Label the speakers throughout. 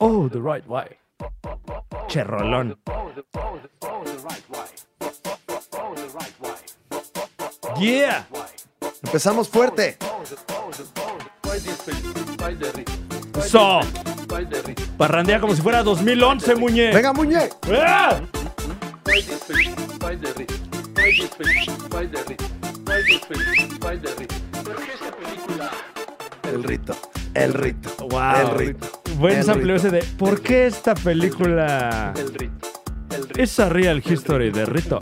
Speaker 1: Oh, the right way. Che rolón. Yeah.
Speaker 2: Empezamos fuerte.
Speaker 1: So. Parrandea como si fuera 2011, Muñe.
Speaker 2: Venga, Muñe.
Speaker 1: ¡Ah!
Speaker 3: pues,
Speaker 2: El rito. El rito.
Speaker 1: Wow.
Speaker 2: El rito.
Speaker 1: Buen
Speaker 2: El
Speaker 1: sampleo
Speaker 2: rito.
Speaker 1: ese de ¿Por qué esta película es a real history de Rito?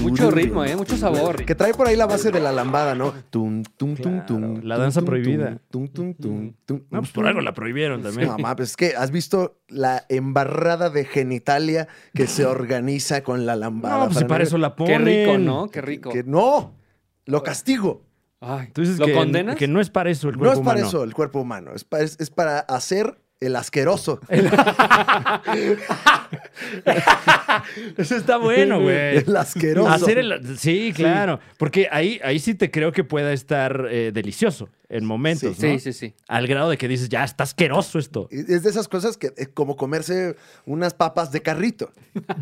Speaker 3: Mucho ritmo, ¿eh? Mucho sabor.
Speaker 2: Que trae por ahí la base de la lambada, ¿no? Tum, tum, tum,
Speaker 1: Claro,
Speaker 2: tum.
Speaker 1: la
Speaker 2: tum,
Speaker 1: danza
Speaker 2: tum,
Speaker 1: prohibida.
Speaker 2: Tum, tum, tum, tum.
Speaker 1: No, pues por algo la prohibieron también.
Speaker 2: No, ma, pues es que has visto la embarrada de genitalia que se organiza con la lambada.
Speaker 1: No, pues si para eso la
Speaker 3: Qué
Speaker 1: ponen.
Speaker 3: rico, ¿no? Qué rico.
Speaker 2: Que no, lo castigo.
Speaker 3: Ay,
Speaker 1: Tú dices
Speaker 3: ¿Lo
Speaker 1: que,
Speaker 3: condenas?
Speaker 1: que no es para eso el
Speaker 2: No
Speaker 1: cuerpo
Speaker 2: es para
Speaker 1: humano.
Speaker 2: eso el cuerpo humano, es pa- es- es para, hacer el asqueroso.
Speaker 1: Eh, Eso está bueno, güey.
Speaker 2: El asqueroso.
Speaker 1: Hacer el- sí, claro. Porque ahí, ahí sí te creo que pueda estar eh, delicioso en momentos,
Speaker 3: Sí,
Speaker 1: ¿no?
Speaker 3: sí, sí.
Speaker 1: Al grado de que dices, ya, está asqueroso esto.
Speaker 2: Es de esas cosas que es como comerse unas papas de carrito.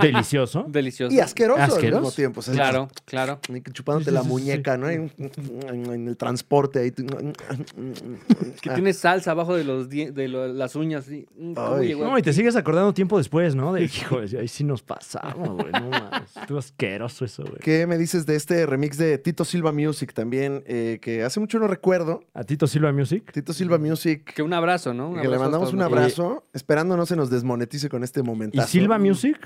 Speaker 1: Delicioso.
Speaker 3: Delicioso.
Speaker 2: Y asqueroso,
Speaker 1: Asqueroso.
Speaker 2: al mismo tiempo. o sea,
Speaker 3: Claro, claro.
Speaker 2: Chupándote la muñeca, ¿no? En, en el transporte ahí.
Speaker 3: Que
Speaker 2: Ah.
Speaker 3: tiene salsa abajo de los die- de lo- las uñas. sí. Mm, ¿Cómo
Speaker 2: Ay.
Speaker 3: llegó?
Speaker 1: No, y te sigues acordando tiempo después, ¿no? De, hijo, ahí sí nos pasamos, güey. No mames. Estuvo asqueroso eso, güey.
Speaker 2: ¿Qué me dices de este remix de Tito Silva Music también? Eh, que hace mucho no recuerdo.
Speaker 1: ¿A Tito Silva Music?
Speaker 2: Tito Silva Music.
Speaker 3: Que un abrazo, ¿no? Mm, Un
Speaker 2: que le
Speaker 3: abrazo
Speaker 2: mandamos
Speaker 3: hasta
Speaker 2: un
Speaker 3: donde-
Speaker 2: abrazo, esperando no se nos desmonetice con este
Speaker 1: ¿Y
Speaker 2: momentazo.
Speaker 1: Silva Music?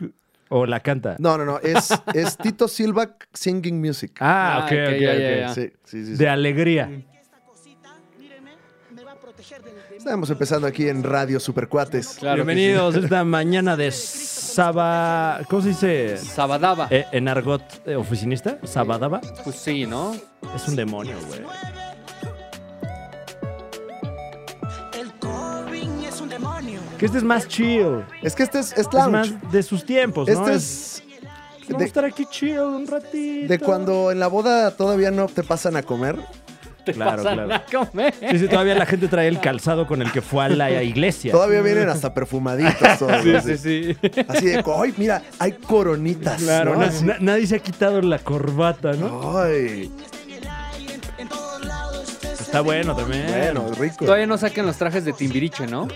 Speaker 1: ¿O la canta?
Speaker 2: No, no, no. Es, es Tito Silva Singing Music.
Speaker 1: Ah,
Speaker 3: Ah,
Speaker 1: ok,
Speaker 3: ok,
Speaker 1: ok,
Speaker 3: ya,
Speaker 1: ok.
Speaker 3: ya, Mm, ya.
Speaker 2: Sí, sí, sí. sí.
Speaker 1: De alegría.
Speaker 4: que esta cosita, mírenme, me va a proteger del demonio.
Speaker 2: Estamos empezando aquí en Radio Supercuates.
Speaker 3: Claro que
Speaker 1: Bienvenidos a esta mañana de Saba... ¿Cómo se dice?
Speaker 3: sí. Sabadaba.
Speaker 1: Eh, en argot eh, oficinista, Sabadaba.
Speaker 3: Pues sí, ¿no?
Speaker 1: Es un demonio, güey.
Speaker 4: El COVID es un demonio.
Speaker 1: Que este es más chill.
Speaker 2: Es que este es, es
Speaker 1: Es
Speaker 2: lounge.
Speaker 1: más de sus tiempos, ¿no?
Speaker 2: este es
Speaker 1: Pues Vamos a
Speaker 2: de-
Speaker 1: estar aquí chill un ratito.
Speaker 2: de cuando en la boda todavía no te pasan a comer.
Speaker 3: Te
Speaker 1: Claro,
Speaker 3: pasan
Speaker 1: claro.
Speaker 3: a comer.
Speaker 1: Sí, sí, todavía la gente trae el calzado con el que fue a la iglesia.
Speaker 2: Todavía vienen hasta perfumaditos. todos,
Speaker 3: Sí,
Speaker 2: así.
Speaker 3: sí, sí.
Speaker 2: Así de, ay, mira, hay coronitas.
Speaker 1: Claro,
Speaker 2: ¿no?
Speaker 1: na-
Speaker 2: Así,
Speaker 1: na- nadie se ha quitado la corbata, ¿no?
Speaker 2: Ay,
Speaker 4: Está en el aire, en todos lados. usted es
Speaker 1: Está
Speaker 4: el
Speaker 1: bueno
Speaker 4: demonio.
Speaker 1: también.
Speaker 2: bueno, rico.
Speaker 3: Todavía no sacan los trajes de Timbiriche, ¿no?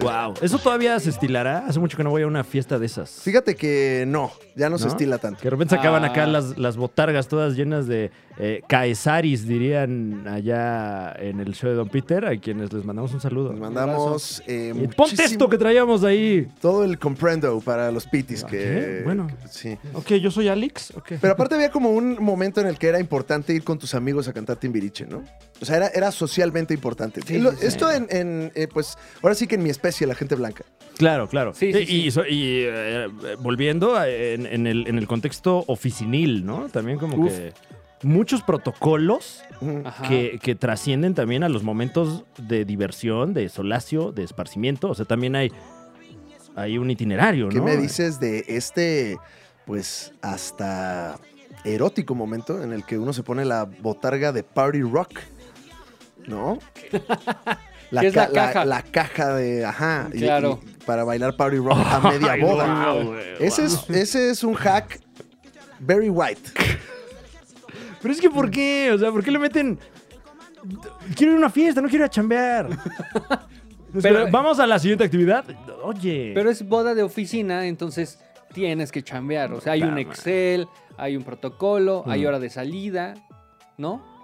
Speaker 1: Wow. Eso todavía se estilará. Hace mucho que no voy a una fiesta de esas.
Speaker 2: Fíjate que no, ya no, se
Speaker 1: ¿No?
Speaker 2: estila tanto.
Speaker 1: Que de repente sacaban
Speaker 3: Ah.
Speaker 1: acá las, las botargas todas llenas de eh, caesaris, dirían allá en el show de Don Peter, a quienes les mandamos un saludo.
Speaker 2: Nos mandamos eh,
Speaker 1: El ponte esto
Speaker 2: muchísimo-
Speaker 1: que traíamos ahí.
Speaker 2: todo el comprendo para los pitis que
Speaker 1: ¿qué? Bueno.
Speaker 2: que- sí.
Speaker 1: Ok, yo soy Alex. Ok.
Speaker 2: Pero aparte había como un momento en el que era importante ir con tus amigos a cantar Timbiriche, ¿no? O sea, era, era socialmente importante.
Speaker 3: Sí,
Speaker 2: Lo-
Speaker 3: sí, sí.
Speaker 2: Esto en, en, eh, pues, ahora sí que en mi especie, la gente blanca.
Speaker 1: Claro, claro.
Speaker 3: Sí, sí,
Speaker 1: y y so- y, eh, volviendo a- en, en el, en el contexto oficinil, ¿no? También como
Speaker 3: Uf.
Speaker 1: que muchos protocolos
Speaker 2: Ujú.
Speaker 3: Ajá.
Speaker 1: que, que trascienden también a los momentos de diversión, de solacio, de esparcimiento. O sea, también hay, hay un itinerario,
Speaker 2: ¿Qué
Speaker 1: ¿no?
Speaker 2: me dices de este, pues, hasta erótico momento en el que uno se pone la botarga de party rock, ¿no?
Speaker 3: ¿Qué es la caja?
Speaker 2: la caja de, ajá, y-
Speaker 3: Claro.
Speaker 2: y para bailar party rock a media
Speaker 1: Ay,
Speaker 2: boda.
Speaker 1: guau,
Speaker 3: eh.
Speaker 1: güey,
Speaker 2: Ese
Speaker 1: guau.
Speaker 2: es, ese es un hack very white.
Speaker 1: Pero es que ¿por qué? O sea, ¿por qué le meten? Quiero ir a una fiesta, no quiero ir a chambear. Pero,
Speaker 3: Pero-
Speaker 1: Vamos a la siguiente actividad. Oye.
Speaker 3: Pero es boda de oficina, entonces tienes que chambear. O sea, hay un
Speaker 1: Claro.
Speaker 3: Excel, hay un protocolo, hay
Speaker 1: Mm.
Speaker 3: hora de salida, ¿no?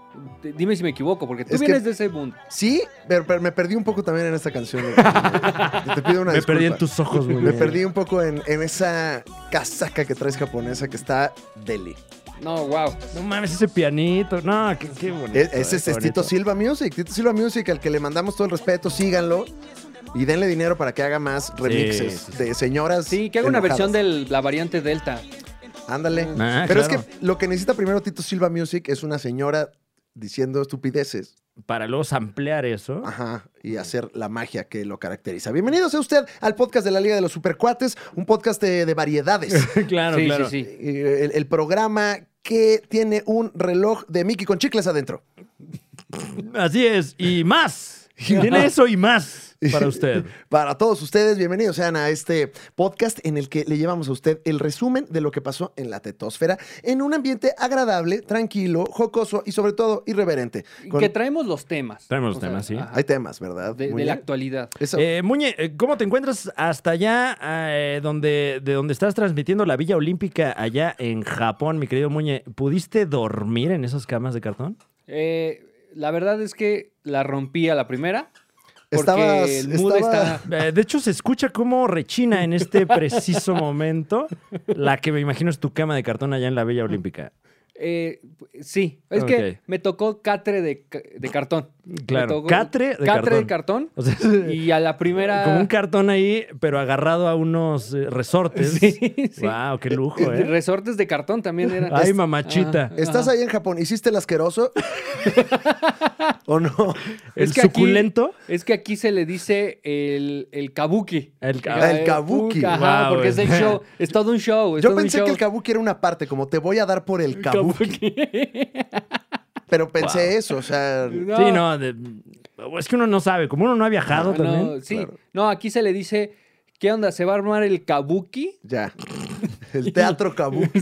Speaker 3: D- Dime si me equivoco, porque tú
Speaker 2: Es que-
Speaker 3: vienes de ese mundo.
Speaker 2: Sí, pero, pero me perdí un poco también en esta canción. Te pido una
Speaker 1: me perdí en
Speaker 2: disculpa.
Speaker 1: tus ojos, güey.
Speaker 2: Me perdí un poco en, en esa casaca que traes japonesa que está deli.
Speaker 3: No, wow.
Speaker 1: No mames, ese pianito. No, qué, qué bonito. eh,
Speaker 2: E- Ese es,
Speaker 1: qué bonito.
Speaker 2: Tito Silva Music. Tito Silva Music, al que le mandamos todo el respeto, síganlo. Y denle dinero para que haga más remixes
Speaker 1: sí,
Speaker 2: de señoras.
Speaker 3: Sí, que haga una
Speaker 2: enojadas.
Speaker 3: versión de la variante Delta.
Speaker 2: Ándale.
Speaker 1: Ah,
Speaker 2: Pero
Speaker 1: claro.
Speaker 2: es que lo que necesita primero Tito Silva Music es una señora diciendo estupideces.
Speaker 1: Para luego ampliar eso.
Speaker 2: Ajá. Y hacer la magia que lo caracteriza. Bienvenido sea usted al podcast de la Liga de los Supercuates, un podcast de, de variedades.
Speaker 1: claro,
Speaker 3: sí,
Speaker 1: claro.
Speaker 3: sí, sí.
Speaker 2: Eh, el, el programa que tiene un reloj de Mickey con chicles adentro.
Speaker 1: Así es. Y más. Tiene eso y más. para usted.
Speaker 2: Para todos ustedes, bienvenidos sean a este podcast en el que le llevamos a usted el resumen de lo que pasó en la tetósfera en un ambiente agradable, tranquilo, jocoso y sobre todo irreverente. Con-
Speaker 3: Que traemos los temas.
Speaker 1: Traemos los
Speaker 3: O sea,
Speaker 1: temas, sí.
Speaker 3: ajá,
Speaker 2: Hay temas, ¿verdad?
Speaker 3: de,
Speaker 2: Muy
Speaker 3: de la
Speaker 2: bien.
Speaker 3: actualidad.
Speaker 2: Eso-
Speaker 1: Eh, Muñe, eh, ¿cómo te encuentras hasta allá eh, donde, de donde estás transmitiendo la Villa Olímpica allá en Japón, mi querido Muñe? ¿Pudiste dormir en esas camas de cartón?
Speaker 3: Eh, la verdad es que la rompí a la primera. Porque
Speaker 2: Estabas-
Speaker 3: el mood
Speaker 2: estaba-
Speaker 3: está.
Speaker 1: Eh, de hecho, se escucha cómo rechina en este preciso momento la que me imagino es tu cama de cartón allá en la Villa Olímpica.
Speaker 3: eh, sí, es
Speaker 1: Ok.
Speaker 3: que me tocó catre de, ca- de cartón. Me
Speaker 1: Claro,
Speaker 3: tocó
Speaker 1: catre de
Speaker 3: catre
Speaker 1: cartón.
Speaker 3: de cartón.
Speaker 1: O sea,
Speaker 3: Y a la primera.
Speaker 1: como un cartón ahí, pero agarrado a unos eh, resortes.
Speaker 3: Sí, sí.
Speaker 1: Wow, qué lujo, ¿eh?
Speaker 3: Resortes de cartón también eran.
Speaker 1: Ay, mamachita.
Speaker 3: Ajá.
Speaker 2: ¿Estás ahí en Japón? ¿Hiciste el asqueroso? ¿O no?
Speaker 1: El
Speaker 3: Es que aquí-
Speaker 1: suculento.
Speaker 3: Es que aquí se le dice el, el kabuki.
Speaker 1: El ka-
Speaker 3: Ajá,
Speaker 2: el kabuki.
Speaker 3: puta, Ajá,
Speaker 1: Wow,
Speaker 3: porque es el
Speaker 1: güey.
Speaker 3: show. Es todo un show. es
Speaker 2: Yo
Speaker 3: todo un
Speaker 2: pensé que
Speaker 3: show.
Speaker 2: el kabuki era una parte, como te voy a dar por el kabuki, pero pensé eso, o sea,
Speaker 3: No. Ah,
Speaker 1: Sí, no, de- es que uno no sabe, como uno no ha viajado
Speaker 3: No,
Speaker 1: también.
Speaker 3: sí.
Speaker 2: Claro.
Speaker 3: No, aquí se le dice, ¿qué onda? ¿Se va a armar el kabuki?
Speaker 2: ya. El teatro kabuki.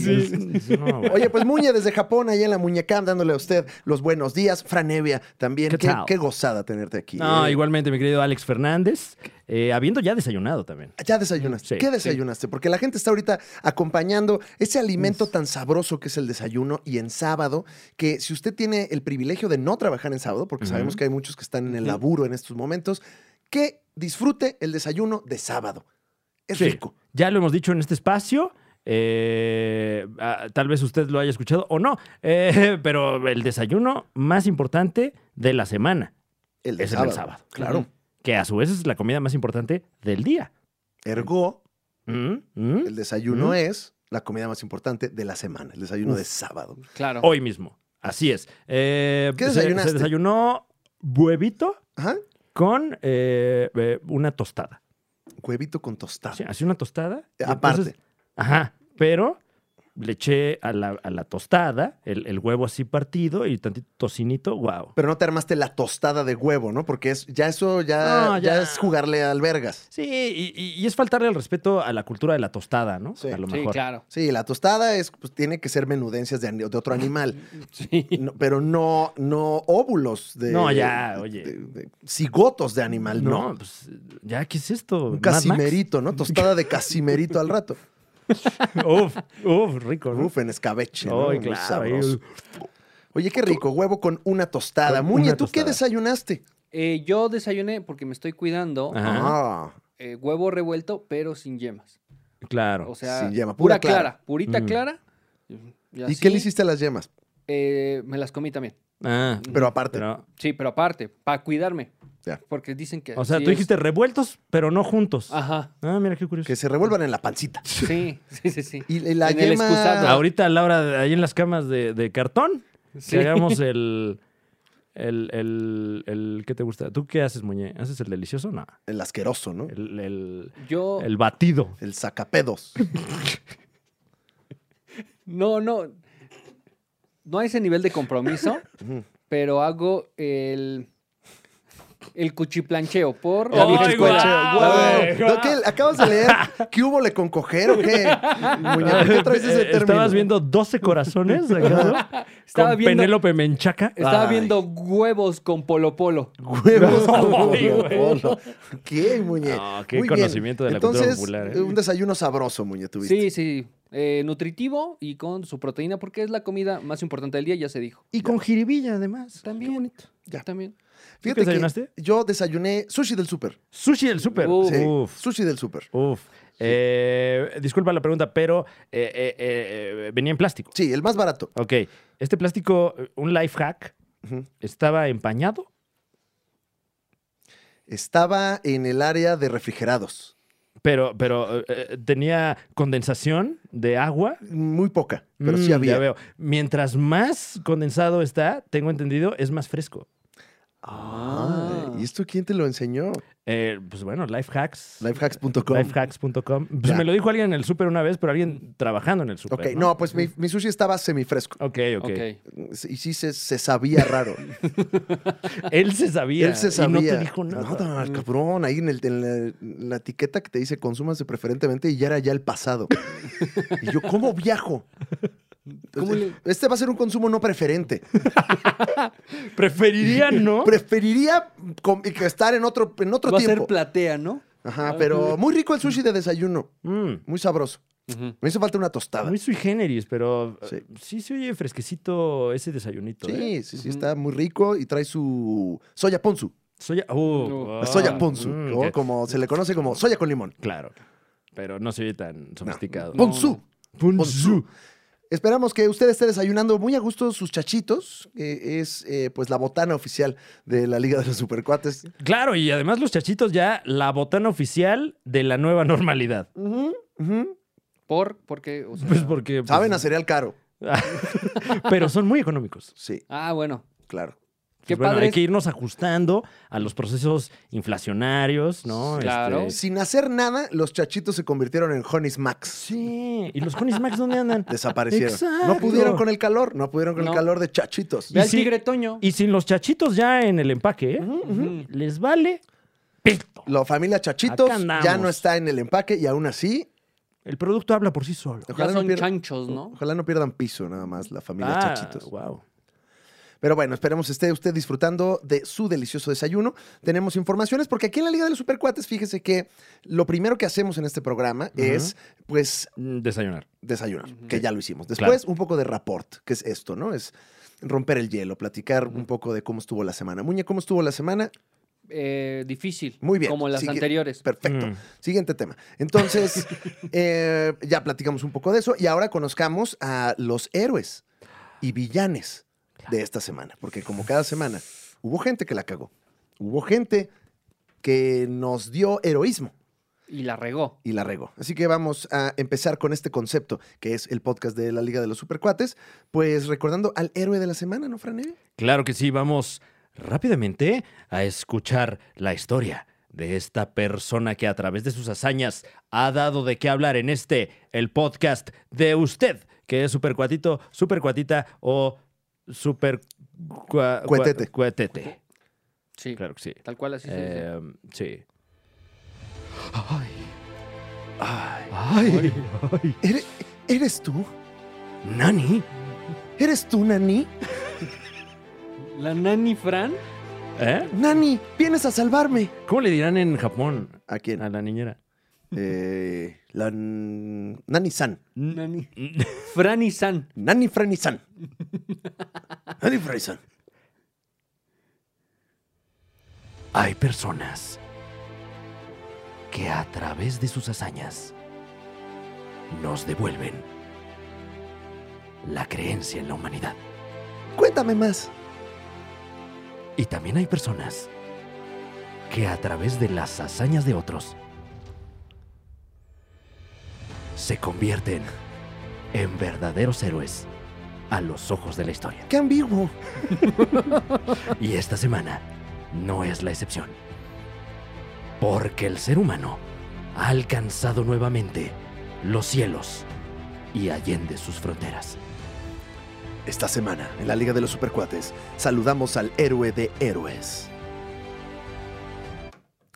Speaker 1: No, güey.
Speaker 2: Oye, pues Muñe desde Japón, ahí en la Muñecam, dándole a usted los buenos días. Franevia también.
Speaker 1: ¿Qué
Speaker 2: Qué,
Speaker 1: tal?
Speaker 2: qué gozada tenerte aquí.
Speaker 1: No,
Speaker 2: eh.
Speaker 1: igualmente, mi querido Alex Fernández, eh, habiendo ya desayunado también.
Speaker 2: Ya desayunaste.
Speaker 1: Sí,
Speaker 2: ¿Qué desayunaste? Porque la gente está ahorita acompañando ese alimento tan sabroso que es el desayuno y en sábado, que si usted tiene el privilegio de no trabajar en sábado, porque
Speaker 1: Ujú.
Speaker 2: sabemos que hay muchos que están en el laburo en estos momentos, que disfrute el desayuno de sábado. Es
Speaker 1: Sí.
Speaker 2: rico.
Speaker 1: Ya lo hemos dicho en este espacio. eh, ah, tal vez usted lo haya escuchado o no, eh, pero el desayuno más importante de la semana
Speaker 2: El de
Speaker 1: es el
Speaker 2: sábado.
Speaker 1: del sábado,
Speaker 2: Claro.
Speaker 3: Ujú.
Speaker 1: que a su vez es la comida más importante del día.
Speaker 2: Ergo,
Speaker 1: Mm, mm.
Speaker 2: el desayuno
Speaker 1: Ujú.
Speaker 2: es la comida más importante de la semana, el desayuno
Speaker 1: Uf.
Speaker 2: de sábado.
Speaker 3: Claro.
Speaker 1: Hoy mismo, así es. Eh,
Speaker 2: ¿Qué
Speaker 1: se-
Speaker 2: desayunaste?
Speaker 1: Se, desayunó huevito
Speaker 2: Ajá.
Speaker 1: con eh, eh, una tostada.
Speaker 2: Huevito con tostado.
Speaker 1: Sí, hacía una tostada. y
Speaker 2: Eh, Aparte.
Speaker 1: entonces- ajá, pero le eché a la, a la tostada el, el huevo así partido y tantito tocinito, wow.
Speaker 2: Pero no te armaste la tostada de huevo, ¿no? Porque es, ya eso ya,
Speaker 1: No,
Speaker 2: ya.
Speaker 1: ya.
Speaker 2: es jugarle al vergas.
Speaker 1: Sí, y, y- y es faltarle el respeto a la cultura de la tostada, ¿no?
Speaker 2: Sí.
Speaker 1: a lo
Speaker 3: sí,
Speaker 1: mejor.
Speaker 3: claro.
Speaker 2: Sí, la tostada es, pues, tiene que ser menudencias de, ani- de otro animal,
Speaker 3: Sí.
Speaker 2: No, pero no, no óvulos de.
Speaker 1: No, ya,
Speaker 2: de-
Speaker 1: oye.
Speaker 2: de- de- cigotos de animal, no.
Speaker 1: No, pues, ya, ¿qué es esto?
Speaker 2: Un
Speaker 1: ¿Mad Max?
Speaker 2: casimerito, ¿no? Tostada de casimerito al rato.
Speaker 1: Uf, uf, rico, ¿no?
Speaker 2: Uf, en escabeche. ¿no?
Speaker 1: Ay,
Speaker 2: Muy
Speaker 1: claro.
Speaker 2: sabroso.
Speaker 1: ahí-
Speaker 2: Oye, qué rico, huevo con una tostada.
Speaker 1: Con
Speaker 2: Muñe,
Speaker 1: una
Speaker 2: ¿tú
Speaker 1: tostada.
Speaker 2: qué desayunaste?
Speaker 3: Eh, yo desayuné porque me estoy cuidando.
Speaker 1: Ajá.
Speaker 2: Ah,
Speaker 3: eh, huevo revuelto, pero sin yemas.
Speaker 1: Claro.
Speaker 3: O sea,
Speaker 2: Sin yema, pura
Speaker 3: pura
Speaker 2: clara.
Speaker 3: clara. Purita
Speaker 1: Mm.
Speaker 3: clara. ¿Y,
Speaker 2: ¿Y
Speaker 3: así,
Speaker 2: qué le hiciste a las yemas?
Speaker 3: eh, me las comí también.
Speaker 1: Ah,
Speaker 2: Pero aparte.
Speaker 1: pero-
Speaker 3: Sí, pero aparte, para cuidarme.
Speaker 2: Ya.
Speaker 3: Porque dicen que.
Speaker 1: o sea,
Speaker 3: sí
Speaker 1: tú
Speaker 3: es-
Speaker 1: dijiste revueltos, pero no juntos.
Speaker 3: Ajá.
Speaker 1: Ah, mira qué curioso.
Speaker 2: Que se revuelvan en la pancita.
Speaker 3: Sí, sí, sí, sí.
Speaker 2: Y la
Speaker 3: En el
Speaker 2: yema.
Speaker 3: excusado.
Speaker 1: Ahorita Laura, ahí en las camas de, de cartón,
Speaker 3: Sí.
Speaker 1: que hagamos el, el, el, el- ¿Qué te gusta? ¿Tú qué haces, Muñe? ¿Haces el delicioso? No.
Speaker 2: El asqueroso, ¿no?
Speaker 1: El, el-
Speaker 3: Yo.
Speaker 1: el batido.
Speaker 2: El sacapedos.
Speaker 3: No, no. No hay ese nivel de compromiso,
Speaker 2: Ujú.
Speaker 3: pero hago el. El cuchiplancheo por.
Speaker 1: La
Speaker 3: la
Speaker 1: ¡Ay,
Speaker 3: vieja
Speaker 1: guau!
Speaker 3: escuela.
Speaker 2: Guau.
Speaker 1: güey,
Speaker 2: ¿No, qué? ¿Acabas de leer qué hubo le con coger o qué? Muñe, ¿por qué traes ese
Speaker 1: Eh,
Speaker 2: término?
Speaker 1: ¿Estabas viendo 12 corazones? ¿acaso?
Speaker 3: Estaba
Speaker 1: Con
Speaker 3: viendo-
Speaker 1: Penélope Menchaca.
Speaker 3: Estaba
Speaker 2: Ay.
Speaker 3: viendo huevos con Polo Polo.
Speaker 2: huevos con
Speaker 1: Ay, güey.
Speaker 2: polo. ¿Qué, Muñe?
Speaker 1: No, qué
Speaker 2: Muy bien.
Speaker 1: conocimiento de la cultura
Speaker 2: Entonces,
Speaker 1: popular, ¿eh?
Speaker 2: un desayuno sabroso, Muñe, tuviste.
Speaker 3: Sí, sí. eh, nutritivo y con su proteína, porque es la comida más importante del día, ya se dijo.
Speaker 1: Y con jiribilla, además.
Speaker 3: También.
Speaker 2: Ya.
Speaker 3: También.
Speaker 2: Fíjate
Speaker 1: qué desayunaste?
Speaker 2: que yo desayuné sushi del súper.
Speaker 1: Sushi del súper.
Speaker 3: Uf.
Speaker 2: Sí,
Speaker 1: Uf.
Speaker 2: Sushi del súper.
Speaker 1: Uf. Eh, disculpa la pregunta, pero eh, eh, eh, venía en plástico.
Speaker 2: Sí, el más barato.
Speaker 1: Ok. Este plástico, eh, un life hack,
Speaker 2: Ujú.
Speaker 1: estaba empañado.
Speaker 2: Estaba en el área de refrigerados.
Speaker 1: Pero, pero eh, eh, tenía condensación de agua.
Speaker 2: Muy poca, pero
Speaker 1: Mm,
Speaker 2: sí
Speaker 1: ya
Speaker 2: había.
Speaker 1: veo. Mientras más condensado está, tengo entendido, es más fresco.
Speaker 2: Ah, ¿Y esto quién te lo enseñó?
Speaker 1: Eh, pues bueno, lifehacks.
Speaker 2: Lifehacks.com.
Speaker 1: Lifehacks.com. Pues
Speaker 2: Ya.
Speaker 1: me lo dijo alguien en el súper una vez, pero alguien trabajando en el súper.
Speaker 2: Ok, no, pues mi, mi sushi estaba semifresco.
Speaker 1: Ok, ok.
Speaker 3: Ok.
Speaker 2: Y sí se, se sabía raro.
Speaker 1: Él se sabía.
Speaker 2: Él se sabía.
Speaker 1: Y no te dijo nada.
Speaker 2: Nada, cabrón. Ahí en, el- en la, en la etiqueta que te dice consúmase preferentemente y ya era ya el pasado. y yo, ¿cómo viajo?
Speaker 3: ¿Cómo le-
Speaker 2: Este va a ser un consumo no preferente.
Speaker 1: Mm. Preferiría no.
Speaker 2: Preferiría com- estar en otro, en otro
Speaker 3: Va a ser
Speaker 2: tiempo.
Speaker 3: platea, ¿no?
Speaker 1: Ah,
Speaker 2: Ajá, pero muy rico el sushi de desayuno.
Speaker 1: Mm,
Speaker 2: Muy sabroso.
Speaker 3: Ujú.
Speaker 2: Me hizo falta una tostada.
Speaker 1: muy sui generis, pero eh,
Speaker 2: Sí.
Speaker 1: sí. se oye fresquecito ese desayunito. ¿eh?
Speaker 2: Sí, sí, sí,
Speaker 3: Ujú.
Speaker 2: está muy rico y trae su soya ponzu.
Speaker 1: Soya. uh,
Speaker 3: No.
Speaker 1: ah,
Speaker 2: soya ponzu,
Speaker 1: mm,
Speaker 2: o
Speaker 1: que-
Speaker 2: como se le conoce como soya con limón.
Speaker 1: Claro. Pero no se oye tan sofisticado.
Speaker 3: No.
Speaker 2: Ponzu.
Speaker 1: Ponzu.
Speaker 2: Esperamos que usted esté desayunando muy a gusto sus chachitos, que es eh, pues la botana oficial de la Liga de los Supercuates.
Speaker 1: Claro, y además los chachitos ya la botana oficial de la nueva normalidad.
Speaker 2: Ujú.
Speaker 3: ¿Por? ¿Por qué? O sea,
Speaker 1: Pues porque. pues,
Speaker 2: Saben a cereal caro.
Speaker 1: pero son muy económicos.
Speaker 2: Sí,
Speaker 3: Ah, bueno.
Speaker 2: claro.
Speaker 1: Pues
Speaker 3: Qué
Speaker 1: bueno,
Speaker 3: padre.
Speaker 1: hay que irnos ajustando a los procesos inflacionarios, ¿no? Este,
Speaker 3: Claro.
Speaker 2: Sin hacer nada, los chachitos se convirtieron en Honeys Max.
Speaker 1: sí. ¿Y los Conis Max dónde andan?
Speaker 2: Desaparecieron.
Speaker 1: Exacto.
Speaker 2: No pudieron con el calor, no pudieron con
Speaker 3: No.
Speaker 2: el calor de chachitos.
Speaker 1: Y
Speaker 3: Ve al
Speaker 1: sí-
Speaker 3: tigre Toño.
Speaker 1: Y sin los chachitos ya en el empaque, ¿eh?
Speaker 3: ujú.
Speaker 1: Les vale pito.
Speaker 2: La familia Chachitos
Speaker 1: Acá andamos.
Speaker 2: ya no está en el empaque y aún así,
Speaker 1: El producto habla por sí solo.
Speaker 3: Ya
Speaker 2: ojalá, no
Speaker 3: son
Speaker 2: pierdan,
Speaker 3: chanchos, Pues, ¿no? Ah,
Speaker 2: ojalá no pierdan piso nada más la familia
Speaker 1: Ah,
Speaker 2: Chachitos.
Speaker 1: wow.
Speaker 2: Pero bueno, esperemos esté usted disfrutando de su delicioso desayuno. Tenemos informaciones porque aquí en la Liga de los Supercuates, fíjese que lo primero que hacemos en este programa es, pues,
Speaker 1: Mm, Desayunar.
Speaker 2: desayunar,
Speaker 3: Ujú.
Speaker 2: que
Speaker 1: Sí.
Speaker 2: ya lo hicimos. Después, un poco de rapport, que es esto, ¿no? Es romper el hielo, platicar un poco de cómo estuvo la semana. Muñe, ¿cómo estuvo la semana?
Speaker 3: Eh, difícil.
Speaker 2: Muy bien,
Speaker 3: Como las
Speaker 2: sigue.
Speaker 3: anteriores.
Speaker 2: Perfecto.
Speaker 1: Mm.
Speaker 2: Siguiente tema. Entonces, eh, ya platicamos un poco de eso y ahora conozcamos a los héroes y villanes de esta semana, porque como cada semana hubo gente que la cagó, hubo gente que nos dio heroísmo
Speaker 3: Y la regó.
Speaker 2: y la regó. Así que vamos a empezar con este concepto, que es el podcast de la Liga de los Supercuates, pues recordando al héroe de la semana, ¿no, Franeve?
Speaker 1: Claro que sí, vamos rápidamente a escuchar la historia de esta persona que a través de sus hazañas ha dado de qué hablar en este, el podcast de usted, que es Supercuatito, Supercuatita o Super... cua- cua-
Speaker 2: Cuetete.
Speaker 1: Cuetete.
Speaker 3: Sí.
Speaker 1: Claro que sí.
Speaker 3: Tal cual así se dice.
Speaker 1: Eh, sí.
Speaker 3: Ay.
Speaker 2: ¿Eres, eres tú?
Speaker 1: ¿Nani?
Speaker 2: ¿Eres tú, Nani?
Speaker 3: La nani Fran.
Speaker 1: ¿Eh?
Speaker 2: Nani, vienes a salvarme.
Speaker 1: ¿Cómo le dirán en Japón
Speaker 2: ¿A quién?
Speaker 1: a la niñera?
Speaker 2: Eh, la n- Nani San.
Speaker 3: Nani. Fran y San.
Speaker 2: Nani Franny San. Nani Franny San.
Speaker 1: Hay personas que a través de sus hazañas nos devuelven la creencia en la humanidad.
Speaker 2: Cuéntame más.
Speaker 1: Y también hay personas que a través de las hazañas de otros se convierten en verdaderos héroes a los ojos de la historia.
Speaker 2: Qué ambiguo.
Speaker 1: Y esta semana no es la excepción. Porque el ser humano ha alcanzado nuevamente los cielos y allende sus fronteras.
Speaker 2: Esta semana, en la Liga de los Supercuates, saludamos al héroe de héroes.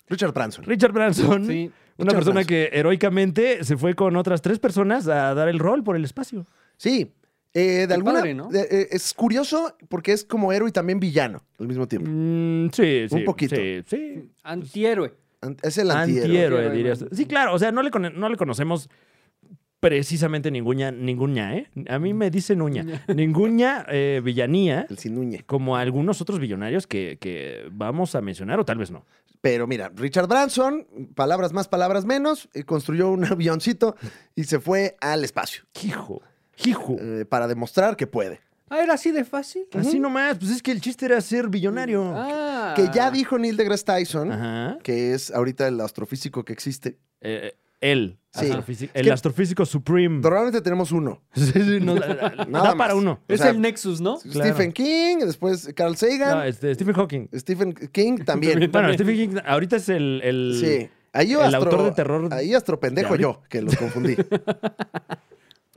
Speaker 2: Richard Branson.
Speaker 1: Richard Branson,
Speaker 3: Sí.
Speaker 1: una
Speaker 2: Richard
Speaker 1: persona
Speaker 2: Branson.
Speaker 1: que heroicamente se fue con otras tres personas a dar el rol por el espacio.
Speaker 2: Sí. eh, de
Speaker 3: Qué
Speaker 2: alguna,
Speaker 3: padre, ¿no?
Speaker 2: de- eh, es curioso porque es como héroe y también villano al mismo tiempo.
Speaker 1: Mm, sí,
Speaker 2: sí, Un poquito. sí,
Speaker 1: sí.
Speaker 3: Antihéroe.
Speaker 2: Ant- Es el antihéroe.
Speaker 1: Antihéroe,
Speaker 3: Antihéroe,
Speaker 1: dirías.
Speaker 3: man.
Speaker 1: Sí, claro, o sea, no le, cono- no le conocemos precisamente ninguña, ninguña, ¿eh? A mí me dicen uña. Ninguña eh, villanía.
Speaker 2: El sinuñe.
Speaker 1: como algunos otros billonarios que, que vamos a mencionar o tal vez no.
Speaker 2: Pero mira, Richard Branson, palabras más, palabras menos, eh, construyó un avioncito y se fue al espacio
Speaker 1: Hijo, hijo.
Speaker 2: eh, para demostrar que puede.
Speaker 3: Ah, era así de fácil.
Speaker 1: Así nomás, pues es que el chiste era ser billonario.
Speaker 3: Ah.
Speaker 2: Que ya dijo Neil deGrasse Tyson,
Speaker 1: Ajá.
Speaker 2: que es ahorita el astrofísico que existe.
Speaker 1: Eh, él.
Speaker 2: Sí.
Speaker 1: Astrofísico-
Speaker 2: Es
Speaker 1: el
Speaker 2: que-
Speaker 1: astrofísico supreme.
Speaker 2: Normalmente tenemos uno.
Speaker 1: Sí, sí, no, da- da-
Speaker 2: Nada
Speaker 1: da para
Speaker 2: más.
Speaker 1: uno.
Speaker 2: O
Speaker 3: Es
Speaker 2: sea,
Speaker 3: el Nexus, ¿no?
Speaker 1: claro.
Speaker 2: Stephen King, después Carl Sagan,
Speaker 1: No, este, Stephen Hawking.
Speaker 2: Stephen King también.
Speaker 1: Bueno, Stephen King ahorita es el, el-
Speaker 2: sí. Ahí yo
Speaker 1: el autor de terror
Speaker 2: Ahí astropendejo
Speaker 1: de
Speaker 2: yo, que los confundí.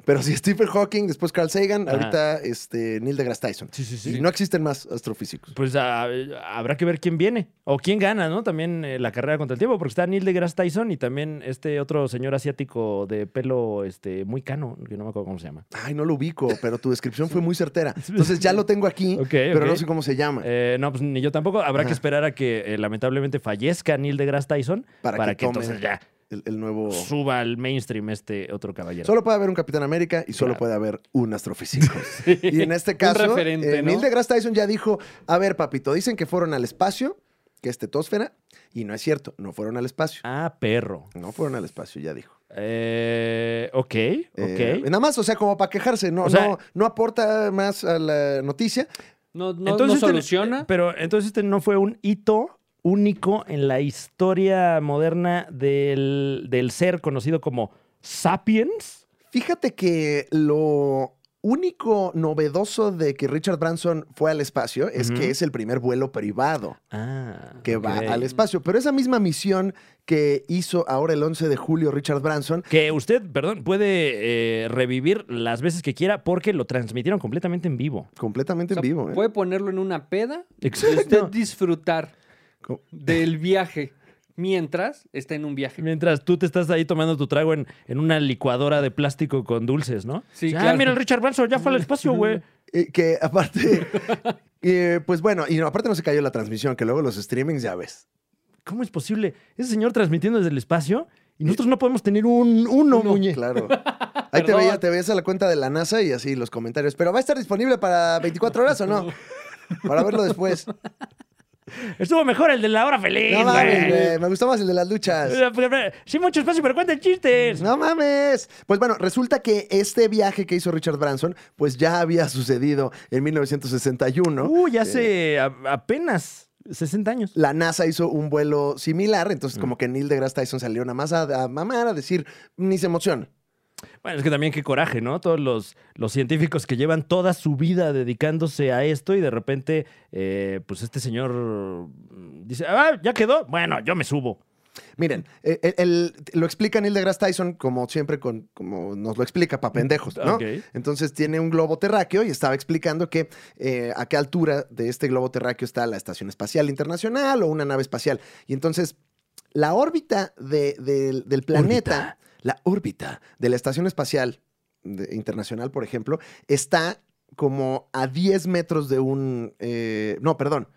Speaker 2: Pero sí, Stephen Hawking, después Carl Sagan,
Speaker 1: Ajá.
Speaker 2: ahorita este, Neil deGrasse Tyson.
Speaker 1: Sí, sí, sí.
Speaker 2: Y no existen más astrofísicos.
Speaker 1: Pues ah, habrá que ver quién viene o quién gana, ¿no? También eh, la carrera contra el tiempo, porque está Neil deGrasse Tyson y también este otro señor asiático de pelo este, muy cano, que no me acuerdo cómo se llama.
Speaker 2: Ay, no lo ubico, pero tu descripción fue muy certera. Entonces ya lo tengo aquí,
Speaker 1: Ok,
Speaker 2: pero
Speaker 1: ok.
Speaker 2: no sé cómo se llama.
Speaker 1: Eh, no, pues ni yo tampoco. Habrá que
Speaker 2: Ajá.
Speaker 1: esperar a que eh, lamentablemente fallezca Neil deGrasse Tyson para,
Speaker 2: Para que
Speaker 1: que,
Speaker 2: tome-
Speaker 1: entonces ya
Speaker 2: el, el nuevo.
Speaker 1: suba al mainstream este otro caballero.
Speaker 2: Solo puede haber un Capitán América y solo
Speaker 1: Claro.
Speaker 2: puede haber un astrofísico. Y en este caso,
Speaker 3: referente,
Speaker 2: eh,
Speaker 3: ¿no?
Speaker 2: Neil deGrasse Tyson ya dijo, a ver, papito, dicen que fueron al espacio, que es tetosfera, y no es cierto, no fueron al espacio.
Speaker 1: Ah, perro.
Speaker 2: No fueron al espacio, ya dijo.
Speaker 1: Eh, ok, ok.
Speaker 2: Eh, nada más, o sea, como para quejarse, no,
Speaker 1: O sea-
Speaker 2: no, no aporta más a la noticia.
Speaker 3: No, no,
Speaker 1: Entonces
Speaker 3: no
Speaker 1: este-
Speaker 3: soluciona.
Speaker 1: pero entonces este no fue un hito único en la historia moderna del, del ser conocido como Sapiens.
Speaker 2: Fíjate que lo único novedoso de que Richard Branson fue al espacio es
Speaker 1: Ujú.
Speaker 2: que es el primer vuelo privado.
Speaker 1: Ah,
Speaker 2: que va
Speaker 1: ok.
Speaker 2: al espacio. Pero esa misma misión que hizo ahora el 11 de julio Richard Branson,
Speaker 1: Que usted, perdón, puede eh, revivir las veces que quiera porque lo transmitieron completamente en vivo.
Speaker 2: completamente
Speaker 3: O sea,
Speaker 2: en vivo. ¿eh?
Speaker 3: Puede ponerlo en una peda y
Speaker 1: Exacto.
Speaker 3: usted disfrutar
Speaker 2: Co-
Speaker 3: del viaje mientras está en un viaje.
Speaker 1: Mientras tú te estás ahí tomando tu trago en, en una licuadora de plástico con dulces, ¿no?
Speaker 3: Sí,
Speaker 1: ah,
Speaker 3: claro.
Speaker 1: mira, el Richard Branson ya fue al espacio, güey.
Speaker 2: Eh, que aparte, eh, pues bueno, y no, aparte no se cayó la transmisión, que luego los streamings ya ves.
Speaker 1: ¿Cómo es posible? Ese señor transmitiendo desde el espacio y nosotros no podemos tener un uno, muñe.
Speaker 2: Claro. Ahí te
Speaker 3: Perdón.
Speaker 2: veías, te veías a la cuenta de la NASA y así los comentarios. Pero va a estar disponible para 24 horas o no? Para verlo después. No
Speaker 1: Estuvo mejor el de la hora feliz,
Speaker 2: mames,
Speaker 1: güey.
Speaker 2: güey, Me gustó más el de las luchas.
Speaker 1: Sí, mucho espacio, pero cuenta chistes.
Speaker 2: No mames. Pues bueno, resulta que este viaje que hizo Richard Branson, pues ya había sucedido en 1961.
Speaker 1: Uy, hace a- apenas 60 años.
Speaker 2: la NASA hizo un vuelo similar, entonces como que Neil deGrasse Tyson salió nada más a, a mamar, a decir, ni se emociona.
Speaker 1: Bueno, es que también qué coraje, ¿no? Todos los, los científicos que llevan toda su vida dedicándose a esto y de repente, eh, pues este señor mm, dice, ah, ya quedó. Bueno, yo me subo.
Speaker 2: Miren, eh, el- el- lo explica Neil deGrasse Tyson como siempre, con, como nos lo explica para pendejos, ¿no?
Speaker 1: Ok.
Speaker 2: Entonces tiene un globo terráqueo y estaba explicando que eh, a qué altura de este globo terráqueo está la Estación Espacial Internacional o una nave espacial. Y entonces la órbita de- del- del planeta, la órbita de la Estación Espacial de- Internacional, por ejemplo, está como a 10 metros de un... eh, no, perdón,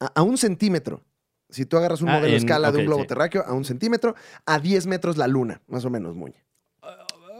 Speaker 2: a, a un centímetro. Si tú agarras un
Speaker 1: Ah,
Speaker 2: modelo de
Speaker 1: en-
Speaker 2: escala de
Speaker 1: ok,
Speaker 2: un globo
Speaker 1: sí.
Speaker 2: terráqueo a un centímetro, a 10 metros la luna, más o menos, Muñe.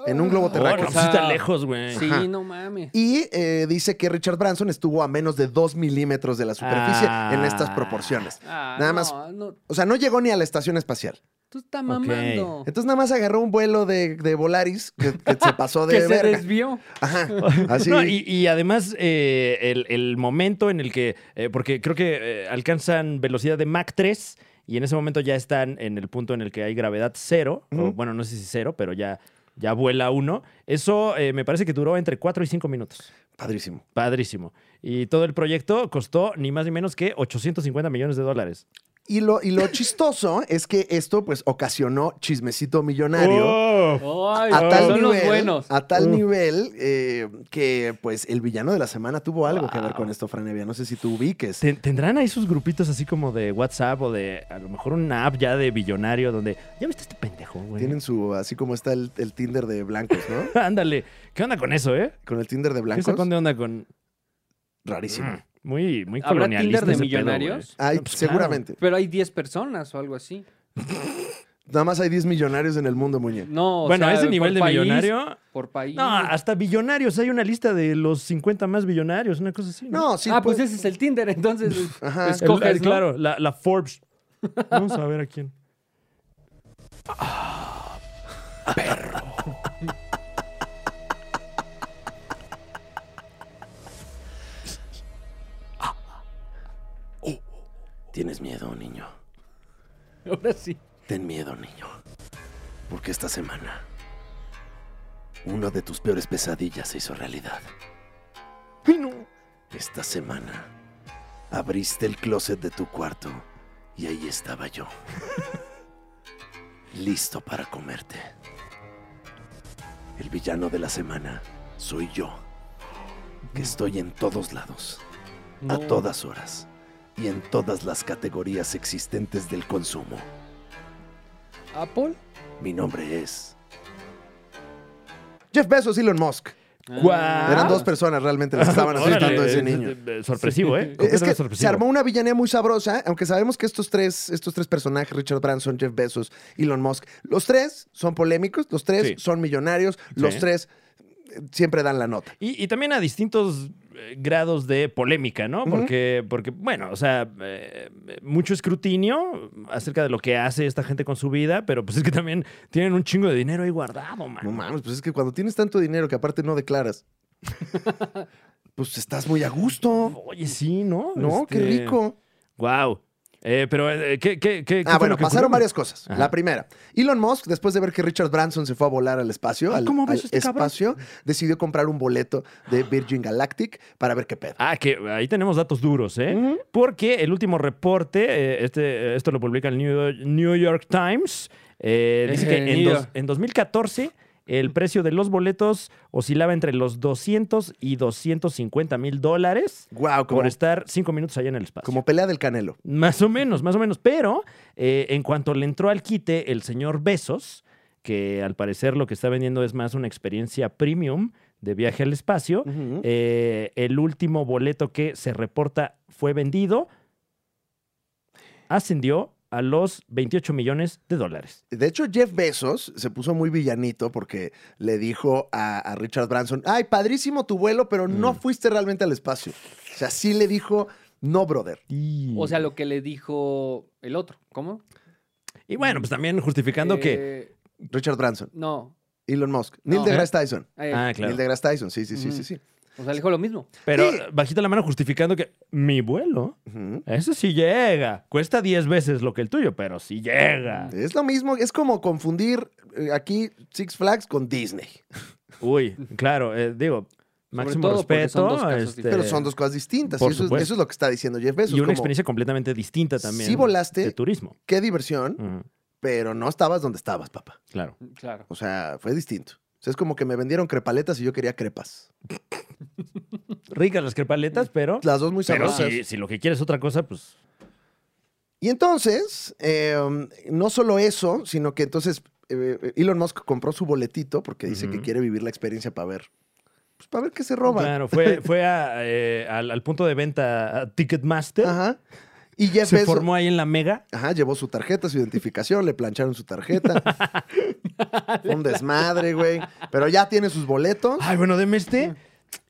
Speaker 2: En un globo
Speaker 1: Ahora,
Speaker 2: terráqueo.
Speaker 1: pues, sí está lejos, güey.
Speaker 3: Sí,
Speaker 2: Ajá.
Speaker 3: no mames.
Speaker 2: Y eh, dice que Richard Branson estuvo a menos de 2 milímetros de la superficie
Speaker 1: Ah.
Speaker 2: en estas proporciones.
Speaker 3: Ah,
Speaker 2: Nada
Speaker 3: no,
Speaker 2: más-
Speaker 3: no,
Speaker 2: O sea, no llegó ni a la estación espacial.
Speaker 3: tú estás mamando.
Speaker 2: Entonces nada más agarró un vuelo de, de Volaris que, que se pasó de
Speaker 3: Que se
Speaker 2: verga.
Speaker 3: desvió.
Speaker 2: Ajá. Así.
Speaker 1: No, y, y además eh, el, el momento en el que, eh, porque creo que eh, alcanzan velocidad de Mach 3 y en ese momento ya están en el punto en el que hay gravedad cero, o
Speaker 2: Ujú.
Speaker 1: bueno, no sé si cero, pero ya, ya vuela uno. Eso eh, me parece que duró entre 4 y 5 minutos.
Speaker 2: Padrísimo.
Speaker 1: Padrísimo. Y todo el proyecto costó ni más ni menos que 850 millones de dólares.
Speaker 2: Y lo, y lo chistoso es que esto pues ocasionó chismecito millonario.
Speaker 3: Oh. Ay,
Speaker 2: a tal
Speaker 3: son
Speaker 2: nivel,
Speaker 3: los buenos.
Speaker 2: A tal nivel eh, que, pues, el villano de la semana tuvo algo que ver con esto, Franevia. No sé si tú ubiques.
Speaker 1: Ten- ¿Tendrán ahí sus grupitos así como de WhatsApp o de a lo mejor una app ya de billonario donde ya viste este pendejo, güey?
Speaker 2: Tienen su, así como está el, el Tinder de blancos, ¿no?
Speaker 1: Ándale, ¿qué onda con eso, eh?
Speaker 2: Con el Tinder de
Speaker 1: ¿Qué
Speaker 2: blancos.
Speaker 1: sacón de onda con...?
Speaker 2: Rarísimo.
Speaker 1: Mm, Muy, muy
Speaker 3: ¿Habrá
Speaker 1: colonialista
Speaker 3: Tinder de
Speaker 1: ese pedo,
Speaker 3: millonarios?
Speaker 1: güey.
Speaker 2: Hay-
Speaker 1: No, pues, claro.
Speaker 2: seguramente.
Speaker 3: Pero hay 10 personas o algo así.
Speaker 2: Nada más hay 10 millonarios en el mundo, Muñe.
Speaker 3: No, o
Speaker 1: bueno, a
Speaker 3: sea,
Speaker 1: ese
Speaker 3: por
Speaker 1: nivel de
Speaker 3: país,
Speaker 1: millonario...
Speaker 3: Por país.
Speaker 1: No, hasta billonarios. Hay una lista de los 50 más billonarios, una cosa así.
Speaker 2: No, sí.
Speaker 3: ah, pues
Speaker 2: puede-
Speaker 3: ese es el Tinder, entonces. pues,
Speaker 2: Ajá.
Speaker 1: El-
Speaker 3: Escoges,
Speaker 1: el-
Speaker 3: ¿no?
Speaker 1: Claro, la, la Forbes. Vamos a ver a quién.
Speaker 2: Tienes miedo, niño.
Speaker 3: Ahora sí.
Speaker 2: Ten miedo, niño. Porque esta semana, una de tus peores pesadillas se hizo realidad. Esta semana, abriste el closet de tu cuarto y ahí estaba yo. Listo para comerte. El villano de la semana soy yo, que estoy en todos lados, a
Speaker 3: No.
Speaker 2: todas horas y en todas las categorías existentes del consumo.
Speaker 3: ¿Apple?
Speaker 2: Mi nombre es. Jeff Bezos, Elon Musk.
Speaker 1: Guau.
Speaker 2: Eran dos personas realmente las que estaban asustando a ese
Speaker 1: Ah. Órale,
Speaker 2: niño.
Speaker 1: eh, eh, Sorpresivo, ¿eh?
Speaker 3: Sí.
Speaker 2: Es que
Speaker 1: Completamente
Speaker 2: se
Speaker 1: sorpresivo.
Speaker 2: armó una villanía muy sabrosa, aunque sabemos que estos tres, estos tres personajes, Richard Branson, Jeff Bezos, Elon Musk, los tres son polémicos, los tres
Speaker 1: Sí.
Speaker 2: son millonarios, los
Speaker 1: Sí.
Speaker 2: tres eh, siempre dan la nota.
Speaker 1: Y, y también a distintos eh, grados de polémica, ¿no? Porque, porque bueno, o sea, eh, mucho escrutinio acerca de lo que hace esta gente con su vida, pero pues es que también tienen un chingo de dinero ahí guardado, man.
Speaker 2: No mames, pues es que cuando tienes tanto dinero que aparte no declaras, pues estás muy a gusto.
Speaker 1: Oye, sí, ¿no?
Speaker 2: No, qué
Speaker 1: Este,
Speaker 2: rico.
Speaker 1: Wow. pero, eh, ¿qué, qué, qué- qué
Speaker 2: Ah,
Speaker 1: fue
Speaker 2: bueno,
Speaker 1: lo que
Speaker 2: pasaron
Speaker 1: ocurrió?
Speaker 2: varias cosas.
Speaker 1: Ajá.
Speaker 2: La primera, Elon Musk, después de ver que Richard Branson se fue a volar al espacio,
Speaker 1: Ay,
Speaker 2: al,
Speaker 1: ¿cómo ves
Speaker 2: al
Speaker 1: este cabrón?
Speaker 2: espacio, decidió comprar un boleto de Virgin Galactic para ver qué pedo.
Speaker 1: Ah, que ahí tenemos datos duros, ¿eh? Porque el último reporte, eh, este, eh, esto lo publica el New, New York Times, eh, dice que en,
Speaker 3: Ingeniero.
Speaker 1: dos- en 2014 el precio de los boletos oscilaba entre los 200 y 250 mil dólares
Speaker 2: Wow, como,
Speaker 1: por estar cinco minutos allá en el espacio.
Speaker 2: como pelea del Canelo.
Speaker 1: Más o menos, más o menos. Pero eh, en cuanto le entró al quite el señor Besos, que al parecer lo que está vendiendo es más una experiencia premium de viaje al espacio,
Speaker 2: Ujú.
Speaker 1: eh, el último boleto que se reporta fue vendido. Ascendió a los 28 millones de dólares.
Speaker 2: De hecho, Jeff Bezos se puso muy villanito porque le dijo a, a Richard Branson, ay, padrísimo tu vuelo, pero
Speaker 1: Mm.
Speaker 2: no fuiste realmente al espacio. O sea, sí le dijo, no, brother.
Speaker 1: Y,
Speaker 3: O sea, lo que le dijo el otro. ¿Cómo?
Speaker 1: bueno, pues también justificando que...
Speaker 3: Eh,
Speaker 2: Richard Branson,
Speaker 3: No.
Speaker 2: Elon Musk,
Speaker 3: No.
Speaker 2: Neil deGrasse Tyson.
Speaker 3: eh,
Speaker 1: Ah, claro.
Speaker 2: Neil deGrasse Tyson, sí, sí, sí, sí,
Speaker 3: Ujú.
Speaker 2: sí.
Speaker 3: O sea, le dijo lo mismo.
Speaker 1: Pero
Speaker 2: Sí.
Speaker 1: bajita la mano justificando que mi vuelo,
Speaker 2: Ujú.
Speaker 1: eso sí llega. Cuesta 10 veces lo que el tuyo, pero sí llega.
Speaker 2: Es lo mismo, es como confundir eh, aquí Six Flags con Disney.
Speaker 1: Uy, claro, eh, digo, máximo
Speaker 3: todo porque
Speaker 1: respeto.
Speaker 3: son dos casos
Speaker 1: este,
Speaker 3: diferentes.
Speaker 2: Pero son dos cosas distintas.
Speaker 1: por
Speaker 2: y eso, es,
Speaker 1: supuesto.
Speaker 2: eso es lo que está diciendo Jeff Bezos.
Speaker 1: Y una
Speaker 2: como,
Speaker 1: experiencia completamente distinta también.
Speaker 2: Sí volaste.
Speaker 1: De turismo.
Speaker 2: Qué diversión,
Speaker 1: Ujú,
Speaker 2: pero no estabas donde estabas, papá.
Speaker 1: claro.
Speaker 3: Claro.
Speaker 2: O sea, fue distinto. O sea, es como que me vendieron crepaletas y yo quería crepas.
Speaker 1: Ricas las crepaletas, pero.
Speaker 2: Las dos muy
Speaker 1: Pero
Speaker 2: sabrosas.
Speaker 1: si, si lo que quieres es otra cosa, pues.
Speaker 2: Y entonces, eh, no solo eso, sino que entonces eh, Elon Musk compró su boletito porque dice
Speaker 1: Ujú.
Speaker 2: que quiere vivir la experiencia para ver. Pues para ver qué se roba.
Speaker 1: Claro, fue, fue a, eh, al, al punto de venta a Ticketmaster.
Speaker 2: Ajá. Y Jeff
Speaker 1: Se
Speaker 2: Bezos.
Speaker 1: formó ahí en la mega.
Speaker 2: Ajá, llevó su tarjeta, su identificación, le plancharon su tarjeta. Fue un desmadre, güey. Pero ya tiene sus boletos.
Speaker 1: Ay, bueno, deme este.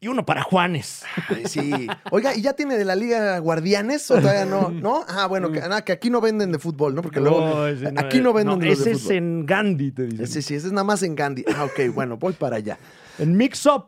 Speaker 1: Y uno para Juanes.
Speaker 2: Ay, sí. Oiga, ¿y ya tiene de la Liga Guardianes o todavía no? ¿No? Ah, bueno, que, ah, que aquí no venden de fútbol, ¿no? Porque luego.
Speaker 1: No, ese no
Speaker 2: aquí
Speaker 1: es-
Speaker 2: no venden los
Speaker 1: Ese
Speaker 2: de
Speaker 1: es
Speaker 2: fútbol.
Speaker 1: en Gandhi, te dicen.
Speaker 2: Sí, sí, ese es nada más en Gandhi. Ah, ok, bueno, voy para allá.
Speaker 1: En Mix Up.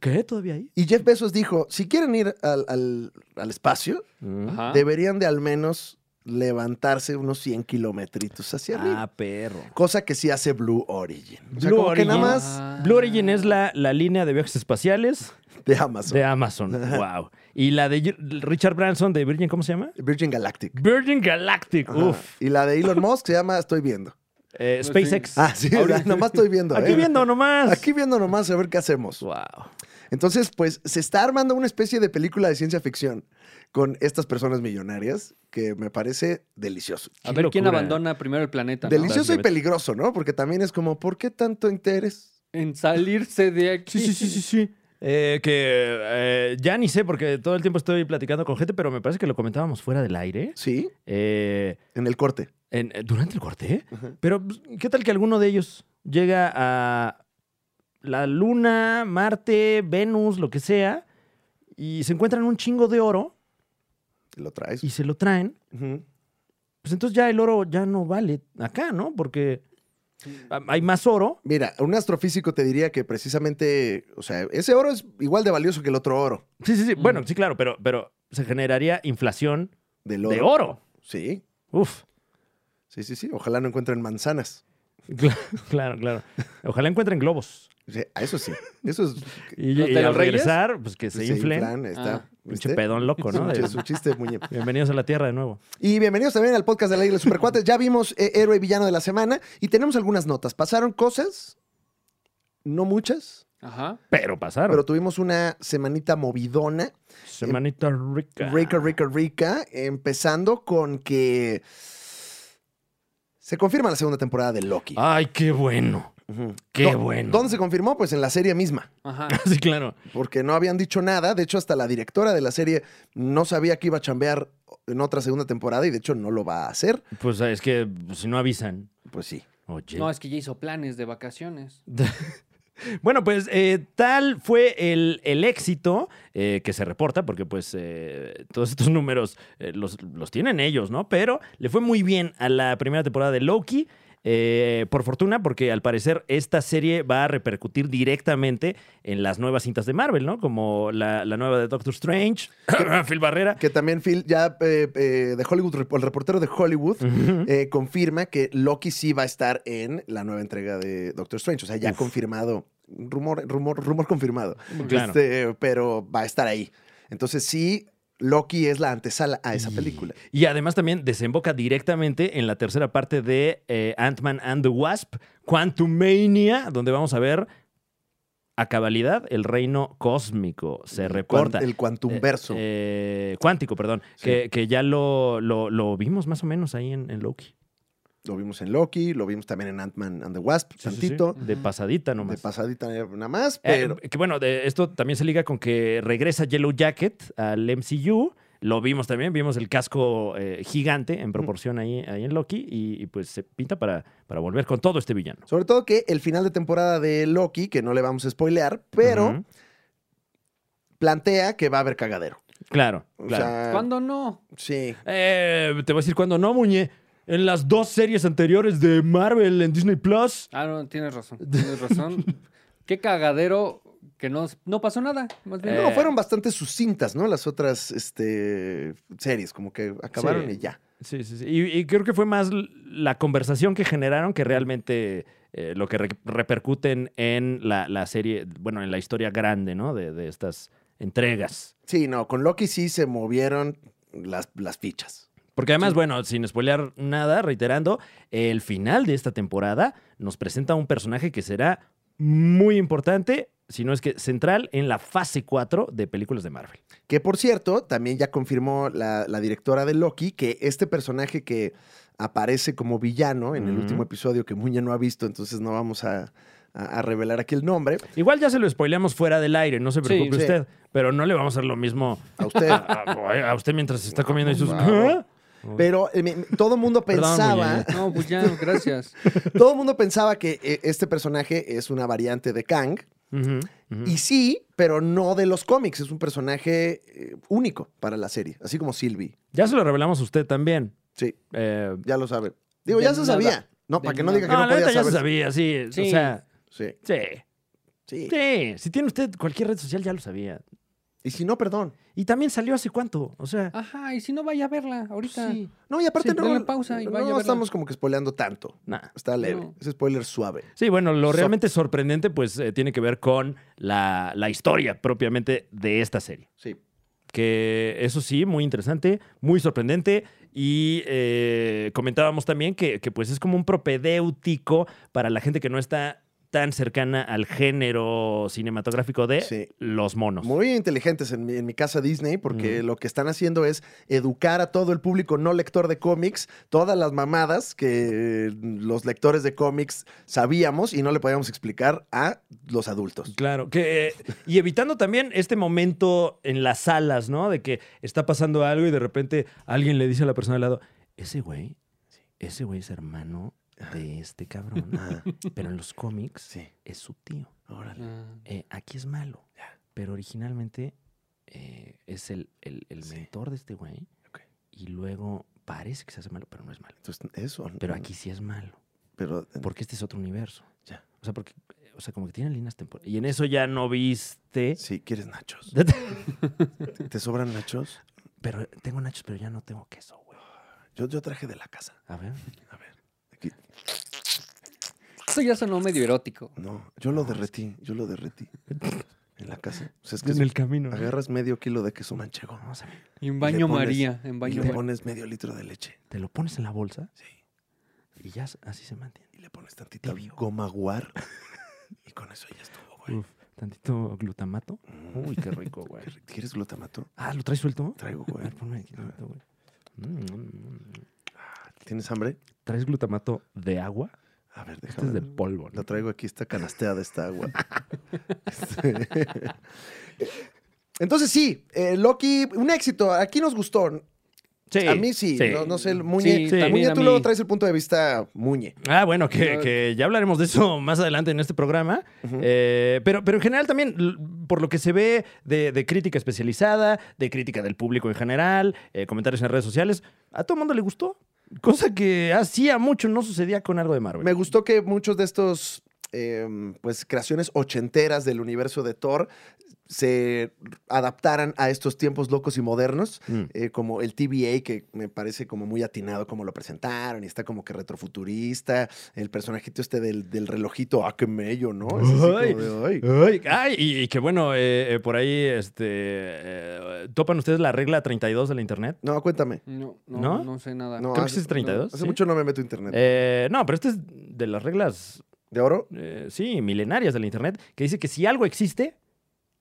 Speaker 1: ¿Qué? ¿Todavía ahí?
Speaker 2: Y Jeff Bezos dijo, si quieren ir al, al- al espacio,
Speaker 1: Ah.
Speaker 3: Ajá.
Speaker 2: deberían de al menos levantarse unos 100 kilometritos hacia arriba.
Speaker 1: Ah, perro.
Speaker 2: Cosa que sí hace Blue Origin. O sea,
Speaker 1: Blue
Speaker 2: como que nada
Speaker 1: Origin.
Speaker 2: más
Speaker 3: Ah.
Speaker 1: Blue Origin es la, la línea de viajes espaciales
Speaker 2: de Amazon.
Speaker 1: de Amazon. wow. Y la de Gir- Richard Branson de Virgin, ¿cómo se llama?
Speaker 2: Virgin Galactic.
Speaker 1: Virgin Galactic.
Speaker 2: Ajá.
Speaker 1: Uf.
Speaker 2: Y la de Elon Musk se llama Estoy viendo.
Speaker 1: Eh, SpaceX.
Speaker 2: Ah, sí,
Speaker 3: Ahorita-
Speaker 2: nomás estoy viendo.
Speaker 1: Aquí
Speaker 2: ¿eh?
Speaker 1: viendo nomás.
Speaker 2: Aquí viendo nomás a ver qué hacemos.
Speaker 1: Wow.
Speaker 2: Entonces, pues se está armando una especie de película de ciencia ficción con estas personas millonarias que me parece delicioso.
Speaker 3: A
Speaker 1: Qué
Speaker 3: ver quién
Speaker 1: locura.
Speaker 3: abandona primero el planeta. ¿no?
Speaker 2: Delicioso y
Speaker 1: Básicamente.
Speaker 2: peligroso, ¿no? Porque también es como, ¿por qué tanto interés?
Speaker 3: En salirse de aquí.
Speaker 1: Sí, sí, sí, sí, sí. Eh, que eh, ya ni sé porque todo el tiempo estoy platicando con gente, pero me parece que lo comentábamos fuera del aire.
Speaker 2: Sí,
Speaker 1: Eh,
Speaker 2: en el corte.
Speaker 1: en- eh, durante el corte. Pero, pues, ¿qué tal que alguno de ellos llega a la Luna, Marte, Venus, lo que sea, y se encuentran un chingo de oro
Speaker 2: Lo traes.
Speaker 1: y se lo traen?
Speaker 2: Ujú.
Speaker 1: Pues entonces ya el oro ya no vale acá, ¿no? Porque ah, hay más oro.
Speaker 2: Mira, un astrofísico te diría que precisamente, o sea, ese oro es igual de valioso que el otro oro.
Speaker 1: Sí, sí, sí.
Speaker 3: Ujú.
Speaker 1: Bueno, sí, claro, pero, pero se generaría inflación
Speaker 2: Del oro.
Speaker 1: de oro.
Speaker 2: Sí,
Speaker 1: Uf.
Speaker 2: sí, sí, sí. Ojalá no encuentren manzanas.
Speaker 1: Cla- Claro, claro. Ojalá encuentren globos.
Speaker 2: Sí, a Eso sí. Eso es.
Speaker 1: Y,
Speaker 3: ¿Los
Speaker 1: y
Speaker 3: de
Speaker 1: al
Speaker 3: los reyes?
Speaker 1: regresar, pues que se, inflen.
Speaker 2: está,
Speaker 3: Ah,
Speaker 1: Pinche
Speaker 2: ¿viste?
Speaker 1: pedón loco,
Speaker 2: Es un
Speaker 1: ¿no?
Speaker 2: chiste-
Speaker 1: De-
Speaker 2: Es un chiste, muñeco.
Speaker 1: Bienvenidos a la Tierra de nuevo.
Speaker 2: Y bienvenidos también al podcast de la Isla de los Supercuates. Ya vimos eh, Héroe y Villano de la Semana y tenemos algunas notas. Pasaron cosas, no muchas,
Speaker 3: Ajá.
Speaker 1: Pero pasaron. Eh,
Speaker 2: pero tuvimos una semanita movidona.
Speaker 1: Semanita rica.
Speaker 2: Rica, rica, rica. Empezando con que se confirma la segunda temporada de Loki.
Speaker 1: Ay, qué bueno.
Speaker 2: Ujú.
Speaker 1: Ah, Qué
Speaker 2: ¿Dó-
Speaker 1: bueno.
Speaker 2: ¿Dónde se confirmó? Pues en la serie misma,
Speaker 3: Ajá.
Speaker 1: Sí, claro.
Speaker 2: porque no habían dicho nada. De hecho, hasta la directora de la serie no sabía que iba a chambear en otra segunda temporada y de hecho no lo va a hacer.
Speaker 1: Pues es que si no avisan.
Speaker 2: Pues sí.
Speaker 1: Oye.
Speaker 3: No, es que ya hizo planes de vacaciones.
Speaker 1: Bueno, pues eh, tal fue el, el éxito eh, que se reporta, porque pues eh, todos estos números eh, los, los tienen ellos, ¿no? Pero le fue muy bien a la primera temporada de Loki. eh, por fortuna, porque al parecer esta serie va a repercutir directamente en las nuevas cintas de Marvel, ¿no? Como la, la nueva de Doctor Strange, Phil Barrera.
Speaker 2: Que también Phil, ya eh, eh, de Hollywood, Rep- el reportero de Hollywood,
Speaker 1: Ujú.
Speaker 2: eh, confirma que Loki sí va a estar en la nueva entrega de Doctor Strange. O sea, ya confirmado. Rumor, rumor, rumor confirmado.
Speaker 1: Claro.
Speaker 2: Este, pero va a estar ahí. Entonces, sí, Loki es la antesala a esa película.
Speaker 1: Y además también desemboca directamente en la tercera parte de eh, Ant-Man and the Wasp, Quantumania, donde vamos a ver a cabalidad el reino cósmico. Se reporta.
Speaker 2: Cuan- El Quantum Verso.
Speaker 1: Eh, eh, cuántico, perdón.
Speaker 2: Sí.
Speaker 1: Que, que ya lo, lo- lo vimos más o menos ahí en, en Loki.
Speaker 2: Lo vimos en Loki, lo vimos también en Ant-Man and the Wasp,
Speaker 1: Sí, sí, sí.
Speaker 2: tantito.
Speaker 1: De
Speaker 3: Ujú.
Speaker 1: pasadita
Speaker 2: De
Speaker 1: nomás.
Speaker 2: pasadita nada más,
Speaker 1: Eh,
Speaker 2: pero.
Speaker 1: que bueno, de- esto también se liga con que regresa Yellow Jacket al MCU. Lo vimos también, vimos el casco eh, gigante en proporción ahí, ahí en Loki y, y, pues se pinta para, para volver con todo este villano.
Speaker 2: Sobre todo que el final de temporada de Loki, que no le vamos a spoilear, pero
Speaker 1: Ujú.
Speaker 2: plantea que va a haber cagadero.
Speaker 1: Claro,
Speaker 2: O
Speaker 1: claro.
Speaker 2: sea,
Speaker 3: ¿Cuándo no?
Speaker 2: Sí.
Speaker 1: Eh, te voy a decir cuando no, Muñe. En las dos series anteriores de Marvel en Disney Plus.
Speaker 3: Ah, no, tienes razón. Tienes razón. Qué cagadero que no, no pasó nada. Más bien.
Speaker 1: Eh,
Speaker 2: No, fueron bastante sucintas, ¿no? Las otras este, series, como que acabaron
Speaker 1: Sí.
Speaker 2: y ya.
Speaker 1: Sí, sí, sí. Y, y creo que fue más l- la conversación que generaron que realmente eh, lo que re- repercuten en la, la serie, bueno, en la historia grande, ¿no? De, de estas entregas.
Speaker 2: Sí, no, con Loki sí se movieron las, las fichas.
Speaker 1: Porque además, bueno, sin spoilear nada, reiterando, el final de esta temporada nos presenta un personaje que será muy importante, si no es que central, en la fase 4 de películas de Marvel.
Speaker 2: Que por cierto, también ya confirmó la, la directora de Loki que este personaje que aparece como villano en el
Speaker 1: Ujú.
Speaker 2: último episodio que Muña no ha visto, entonces no vamos a, a- a revelar aquí el nombre.
Speaker 1: Igual ya se lo spoileamos fuera del aire, no se
Speaker 3: Sí,
Speaker 1: preocupe
Speaker 2: sí.
Speaker 1: usted, pero no le vamos a hacer lo mismo
Speaker 2: A usted.
Speaker 1: a, a- a usted mientras está comiendo y sus... ¿Ah?
Speaker 2: Wow. Pero eh, me- me- todo el mundo
Speaker 1: Perdón,
Speaker 2: pensaba,
Speaker 1: Muñe.
Speaker 3: No, pues ya, gracias.
Speaker 2: todo el mundo pensaba que eh, este personaje es una variante de Kang,
Speaker 1: Ujú, ujú.
Speaker 3: Mm.
Speaker 2: Y sí, pero no de los cómics. Es un personaje eh, único para la serie, así como Sylvie.
Speaker 1: Ya se lo revelamos a usted también.
Speaker 2: Sí,
Speaker 1: Eh,
Speaker 2: ya lo sabe. Digo,
Speaker 3: De
Speaker 2: ya se
Speaker 3: nada.
Speaker 2: sabía. No,
Speaker 3: De
Speaker 2: para que no
Speaker 3: nada.
Speaker 2: diga que
Speaker 1: no,
Speaker 2: no,
Speaker 1: la neta
Speaker 2: podía
Speaker 1: ya se
Speaker 2: saber.
Speaker 1: sabía, sí. O
Speaker 3: Sí.
Speaker 1: sea,
Speaker 2: Sí,
Speaker 1: sí.
Speaker 2: sí.
Speaker 1: Sí. Si tiene usted cualquier red social, ya lo sabía.
Speaker 2: Y si no, perdón.
Speaker 1: Y también salió hace cuánto. O sea,
Speaker 3: Ajá, y si no vaya a verla ahorita.
Speaker 1: sí.
Speaker 2: No, y aparte
Speaker 3: Sí,
Speaker 2: no,
Speaker 3: denle pausa y
Speaker 2: no
Speaker 3: vaya a verla.
Speaker 2: estamos como que spoileando tanto.
Speaker 1: nah.
Speaker 2: Está leve.
Speaker 3: No.
Speaker 2: Es spoiler suave.
Speaker 1: Sí, bueno, lo
Speaker 2: Soft.
Speaker 1: realmente sorprendente, pues, eh, tiene que ver con la, la historia propiamente de esta serie.
Speaker 2: Sí.
Speaker 1: que eso sí, muy interesante, muy sorprendente. Y eh, comentábamos también que, que, pues es como un propedéutico para la gente que no está tan cercana al género cinematográfico de
Speaker 2: Sí.
Speaker 1: los monos.
Speaker 2: Muy inteligentes en mi, en mi casa Disney, porque
Speaker 1: Ujú.
Speaker 2: lo que están haciendo es educar a todo el público no lector de cómics, todas las mamadas que eh, los lectores de cómics sabíamos y no le podíamos explicar a los adultos.
Speaker 1: Claro, que eh, y evitando también este momento en las salas, ¿no? De que está pasando algo y de repente alguien le dice a la persona al lado, ese güey, ese güey es hermano de este cabrón,
Speaker 2: Ah,
Speaker 1: pero en los cómics
Speaker 2: sí.
Speaker 1: es su tío.
Speaker 2: Órale.
Speaker 3: Ah.
Speaker 1: eh, aquí es malo. Pero originalmente eh, es el, el- el
Speaker 2: Sí.
Speaker 1: mentor de este güey.
Speaker 2: Ok.
Speaker 1: Y luego parece que se hace malo, pero no es malo.
Speaker 2: Entonces, eso.
Speaker 1: Pero
Speaker 2: mm,
Speaker 1: aquí sí es malo.
Speaker 2: Pero,
Speaker 1: Porque este es otro universo.
Speaker 2: Ya.
Speaker 1: O sea, porque, o sea, como que tienen líneas temporales. Y en eso ya no viste.
Speaker 2: si quieres nachos. ¿Te sobran nachos?
Speaker 1: Pero tengo nachos, pero ya no tengo queso, güey.
Speaker 2: Yo, yo traje de la casa.
Speaker 1: A ver.
Speaker 2: A ver. Aquí.
Speaker 3: Eso ya sonó medio erótico.
Speaker 2: No, yo lo derretí, yo lo derretí. En la casa. O sea, es que
Speaker 1: en
Speaker 2: si
Speaker 1: el camino.
Speaker 2: agarras medio kilo de queso manchego. Vamos a ver.
Speaker 3: Y en
Speaker 2: y
Speaker 3: baño
Speaker 2: le pones-
Speaker 3: María, en
Speaker 2: Y
Speaker 3: baño
Speaker 2: le
Speaker 3: María.
Speaker 2: pones medio litro de leche.
Speaker 1: Te lo pones en la bolsa
Speaker 2: Sí.
Speaker 1: y ya así se mantiene.
Speaker 2: Y le pones tantita
Speaker 1: Tibio.
Speaker 2: goma guar. Y con eso ya estuvo, güey.
Speaker 1: Uf, tantito glutamato.
Speaker 2: Mm,
Speaker 1: Uy, qué rico, güey.
Speaker 2: qué rico. ¿Quieres glutamato?
Speaker 1: Ah, ¿lo traes suelto?
Speaker 2: Traigo,
Speaker 1: A
Speaker 2: güey.
Speaker 1: ver, ponme aquí tantito, güey. Mm, mm, mm.
Speaker 2: ¿Tienes hambre?
Speaker 1: ¿Traes glutamato de agua?
Speaker 2: A ver,
Speaker 1: Este es
Speaker 2: déjame.
Speaker 1: de
Speaker 2: ver.
Speaker 1: polvo. ¿no?
Speaker 2: La traigo aquí, esta canastea de esta agua. Este. Entonces sí, eh, Loki, un éxito. Aquí nos gustó.
Speaker 1: Sí,
Speaker 2: a mí sí. No, no sé, el
Speaker 3: Sí,
Speaker 2: Muñe.
Speaker 1: Sí.
Speaker 3: también
Speaker 2: Muñe,
Speaker 3: a
Speaker 2: tú
Speaker 3: mí.
Speaker 2: luego traes el punto de vista Muñe.
Speaker 1: Ah, bueno, que,
Speaker 3: Yo-
Speaker 1: que ya hablaremos de eso más adelante en este programa.
Speaker 2: Ujú.
Speaker 1: Eh, pero, pero en general también, l- por lo que se ve de, de crítica especializada, de crítica del público en general, eh, comentarios en redes sociales, a todo el mundo le gustó. Cosa que hacía mucho no sucedía con algo de Marvel.
Speaker 2: Me gustó que muchos de estos eh, pues creaciones ochenteras del universo de Thor se adaptaran a estos tiempos locos y modernos,
Speaker 1: Mm.
Speaker 2: eh, como el TVA, que me parece como muy atinado como lo presentaron, y está como que retrofuturista, el personajito este del, del relojito, ah, qué mello, ¿no? Es así como
Speaker 1: Ay.
Speaker 2: de, "Ay".
Speaker 1: Ay, ay, y, y que bueno, eh, eh, por ahí este, eh, topan ustedes la regla 32 de la internet.
Speaker 2: No, cuéntame.
Speaker 3: No, no,
Speaker 1: ¿No? ah,
Speaker 3: no, sé nada.
Speaker 2: No,
Speaker 1: Creo que
Speaker 2: hace-
Speaker 1: sí es 32.
Speaker 2: Hace
Speaker 1: ¿sí?
Speaker 2: mucho no me meto a internet.
Speaker 1: Eh, no, pero este es de las reglas,
Speaker 2: ¿De oro?
Speaker 1: eh, sí, milenarias del Internet, que dice que si algo existe,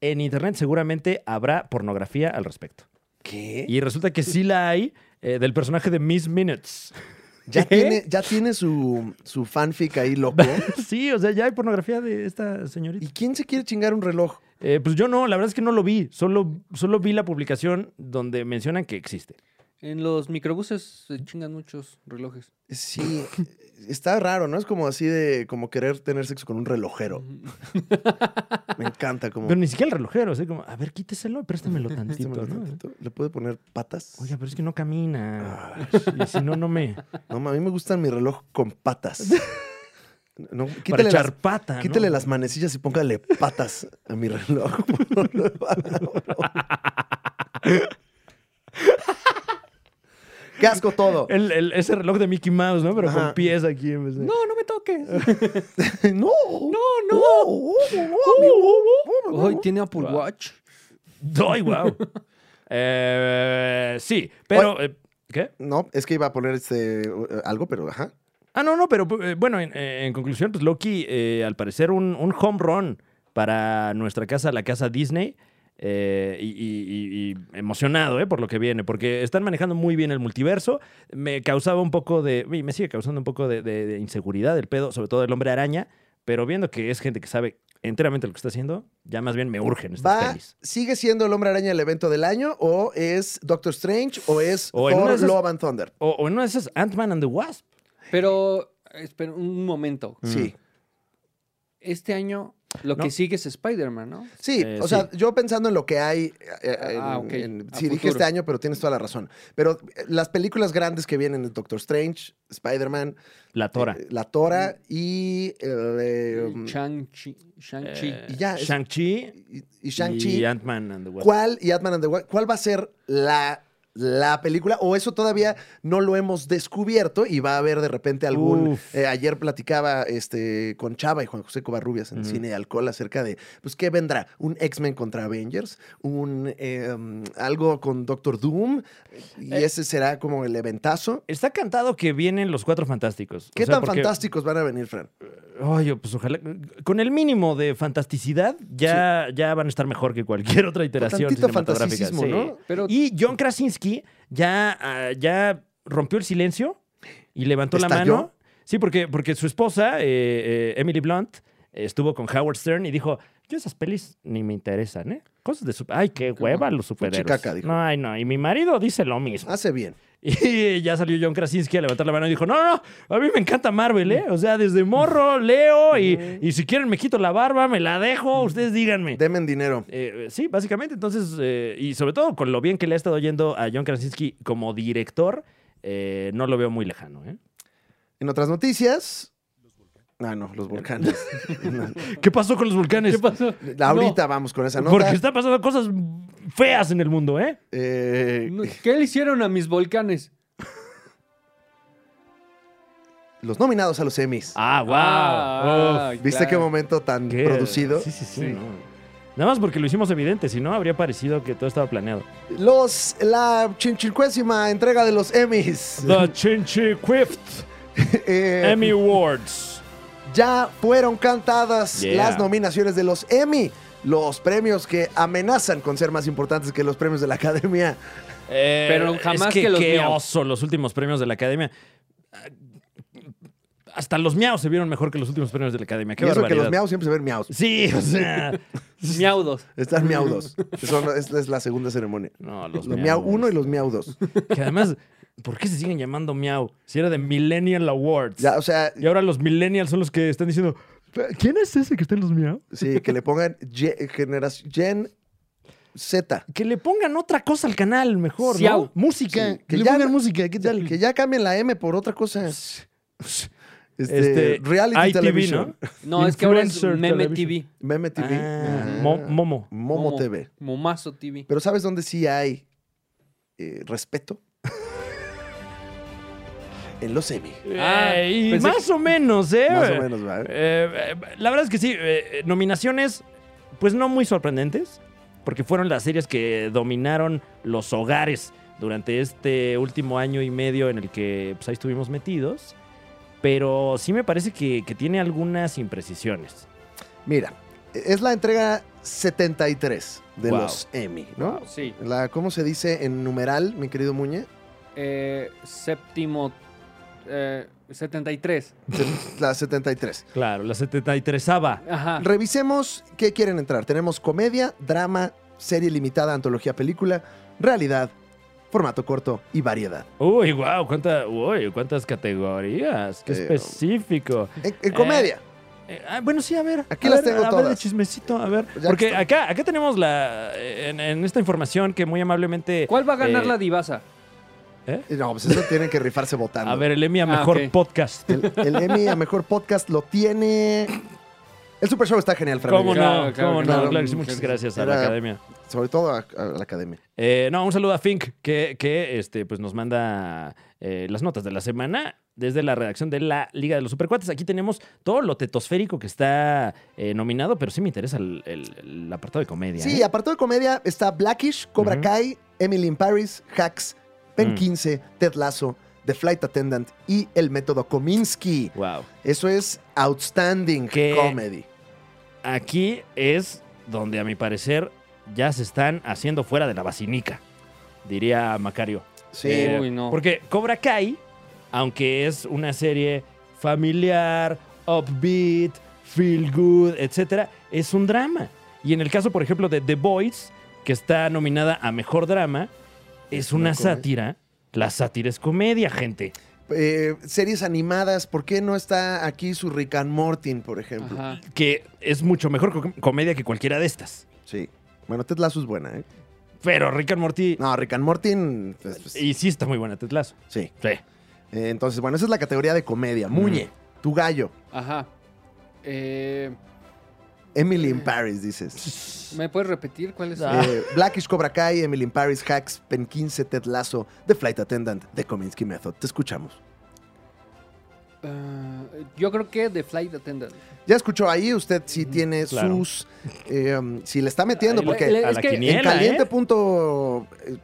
Speaker 1: en Internet seguramente habrá pornografía al respecto.
Speaker 2: ¿Qué?
Speaker 1: Y resulta que sí la hay eh, del personaje de Miss Minutes.
Speaker 2: Ya
Speaker 1: ¿Qué?
Speaker 2: tiene, ya tiene su, su fanfic ahí loco.
Speaker 1: sí, o sea, ya hay pornografía de esta
Speaker 2: ¿Y
Speaker 1: señorita.
Speaker 2: quién se quiere chingar un reloj?
Speaker 1: Eh, pues yo no, la verdad es que no lo vi, solo, solo vi la publicación donde mencionan que existe.
Speaker 3: En los microbuses se chingan muchos relojes.
Speaker 2: Sí, está raro, ¿no? Es como así de como querer tener sexo con un relojero.
Speaker 3: Ujú.
Speaker 2: Me encanta como
Speaker 1: Pero ni siquiera el relojero, así como, a ver, quíteselo, préstamelo
Speaker 2: este
Speaker 1: tantito,
Speaker 2: me lo
Speaker 1: ¿no?
Speaker 2: tantito. ¿Le puede poner patas?
Speaker 1: Oiga, pero es que no camina.
Speaker 2: Ay,
Speaker 1: Y si no, no me...
Speaker 2: no, ma, a mí me gusta mi reloj con patas. No,
Speaker 1: Para
Speaker 2: quítale,
Speaker 1: echar
Speaker 2: las,
Speaker 1: pata, ¿no?
Speaker 2: quítale las manecillas y póngale patas a mi reloj. ¡Qué asco todo!
Speaker 1: El- el- ese reloj de Mickey Mouse, ¿no? Pero con
Speaker 2: Ajá.
Speaker 1: pies aquí. en vez de-
Speaker 3: No, no me toques.
Speaker 2: ¡No!
Speaker 3: No, no. Hoy tiene Apple
Speaker 1: Wow.
Speaker 3: Watch.
Speaker 1: ¡Ay, wow! Eh, sí, pero... eh, ¿Qué?
Speaker 2: No, es que iba a poner este, eh, algo, pero ajá.
Speaker 1: Ah, no, no, pero eh, bueno, en, eh, en conclusión, pues Loki, eh, al parecer, un, un home run para nuestra casa, la casa Disney. eh, y, y- y- y emocionado eh, por lo que viene, porque están manejando muy bien el multiverso. Me causaba un poco de. Y me sigue causando un poco de, de- de inseguridad el pedo, sobre todo el hombre araña. Pero viendo que es gente que sabe enteramente lo que está haciendo, ya más bien me urgen estas
Speaker 2: Va,
Speaker 1: pelis.
Speaker 2: ¿Sigue siendo el hombre araña el evento del año? ¿O es Doctor Strange? ¿O es
Speaker 1: O en una
Speaker 2: Thor,
Speaker 1: de esas-
Speaker 2: Love and Thunder?
Speaker 1: O, o en una de esas, Ant-Man and the Wasp.
Speaker 3: Pero, espera un momento.
Speaker 1: Mm.
Speaker 2: Sí.
Speaker 3: Este año lo
Speaker 1: No.
Speaker 3: que sigue es Spider-Man, ¿no?
Speaker 2: Sí,
Speaker 1: Eh,
Speaker 2: o sea, yo pensando en lo que hay. eh, en-
Speaker 3: Ah, ok,
Speaker 2: en-
Speaker 3: a
Speaker 2: sí, dije
Speaker 3: futuro.
Speaker 2: este año, pero tienes toda la razón. Pero eh, las películas grandes que vienen de Doctor Strange, Spider-Man,
Speaker 1: La Tora. Mm.
Speaker 2: eh, La Tora y. eh,
Speaker 3: El Shang-Chi. Shang-Chi.
Speaker 1: Eh,
Speaker 2: y ya, es-
Speaker 1: Shang-Chi
Speaker 2: y- y
Speaker 1: y
Speaker 2: Shang-Chi.
Speaker 1: Ant-Man and the Wasp.
Speaker 2: ¿Cuál y Ant-Man and the Wasp, ¿Cuál va a ser la, la película? O eso todavía no lo hemos descubierto y va a haber de repente algún.
Speaker 1: Uf.
Speaker 2: eh, ayer platicaba este, con Chava y Juan José Covarrubias en
Speaker 1: Ujú.
Speaker 2: Cine y Alcohol acerca de, pues, ¿qué vendrá? ¿Un X-Men contra Avengers? ¿Un eh, um, algo con Doctor Doom? Y
Speaker 1: Eh.
Speaker 2: ese será como el eventazo.
Speaker 1: Está cantado que vienen los cuatro fantásticos.
Speaker 2: ¿Qué
Speaker 1: O sea,
Speaker 2: tan
Speaker 1: porque-
Speaker 2: fantásticos van a venir, Fran?
Speaker 1: Ay, pues ojalá. Con el mínimo de fantasticidad, ya, ya van a estar mejor que cualquier otra iteración
Speaker 2: tantito
Speaker 1: cinematográfica.
Speaker 2: fantasticismo,
Speaker 1: sí.
Speaker 2: ¿no?
Speaker 3: Pero
Speaker 1: Y John Krasinski ya, ah, ya rompió el silencio y levantó la
Speaker 2: ¿Estalló?
Speaker 1: mano. Sí, porque, porque su esposa, eh, eh, Emily Blunt, eh, estuvo con Howard Stern y dijo: Yo esas pelis ni me interesan, ¿eh? Cosas de. super- Ay, qué hueva los superhéroes.
Speaker 2: caca, dijo.
Speaker 1: No, ay, no. Y mi marido dice lo mismo.
Speaker 2: Hace bien.
Speaker 1: Y ya salió John Krasinski a levantar la mano y dijo, no, no, no, a mí me encanta Marvel, ¿eh? O sea, desde morro leo y, y si quieren me quito la barba, me la dejo, ustedes díganme.
Speaker 2: Demen dinero.
Speaker 1: Eh, sí, básicamente, entonces, eh, y sobre todo con lo bien que le ha estado yendo a John Krasinski como director, eh, no lo veo muy lejano, ¿eh?
Speaker 2: En otras noticias. Ah, no, los volcanes.
Speaker 1: ¿Qué pasó con los volcanes?
Speaker 3: ¿Qué pasó?
Speaker 2: Ahorita vamos con esa nota.
Speaker 1: Porque están pasando cosas feas en el mundo, ¿eh?
Speaker 2: Eh,
Speaker 3: No, no, ¿Qué le hicieron a mis volcanes?
Speaker 2: los nominados a los Emmys.
Speaker 1: Ah, wow.
Speaker 3: Ah,
Speaker 2: ¿Viste
Speaker 3: claro.
Speaker 2: qué momento tan
Speaker 1: Qué-
Speaker 2: producido?
Speaker 1: Sí, sí, sí.
Speaker 3: Sí.
Speaker 1: no. Nada más porque lo hicimos evidente, si no, habría parecido que todo estaba planeado.
Speaker 2: Los, la chinchilcuésima entrega de los Emmys.
Speaker 1: The Chinchi Quift
Speaker 2: Eh,
Speaker 1: Emmy Awards.
Speaker 2: Ya fueron cantadas
Speaker 1: Yeah.
Speaker 2: las nominaciones de los Emmy. Los premios que amenazan con ser más importantes que los premios de la academia.
Speaker 1: Eh,
Speaker 3: Pero jamás
Speaker 1: es que,
Speaker 3: que los
Speaker 1: qué
Speaker 3: miau.
Speaker 1: oso, los últimos premios de la academia. Ah, Hasta los miaos se vieron mejor que los últimos premios de la academia. Qué
Speaker 2: y eso que
Speaker 1: barbaridad.
Speaker 2: los miaos siempre se ven miaos.
Speaker 1: Sí, o sea.
Speaker 3: Miaudos.
Speaker 2: Están miaudos. Son- es, es la segunda ceremonia.
Speaker 1: No, los
Speaker 2: Los, miau 1 y los miau 2.
Speaker 1: Que además, ¿por qué se siguen llamando miau? Si era de Millennial Awards.
Speaker 2: Ya, o sea,
Speaker 1: Y ahora los millennials son los que están diciendo, ¿quién es ese que está en los miau?
Speaker 2: sí, que le pongan ye- generación Gen Z.
Speaker 1: Que le pongan otra cosa al canal, mejor, ¿no?
Speaker 3: Siau.
Speaker 1: Música.
Speaker 2: Sí,
Speaker 1: que
Speaker 2: que
Speaker 1: le
Speaker 2: ya
Speaker 1: pongan
Speaker 2: no-
Speaker 1: música, ¿qué tal?
Speaker 2: Que ya cambien la M por otra cosa. Este,
Speaker 1: Este,
Speaker 2: reality
Speaker 1: ITV,
Speaker 2: television.
Speaker 1: ¿no?
Speaker 3: No, es que ahora es
Speaker 1: Influencer
Speaker 3: Meme
Speaker 1: Television.
Speaker 3: TV.
Speaker 2: Meme TV.
Speaker 1: Ah,
Speaker 2: Ah.
Speaker 1: Mo- Momo.
Speaker 2: Momo, TV.
Speaker 3: Momazo TV.
Speaker 2: Pero ¿sabes dónde sí hay eh, respeto? en los semi.
Speaker 3: Ah,
Speaker 1: Eh, y
Speaker 3: pensé
Speaker 1: más o menos, ¿eh?
Speaker 2: Más o menos, ¿vale?
Speaker 1: Eh, eh, la verdad es que sí, eh, eh, nominaciones, pues no muy sorprendentes, porque fueron las series que dominaron los hogares durante este último año y medio en el que pues, ahí estuvimos metidos. Pero sí me parece que, que tiene algunas imprecisiones.
Speaker 2: Mira, es la entrega 73 de
Speaker 1: Wow.
Speaker 2: los Emmy, ¿no?
Speaker 3: Sí.
Speaker 2: La, ¿Cómo se dice en numeral, mi querido Muñe?
Speaker 3: Eh, séptimo. eh, 73.
Speaker 2: Se- La 73.
Speaker 1: Claro, la 73 ava
Speaker 3: Ajá.
Speaker 2: Revisemos qué quieren entrar. Tenemos comedia, drama, serie limitada, antología, película, realidad, formato corto y variedad.
Speaker 1: Uy, wow, cuánta, uy, cuántas categorías. Qué
Speaker 2: Eh,
Speaker 1: específico.
Speaker 2: En, en comedia,
Speaker 1: Eh, ah, bueno, sí, a ver.
Speaker 2: Aquí
Speaker 1: a
Speaker 2: las
Speaker 1: ver,
Speaker 2: tengo
Speaker 1: a ver de
Speaker 2: todas.
Speaker 1: chismecito, a ver.
Speaker 2: Ya que
Speaker 1: Porque
Speaker 2: está-
Speaker 1: acá, acá tenemos la. eh, En, en esta información que muy amablemente.
Speaker 3: ¿Cuál va a ganar
Speaker 1: eh,
Speaker 3: la divasa?
Speaker 2: no, pues eso tienen que rifarse votando.
Speaker 1: A ver, el Emmy a
Speaker 3: Ah,
Speaker 1: mejor
Speaker 3: ok.
Speaker 1: podcast.
Speaker 2: El, el Emmy a mejor podcast lo tiene. El Super Show está genial, Fran.
Speaker 1: ¿Cómo no?
Speaker 2: Evia.
Speaker 3: Claro, claro,
Speaker 1: ¿Cómo no?
Speaker 2: claro,
Speaker 1: Claro que sí,
Speaker 3: claro.
Speaker 1: muchas gracias a la
Speaker 2: Era-
Speaker 1: academia.
Speaker 2: Sobre todo a, a la academia.
Speaker 1: Eh, no, un saludo a Fink, que, que este, pues nos manda eh, las notas de la semana desde la redacción de la Liga de los Supercuates. Aquí tenemos todo lo tetosférico que está eh, nominado, pero sí me interesa el, el- el apartado de comedia.
Speaker 2: Sí,
Speaker 1: ¿eh?
Speaker 2: aparte de comedia, está Blackish, Cobra
Speaker 1: Ujú.
Speaker 2: Kai, Emily in Paris, Hacks, Pen
Speaker 1: Mm.
Speaker 2: 15, Ted Lasso, The Flight Attendant y El Método Kominsky.
Speaker 1: Wow.
Speaker 2: Eso es Outstanding
Speaker 1: Que-
Speaker 2: Comedy.
Speaker 1: aquí es donde a mi parecer ya se están haciendo fuera de la basinica, diría Macario.
Speaker 2: Sí.
Speaker 3: Eh, Uy, no.
Speaker 1: Porque Cobra Kai, aunque es una serie familiar, upbeat, feel good, etcétera, es un drama. Y en el caso, por ejemplo, de The Boys, que está nominada a Mejor Drama, es
Speaker 2: Es una
Speaker 1: una
Speaker 2: comedia.
Speaker 1: sátira. La sátira es comedia, gente.
Speaker 2: Eh, series animadas, ¿por qué no está aquí su Rick and Mortin, por ejemplo?
Speaker 3: Ajá.
Speaker 1: Que es mucho mejor co- comedia que cualquiera de estas.
Speaker 2: Sí. Bueno, Ted Lasso es buena, ¿eh?
Speaker 1: Pero Rick and Morty...
Speaker 2: No, Rick and Mortin, pues, pues,
Speaker 1: Y sí está muy buena, Ted Lasso.
Speaker 2: sí.
Speaker 1: Sí.
Speaker 2: Eh, Entonces, bueno, esa es la categoría de comedia.
Speaker 1: Mm.
Speaker 2: Muñe, tu gallo.
Speaker 3: Ajá. Eh,
Speaker 2: Emily in Paris, dices.
Speaker 3: ¿Me puedes repetir cuál es?
Speaker 1: Eh. Ah.
Speaker 2: Eh, Blackish Cobra Kai, Emily in Paris, Hacks, Pen 15, Ted Lasso, The Flight Attendant, The Kominsky Method. Te escuchamos.
Speaker 3: Ah, yo creo que The Flight Attendant.
Speaker 2: Ya escuchó ahí, usted si tiene
Speaker 1: Mm, claro.
Speaker 2: sus. eh, um, si le está metiendo,
Speaker 1: Ahí
Speaker 2: porque
Speaker 1: le-
Speaker 3: es
Speaker 1: a la
Speaker 3: que en
Speaker 2: en
Speaker 1: quiniela, ¿eh?
Speaker 2: caliente punto, eh,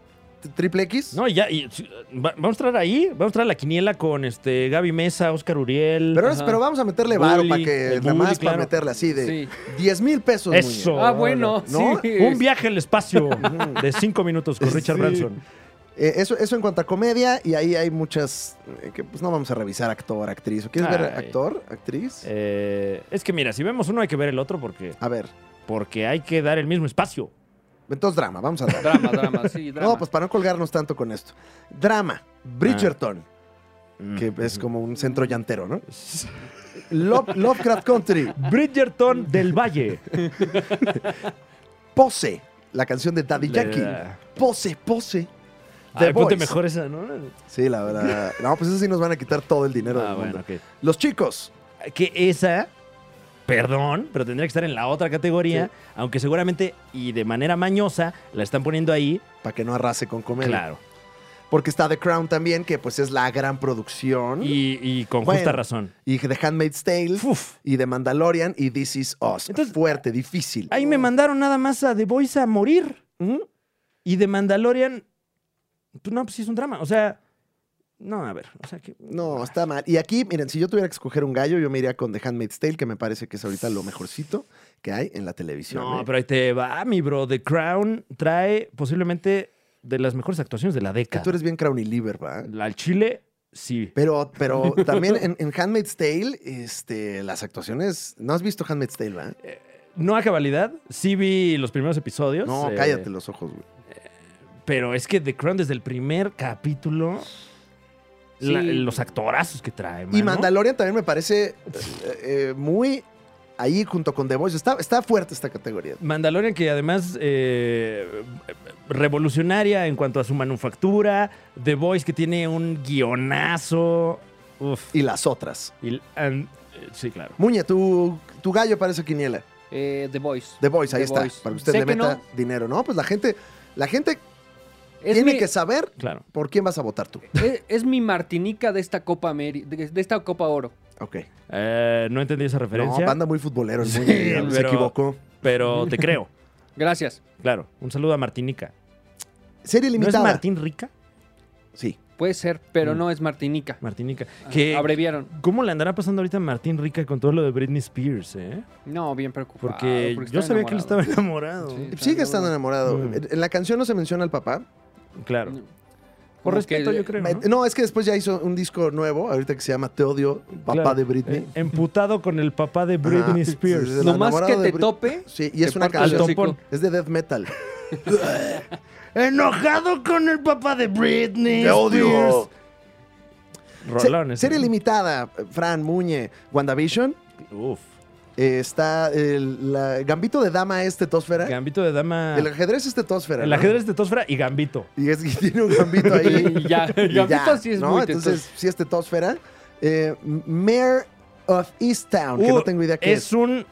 Speaker 2: triple X.
Speaker 1: pues, No, y ya, y, sí, va- vamos a traer ahí, vamos a traer la quiniela con este Gaby Mesa, Oscar Uriel.
Speaker 2: Pero,
Speaker 3: Ajá.
Speaker 2: pero vamos a meterle varo
Speaker 1: Bully,
Speaker 2: para que,
Speaker 1: el
Speaker 2: nada más
Speaker 1: bully, claro.
Speaker 2: para meterle así de
Speaker 3: Sí.
Speaker 2: 10 mil pesos. Muñe.
Speaker 1: Eso.
Speaker 3: Ah, bueno,
Speaker 2: ¿No?
Speaker 3: sí.
Speaker 1: Un viaje al espacio de cinco minutos con Richard
Speaker 2: Sí.
Speaker 1: Branson.
Speaker 2: Eh, eso, eso en cuanto a comedia, y ahí hay muchas eh, que pues no vamos a revisar actor, actriz. ¿O quieres ver
Speaker 1: Ay.
Speaker 2: actor, actriz?
Speaker 1: Eh, es que mira, si vemos uno hay que ver el otro porque,
Speaker 2: A ver,
Speaker 1: porque hay que dar el mismo espacio.
Speaker 2: entonces drama, vamos a drama.
Speaker 3: Drama, drama, sí, drama.
Speaker 2: No, pues para no colgarnos tanto con esto. Drama, Bridgerton,
Speaker 1: Ah.
Speaker 2: que es como un centro llantero, ¿no? Lo- Lovecraft Country,
Speaker 1: Mm. Bridgerton del Valle.
Speaker 2: Pose, la canción de Daddy Yankee. Pose, Pose. The
Speaker 1: Ay, ponte
Speaker 2: Voice.
Speaker 1: mejor esa, ¿no?
Speaker 2: Sí, la verdad. No, pues eso sí nos van a quitar todo el dinero
Speaker 1: Ah,
Speaker 2: del mundo.
Speaker 1: bueno, ok.
Speaker 2: Los chicos,
Speaker 1: que esa, perdón, pero tendría que estar en la otra categoría, aunque seguramente y de manera mañosa la están poniendo ahí.
Speaker 2: para que no arrase con comedia.
Speaker 1: Claro.
Speaker 2: Porque está The Crown también, que pues es la gran producción.
Speaker 1: Y, y con
Speaker 2: Bueno,
Speaker 1: justa razón.
Speaker 2: Y The Handmaid's Tale.
Speaker 1: Uf.
Speaker 2: Y The Mandalorian y This Is Us.
Speaker 1: Entonces-
Speaker 2: Fuerte, difícil.
Speaker 1: Ahí me mandaron nada más a The Voice a morir.
Speaker 2: Ujú.
Speaker 1: Y de Mandalorian. pues no, pues sí es un drama. O sea. No, a ver. O sea que. Ah,
Speaker 2: No, está mal. Y aquí, miren, si yo tuviera que escoger un gallo, yo me iría con The Handmaid's Tale, que me parece que es ahorita lo mejorcito que hay en la televisión.
Speaker 1: No,
Speaker 2: ¿eh?
Speaker 1: pero ahí te va, mi bro. The Crown trae posiblemente de las mejores actuaciones de la
Speaker 2: Que
Speaker 1: década.
Speaker 2: tú eres bien Crown y Liver, ¿va?
Speaker 1: Al Chile, sí.
Speaker 2: Pero, pero también en, en Handmaid's Tale, este, las actuaciones. ¿No has visto Handmaid's Tale, va?
Speaker 1: No a cabalidad. Sí vi los primeros episodios.
Speaker 2: No,
Speaker 1: eh,
Speaker 2: cállate los ojos, güey.
Speaker 1: Pero es que The Crown, desde el primer capítulo.
Speaker 3: Sí.
Speaker 1: la- los actorazos que trae,
Speaker 2: Y
Speaker 1: mano.
Speaker 2: Mandalorian también me parece eh, eh, muy ahí junto con The Voice. Está, está fuerte esta categoría.
Speaker 1: Mandalorian, que además eh, revolucionaria en cuanto a su manufactura. The Voice, que tiene un guionazo. Uf.
Speaker 2: Y las otras.
Speaker 1: Y- and- eh, sí, claro.
Speaker 2: Muñe, tu, tu gallo parece quiniela.
Speaker 3: Eh, The Voice.
Speaker 2: The Voice, ahí
Speaker 3: The
Speaker 2: está.
Speaker 3: Voice.
Speaker 2: Para que usted
Speaker 3: Sé
Speaker 2: le
Speaker 3: que
Speaker 2: meta
Speaker 3: no.
Speaker 2: dinero, ¿no? Pues la gente, la gente
Speaker 3: Es
Speaker 2: tiene
Speaker 3: mi-
Speaker 2: que saber
Speaker 1: Claro.
Speaker 2: por quién vas a votar tú.
Speaker 3: Es, es mi Martinica de esta Copa Ameri- de, de esta Copa Oro.
Speaker 2: Ok.
Speaker 1: Eh, no entendí esa
Speaker 2: No,
Speaker 1: referencia,
Speaker 2: banda muy futbolero, el
Speaker 1: Sí,
Speaker 2: Muñe, se
Speaker 1: pero-
Speaker 2: equivocó.
Speaker 1: pero te creo.
Speaker 3: Gracias.
Speaker 1: Claro. Un saludo a Martinica.
Speaker 2: Serie
Speaker 1: ¿No es
Speaker 2: limitada.
Speaker 1: Martín Rica?
Speaker 2: Sí.
Speaker 3: Puede ser, pero
Speaker 1: Mm.
Speaker 3: no es Martinica.
Speaker 1: Martinica.
Speaker 2: Ah,
Speaker 1: Que,
Speaker 3: Abreviaron.
Speaker 1: ¿Cómo le andará pasando ahorita a Martín Rica con todo lo de Britney Spears, eh?
Speaker 3: No, bien preocupado.
Speaker 1: Porque, yo
Speaker 3: estaba
Speaker 1: sabía que él estaba
Speaker 3: enamorado.
Speaker 1: enamorado.
Speaker 3: Sí.
Speaker 2: Sigue estando enamorado.
Speaker 1: Mm.
Speaker 2: En- En la canción no se menciona al papá.
Speaker 1: Claro. Por
Speaker 3: Como
Speaker 1: respeto,
Speaker 3: que-
Speaker 1: yo creo.
Speaker 2: Me-
Speaker 1: ¿no?
Speaker 2: ¿no? es que después ya hizo un disco nuevo, ahorita que se llama Te odio, papá
Speaker 1: Claro.
Speaker 2: de Britney.
Speaker 1: Eh, emputado con el papá de
Speaker 2: Ajá.
Speaker 1: Britney Spears.
Speaker 2: Sí, sí, sí.
Speaker 3: Lo más
Speaker 2: enamorado
Speaker 3: que
Speaker 2: de
Speaker 3: te
Speaker 2: Brit-
Speaker 3: tope.
Speaker 2: Sí, y es
Speaker 3: te
Speaker 2: una
Speaker 3: parto el
Speaker 1: Al
Speaker 2: canción.
Speaker 1: topón.
Speaker 3: hocico.
Speaker 2: Es de death metal.
Speaker 1: Enojado con el papá de Britney.
Speaker 2: Te odio.
Speaker 1: Spears.
Speaker 2: Se-
Speaker 1: Rolón ese.
Speaker 2: serie limitada, Fran Muñe, WandaVision.
Speaker 1: Uf.
Speaker 2: eh, está el la- gambito de dama es tetósfera.
Speaker 1: Gambito de dama.
Speaker 2: ¿Eh? El ajedrez es tetósfera.
Speaker 1: El
Speaker 2: ¿no?
Speaker 1: ajedrez de Tosfera y Gambito.
Speaker 2: Y es que tiene un gambito ahí.
Speaker 3: Y ya,
Speaker 2: y ya,
Speaker 3: Gambito sí es
Speaker 2: ¿no?
Speaker 3: muy
Speaker 2: Entonces, sí es tetósfera. Eh, Mayor of Easttown, que
Speaker 1: Uh,
Speaker 2: no tengo idea qué
Speaker 1: Es
Speaker 2: es.
Speaker 1: un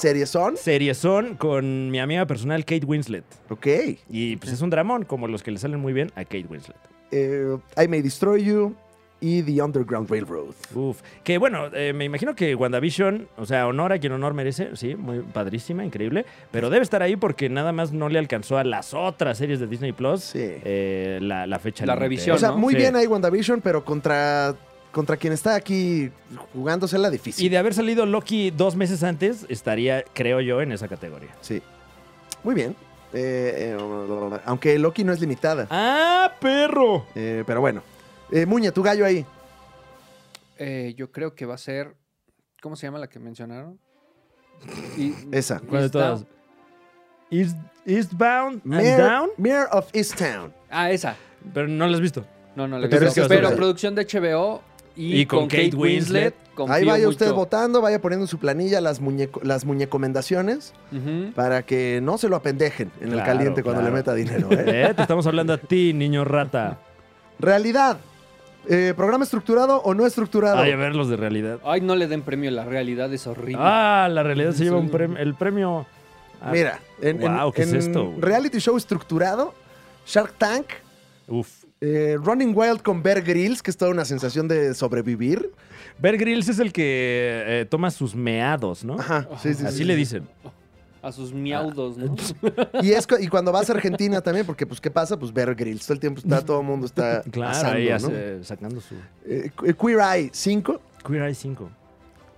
Speaker 2: Series son.
Speaker 1: seriezón con mi amiga personal Kate Winslet.
Speaker 2: Ok.
Speaker 1: Y pues es un dramón, como los que le salen muy bien a Kate Winslet.
Speaker 2: Eh, I May Destroy You y The Underground Railroad.
Speaker 1: Uf. Que bueno, eh, me imagino que WandaVision, o sea, honor a quien honor merece, sí, muy padrísima, increíble. Pero debe estar ahí porque nada más no le alcanzó a las otras series de Disney Plus
Speaker 2: Sí.
Speaker 1: eh, la, la fecha.
Speaker 3: La
Speaker 1: límite,
Speaker 3: revisión,
Speaker 1: ¿eh?
Speaker 2: o sea,
Speaker 3: ¿no?
Speaker 2: muy
Speaker 1: Sí.
Speaker 2: bien ahí WandaVision, pero contra, contra quien está aquí jugándosela difícil.
Speaker 1: Y de haber salido Loki dos meses antes, estaría, creo yo, en esa categoría.
Speaker 2: Sí. Muy bien. Eh, eh, aunque Loki no es limitada.
Speaker 1: ¡Ah, perro!
Speaker 2: Eh, pero bueno. Eh, Muña, tu gallo ahí.
Speaker 3: Eh, yo creo que va a ser. ¿Cómo se llama la que mencionaron? Y-
Speaker 2: Esa.
Speaker 1: ¿Cuál de
Speaker 3: Está-
Speaker 1: todas? East- Eastbound and
Speaker 2: Mayor,
Speaker 1: Down.
Speaker 2: Mayor of Easttown.
Speaker 3: Ah, esa.
Speaker 1: Pero no lo has visto.
Speaker 3: No, no la he
Speaker 2: Pero
Speaker 3: visto.
Speaker 2: es que
Speaker 3: Pero,
Speaker 2: vas a ver.
Speaker 3: producción de HBO y,
Speaker 1: Y con
Speaker 3: con, Kate,
Speaker 1: Kate
Speaker 3: Winslet.
Speaker 2: Ahí
Speaker 3: confío
Speaker 2: vaya
Speaker 3: mucho.
Speaker 2: usted votando, vaya poniendo en su planilla las, muñeco, las muñecomendaciones
Speaker 3: Ujú.
Speaker 2: para que no se lo apendejen en el
Speaker 1: Claro,
Speaker 2: caliente cuando
Speaker 1: claro.
Speaker 2: le meta dinero. ¿eh?
Speaker 1: ¿Eh? Te estamos hablando a ti, niño rata.
Speaker 2: Realidad. Eh, ¿Programa estructurado o no estructurado?
Speaker 1: Ay, a ver los de realidad.
Speaker 3: Ay, no le den premio, la realidad es horrible.
Speaker 1: Ah, la realidad se lleva un
Speaker 3: Sí.
Speaker 1: premio, el premio. Ah, a-
Speaker 2: Mira, en, en-
Speaker 1: Guau, ¿qué es
Speaker 2: en
Speaker 1: esto, güey?
Speaker 2: reality show estructurado, Shark Tank,
Speaker 1: Uf.
Speaker 2: eh, Running Wild con Bear Grylls, que es toda una sensación de sobrevivir.
Speaker 1: Bear Grylls es el que eh, toma sus meados, ¿no?
Speaker 2: Ajá, sí, sí,
Speaker 1: Así
Speaker 2: sí,
Speaker 1: le
Speaker 2: sí.
Speaker 1: dicen.
Speaker 3: A sus miaudos, ¿no?
Speaker 1: Ah.
Speaker 2: Y, es, cu- y cuando vas a Argentina también, porque pues ¿qué pasa? Pues Bear Grylls, todo el tiempo está, todo el mundo está
Speaker 1: Claro,
Speaker 2: asando,
Speaker 1: ahí
Speaker 2: ¿no?
Speaker 1: hace- sacando su.
Speaker 2: Eh, Que- Queer Eye 5,
Speaker 1: Queer Eye 5.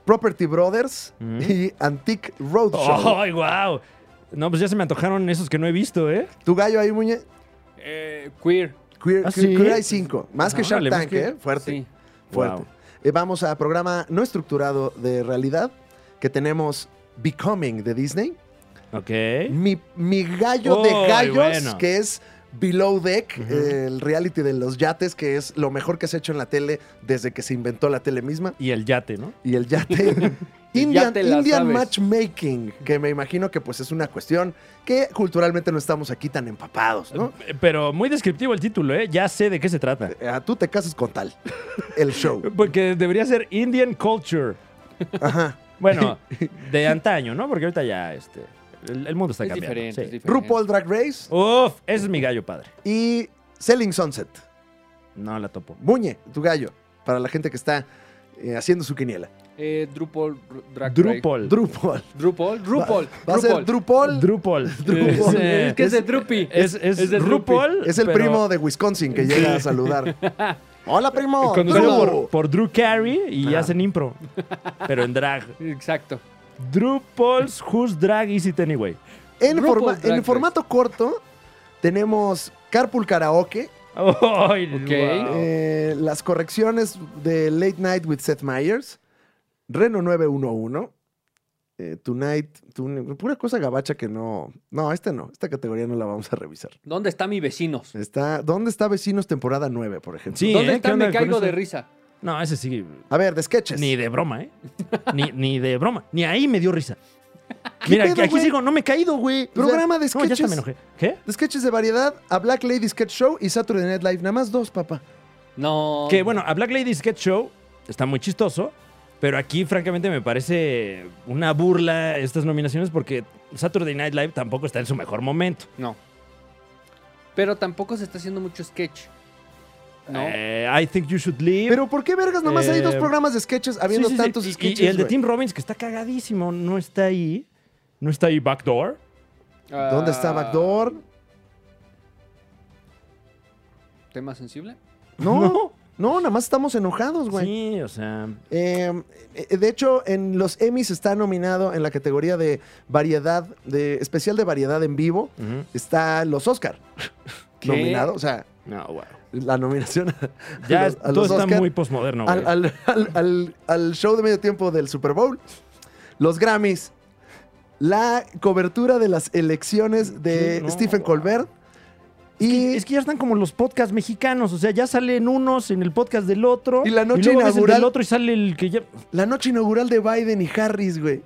Speaker 2: Property Brothers
Speaker 1: Mm.
Speaker 2: y Antique Roadshow.
Speaker 1: ¡Ay, wow! No, pues ya se me antojaron esos que no he visto, ¿eh?
Speaker 2: ¿Tu gallo ahí, Muñe?
Speaker 3: Eh, queer.
Speaker 2: Queer,
Speaker 1: ¿Ah,
Speaker 2: Queer-
Speaker 1: sí?
Speaker 2: Queer Eye 5. Más que Shark
Speaker 1: Órale, más
Speaker 2: Tank,
Speaker 1: que-
Speaker 2: ¿eh? Fuerte.
Speaker 3: Sí.
Speaker 2: Fuerte.
Speaker 1: Wow.
Speaker 2: Eh, vamos a programa no estructurado de realidad, que tenemos Becoming de Disney.
Speaker 1: Ok.
Speaker 2: Mi, mi gallo
Speaker 1: Uy,
Speaker 2: de gallos,
Speaker 1: bueno.
Speaker 2: que es Below Deck, eh, el reality de los yates, que es lo mejor que se ha hecho en la tele desde que se inventó la tele misma.
Speaker 1: Y el yate, ¿no?
Speaker 2: Y el yate.
Speaker 3: Ya
Speaker 2: Indian,
Speaker 3: te la
Speaker 2: Indian
Speaker 3: sabes.
Speaker 2: Matchmaking, que me imagino que pues es una cuestión que culturalmente no estamos aquí tan empapados, ¿no?
Speaker 1: Eh, Pero muy descriptivo el título, ¿eh? Ya sé de qué se trata.
Speaker 2: Ah, tú te casas con tal. El show.
Speaker 1: Porque debería ser Indian Culture.
Speaker 2: Ajá.
Speaker 1: Bueno, de antaño, ¿no? Porque ahorita ya este, el, el mundo está
Speaker 3: Es
Speaker 1: cambiando.
Speaker 3: diferente,
Speaker 1: sí.
Speaker 3: es diferente.
Speaker 2: RuPaul Drag Race
Speaker 1: Uf, ese es mi gallo padre.
Speaker 2: y Selling Sunset.
Speaker 1: No la topo.
Speaker 2: Muñe, tu gallo, para la gente que está eh, haciendo su quiniela.
Speaker 3: Eh, Drupal
Speaker 2: Ah,
Speaker 3: Drag
Speaker 1: Drupal.
Speaker 2: Drupal.
Speaker 3: Drupal. Drupal.
Speaker 2: Va a ser Drupal.
Speaker 1: Drupal.
Speaker 2: Drupal.
Speaker 1: eh,
Speaker 3: Es que es de Drupi.
Speaker 1: es, es,
Speaker 3: es de
Speaker 1: Drupal.
Speaker 2: Es el
Speaker 1: pero
Speaker 2: primo de Wisconsin que llega a saludar. Hola, primo.
Speaker 1: Conducido
Speaker 2: Dru.
Speaker 1: por, por Drew Carey y
Speaker 2: Ajá.
Speaker 1: hacen impro. Pero en drag.
Speaker 3: Exacto.
Speaker 1: Drupal's Who's Drag Is It Anyway.
Speaker 2: En,
Speaker 3: Grupo
Speaker 2: forma-
Speaker 3: Drag
Speaker 2: en
Speaker 3: Race.
Speaker 2: formato corto tenemos Carpool Karaoke,
Speaker 1: Ay,
Speaker 3: Ok.
Speaker 1: wow.
Speaker 2: eh, las correcciones de Late Night with Seth Meyers, Reno 911, eh, Tonight, Tun- pura cosa gabacha que no... No, esta no, esta categoría no la vamos a revisar.
Speaker 3: ¿Dónde está mi vecinos?
Speaker 2: Está, ¿Dónde está Vecinos temporada 9, por ejemplo?
Speaker 1: Sí,
Speaker 3: ¿Dónde
Speaker 1: ¿eh? ¿Qué
Speaker 3: está
Speaker 1: onda
Speaker 3: me
Speaker 1: con
Speaker 3: caigo
Speaker 1: eso?
Speaker 3: de risa?
Speaker 1: No, ese sí.
Speaker 2: A ver, de sketches.
Speaker 1: Ni de broma, ¿eh? Ni, ni de broma. Ni ahí me dio risa. Mira,
Speaker 2: pedo,
Speaker 1: aquí, aquí
Speaker 2: güey?
Speaker 1: sigo, no me he caído, güey. O sea,
Speaker 2: Programa de
Speaker 1: No, ya hasta
Speaker 2: sketches.
Speaker 1: me enojé. ¿Qué?
Speaker 2: De sketches de variedad a Black Lady Sketch Show y Saturday Night Live. Nada más dos, papá.
Speaker 3: No.
Speaker 1: Que bueno, a Black Lady Sketch Show está muy chistoso, pero aquí francamente me parece una burla estas nominaciones porque Saturday Night Live tampoco está en su mejor momento.
Speaker 3: No. Pero tampoco se está haciendo mucho sketch. No.
Speaker 1: Eh, I Think You Should Leave.
Speaker 2: Pero ¿por qué vergas nomás hay dos
Speaker 1: Eh,
Speaker 2: programas de sketches
Speaker 1: Sí,
Speaker 2: habiendo
Speaker 1: sí, sí.
Speaker 2: tantos
Speaker 1: Y- y-
Speaker 2: sketches?
Speaker 1: Y, el de
Speaker 2: güey?
Speaker 1: Tim Robbins que está cagadísimo, no está ahí. No está ahí Backdoor.
Speaker 3: Ah,
Speaker 2: ¿Dónde está Backdoor?
Speaker 3: ¿Tema sensible?
Speaker 2: No, no, nada más estamos enojados, güey.
Speaker 1: Sí, o sea,
Speaker 2: Eh, eh, de hecho, en los Emmys está nominado en la categoría de variedad, de especial de variedad en vivo,
Speaker 1: ujú.
Speaker 2: está los Oscar
Speaker 3: ¿Qué?
Speaker 2: nominado, o sea,
Speaker 1: no, wow.
Speaker 2: la nominación a,
Speaker 1: Ya
Speaker 2: los- a
Speaker 1: todo
Speaker 2: los
Speaker 1: está
Speaker 2: Oscar,
Speaker 1: muy postmoderno, güey.
Speaker 2: al, al- al- al- al show de medio tiempo del Super Bowl, los Grammys, la cobertura de las elecciones de
Speaker 1: Sí, no,
Speaker 2: Stephen
Speaker 1: wow.
Speaker 2: Colbert y
Speaker 1: Es que ya están como los podcasts mexicanos, o sea, ya salen unos en el podcast del otro.
Speaker 2: Y la noche
Speaker 1: luego ves el
Speaker 2: inaugural-
Speaker 1: del otro y sale el que ya.
Speaker 2: la noche inaugural de Biden y Harris, güey.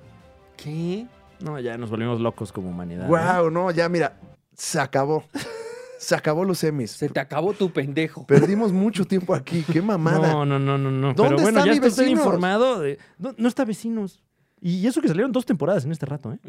Speaker 3: ¿Qué?
Speaker 1: No, ya nos volvimos locos como humanidad. ¿eh?
Speaker 2: Wow, no, ya mira, se acabó. Se acabó los Emmys.
Speaker 3: Se te acabó tu pendejo.
Speaker 2: Perdimos mucho tiempo aquí, qué mamada.
Speaker 1: No, no, no, no, no.
Speaker 2: ¿Dónde
Speaker 1: Pero bueno,
Speaker 2: está
Speaker 1: ya
Speaker 2: mi
Speaker 1: estoy- estoy
Speaker 2: vecinos?
Speaker 1: informado. de- No, no está vecinos. Y eso que salieron dos temporadas en este rato, ¿eh?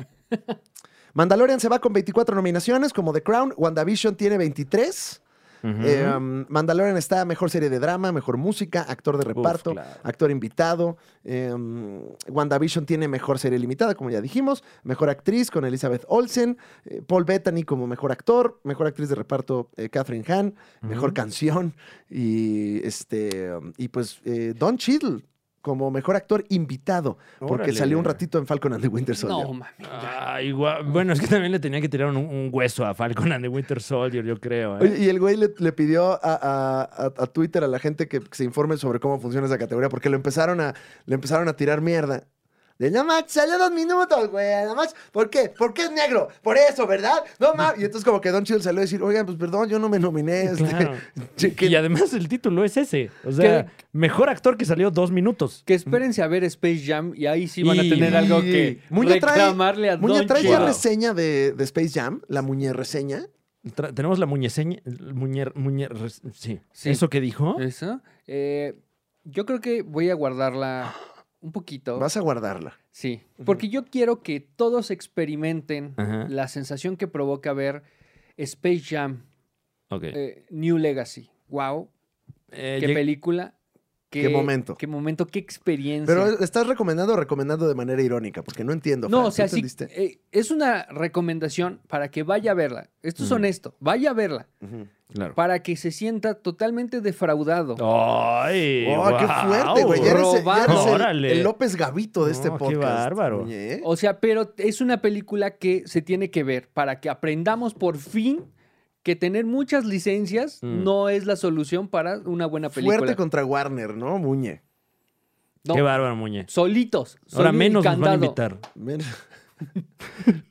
Speaker 2: Mandalorian se va con 24 nominaciones, como The Crown. WandaVision tiene 23. Eh, um, Mandalorian está a mejor serie de drama, mejor música, actor de reparto,
Speaker 1: claro.
Speaker 2: actor invitado. Eh, um, WandaVision tiene mejor serie limitada, como ya dijimos. Mejor actriz con Elizabeth Olsen. Eh, Paul Bettany como mejor actor. Mejor actriz de reparto, eh, Catherine Hahn. Mejor
Speaker 1: Ujú.
Speaker 2: canción. Y, este, um, y pues eh, Don Cheadle como mejor actor invitado, porque
Speaker 1: Órale.
Speaker 2: salió un ratito en Falcon and the Winter Soldier.
Speaker 3: No, mami. ya.
Speaker 1: Ay, guau. Ah, Bueno, es que también le tenía que tirar un, un hueso a Falcon and the Winter Soldier, yo creo. ¿eh?
Speaker 2: Oye, y el güey le, le pidió a, a- a- a Twitter a la gente que se informe sobre cómo funciona esa categoría, porque le empezaron a, le empezaron a tirar mierda. De no más, salió dos minutos, güey, nada más. ¿Por qué? Porque es negro, por eso, ¿verdad? No más. Y entonces como que Don Chido salió a decir, oigan, pues perdón, yo no me nominé. este,
Speaker 1: Claro.
Speaker 2: che- que-
Speaker 1: Y además el título es ese. O sea,
Speaker 3: ¿Qué?
Speaker 1: mejor actor que salió dos minutos.
Speaker 3: Que espérense a ver Space Jam y ahí sí van a
Speaker 1: Y-
Speaker 3: tener algo que
Speaker 2: Muñe trae-
Speaker 3: reclamarle a
Speaker 2: Muñe
Speaker 3: Don
Speaker 2: trae ya
Speaker 3: Cheadle.
Speaker 2: reseña de, de Space Jam, la Muñe reseña.
Speaker 1: Tra- tenemos la muñeseña. el Muñer, muñer, res- sí.
Speaker 3: Sí.
Speaker 1: ¿Eso que dijo?
Speaker 3: ¿Eso? Eh, yo creo que voy a guardarla un poquito.
Speaker 2: Vas a guardarla.
Speaker 3: Sí, porque yo quiero que todos experimenten
Speaker 1: Ajá.
Speaker 3: la sensación que provoca ver Space Jam,
Speaker 1: Ok.
Speaker 3: eh, New Legacy. Wow,
Speaker 1: Eh,
Speaker 3: qué
Speaker 1: lleg-
Speaker 3: película. Qué,
Speaker 2: momento.
Speaker 3: Qué momento, qué experiencia.
Speaker 2: Pero estás recomendando o recomendando de manera irónica, porque no entiendo.
Speaker 3: no,
Speaker 2: Fran,
Speaker 3: o
Speaker 2: ¿tú
Speaker 3: sea, sí,
Speaker 2: entendiste?
Speaker 3: eh, es una recomendación para que vaya a verla. Esto es
Speaker 1: Ujú.
Speaker 3: honesto, vaya a verla.
Speaker 2: Ujú.
Speaker 1: claro.
Speaker 3: Para que se sienta totalmente defraudado.
Speaker 1: ¡Ay!
Speaker 2: ¡Oh, qué
Speaker 1: guau!
Speaker 2: fuerte, güey! Ya eres, ya
Speaker 3: Robado.
Speaker 2: eres el-
Speaker 1: Órale.
Speaker 2: el, López Gavito de este
Speaker 1: No, qué
Speaker 2: podcast.
Speaker 1: bárbaro.
Speaker 2: Oye, ¿eh?
Speaker 3: O sea, pero es una película que se tiene que ver para que aprendamos por fin que tener muchas licencias
Speaker 1: Mm.
Speaker 3: no es la solución para una buena película.
Speaker 2: Fuerte contra Warner, ¿no, Muñe?
Speaker 3: No,
Speaker 1: Qué bárbaro, Muñe.
Speaker 3: solitos.
Speaker 1: Ahora
Speaker 3: soli-
Speaker 1: menos nos van a
Speaker 3: candado.
Speaker 1: invitar.
Speaker 2: Ven.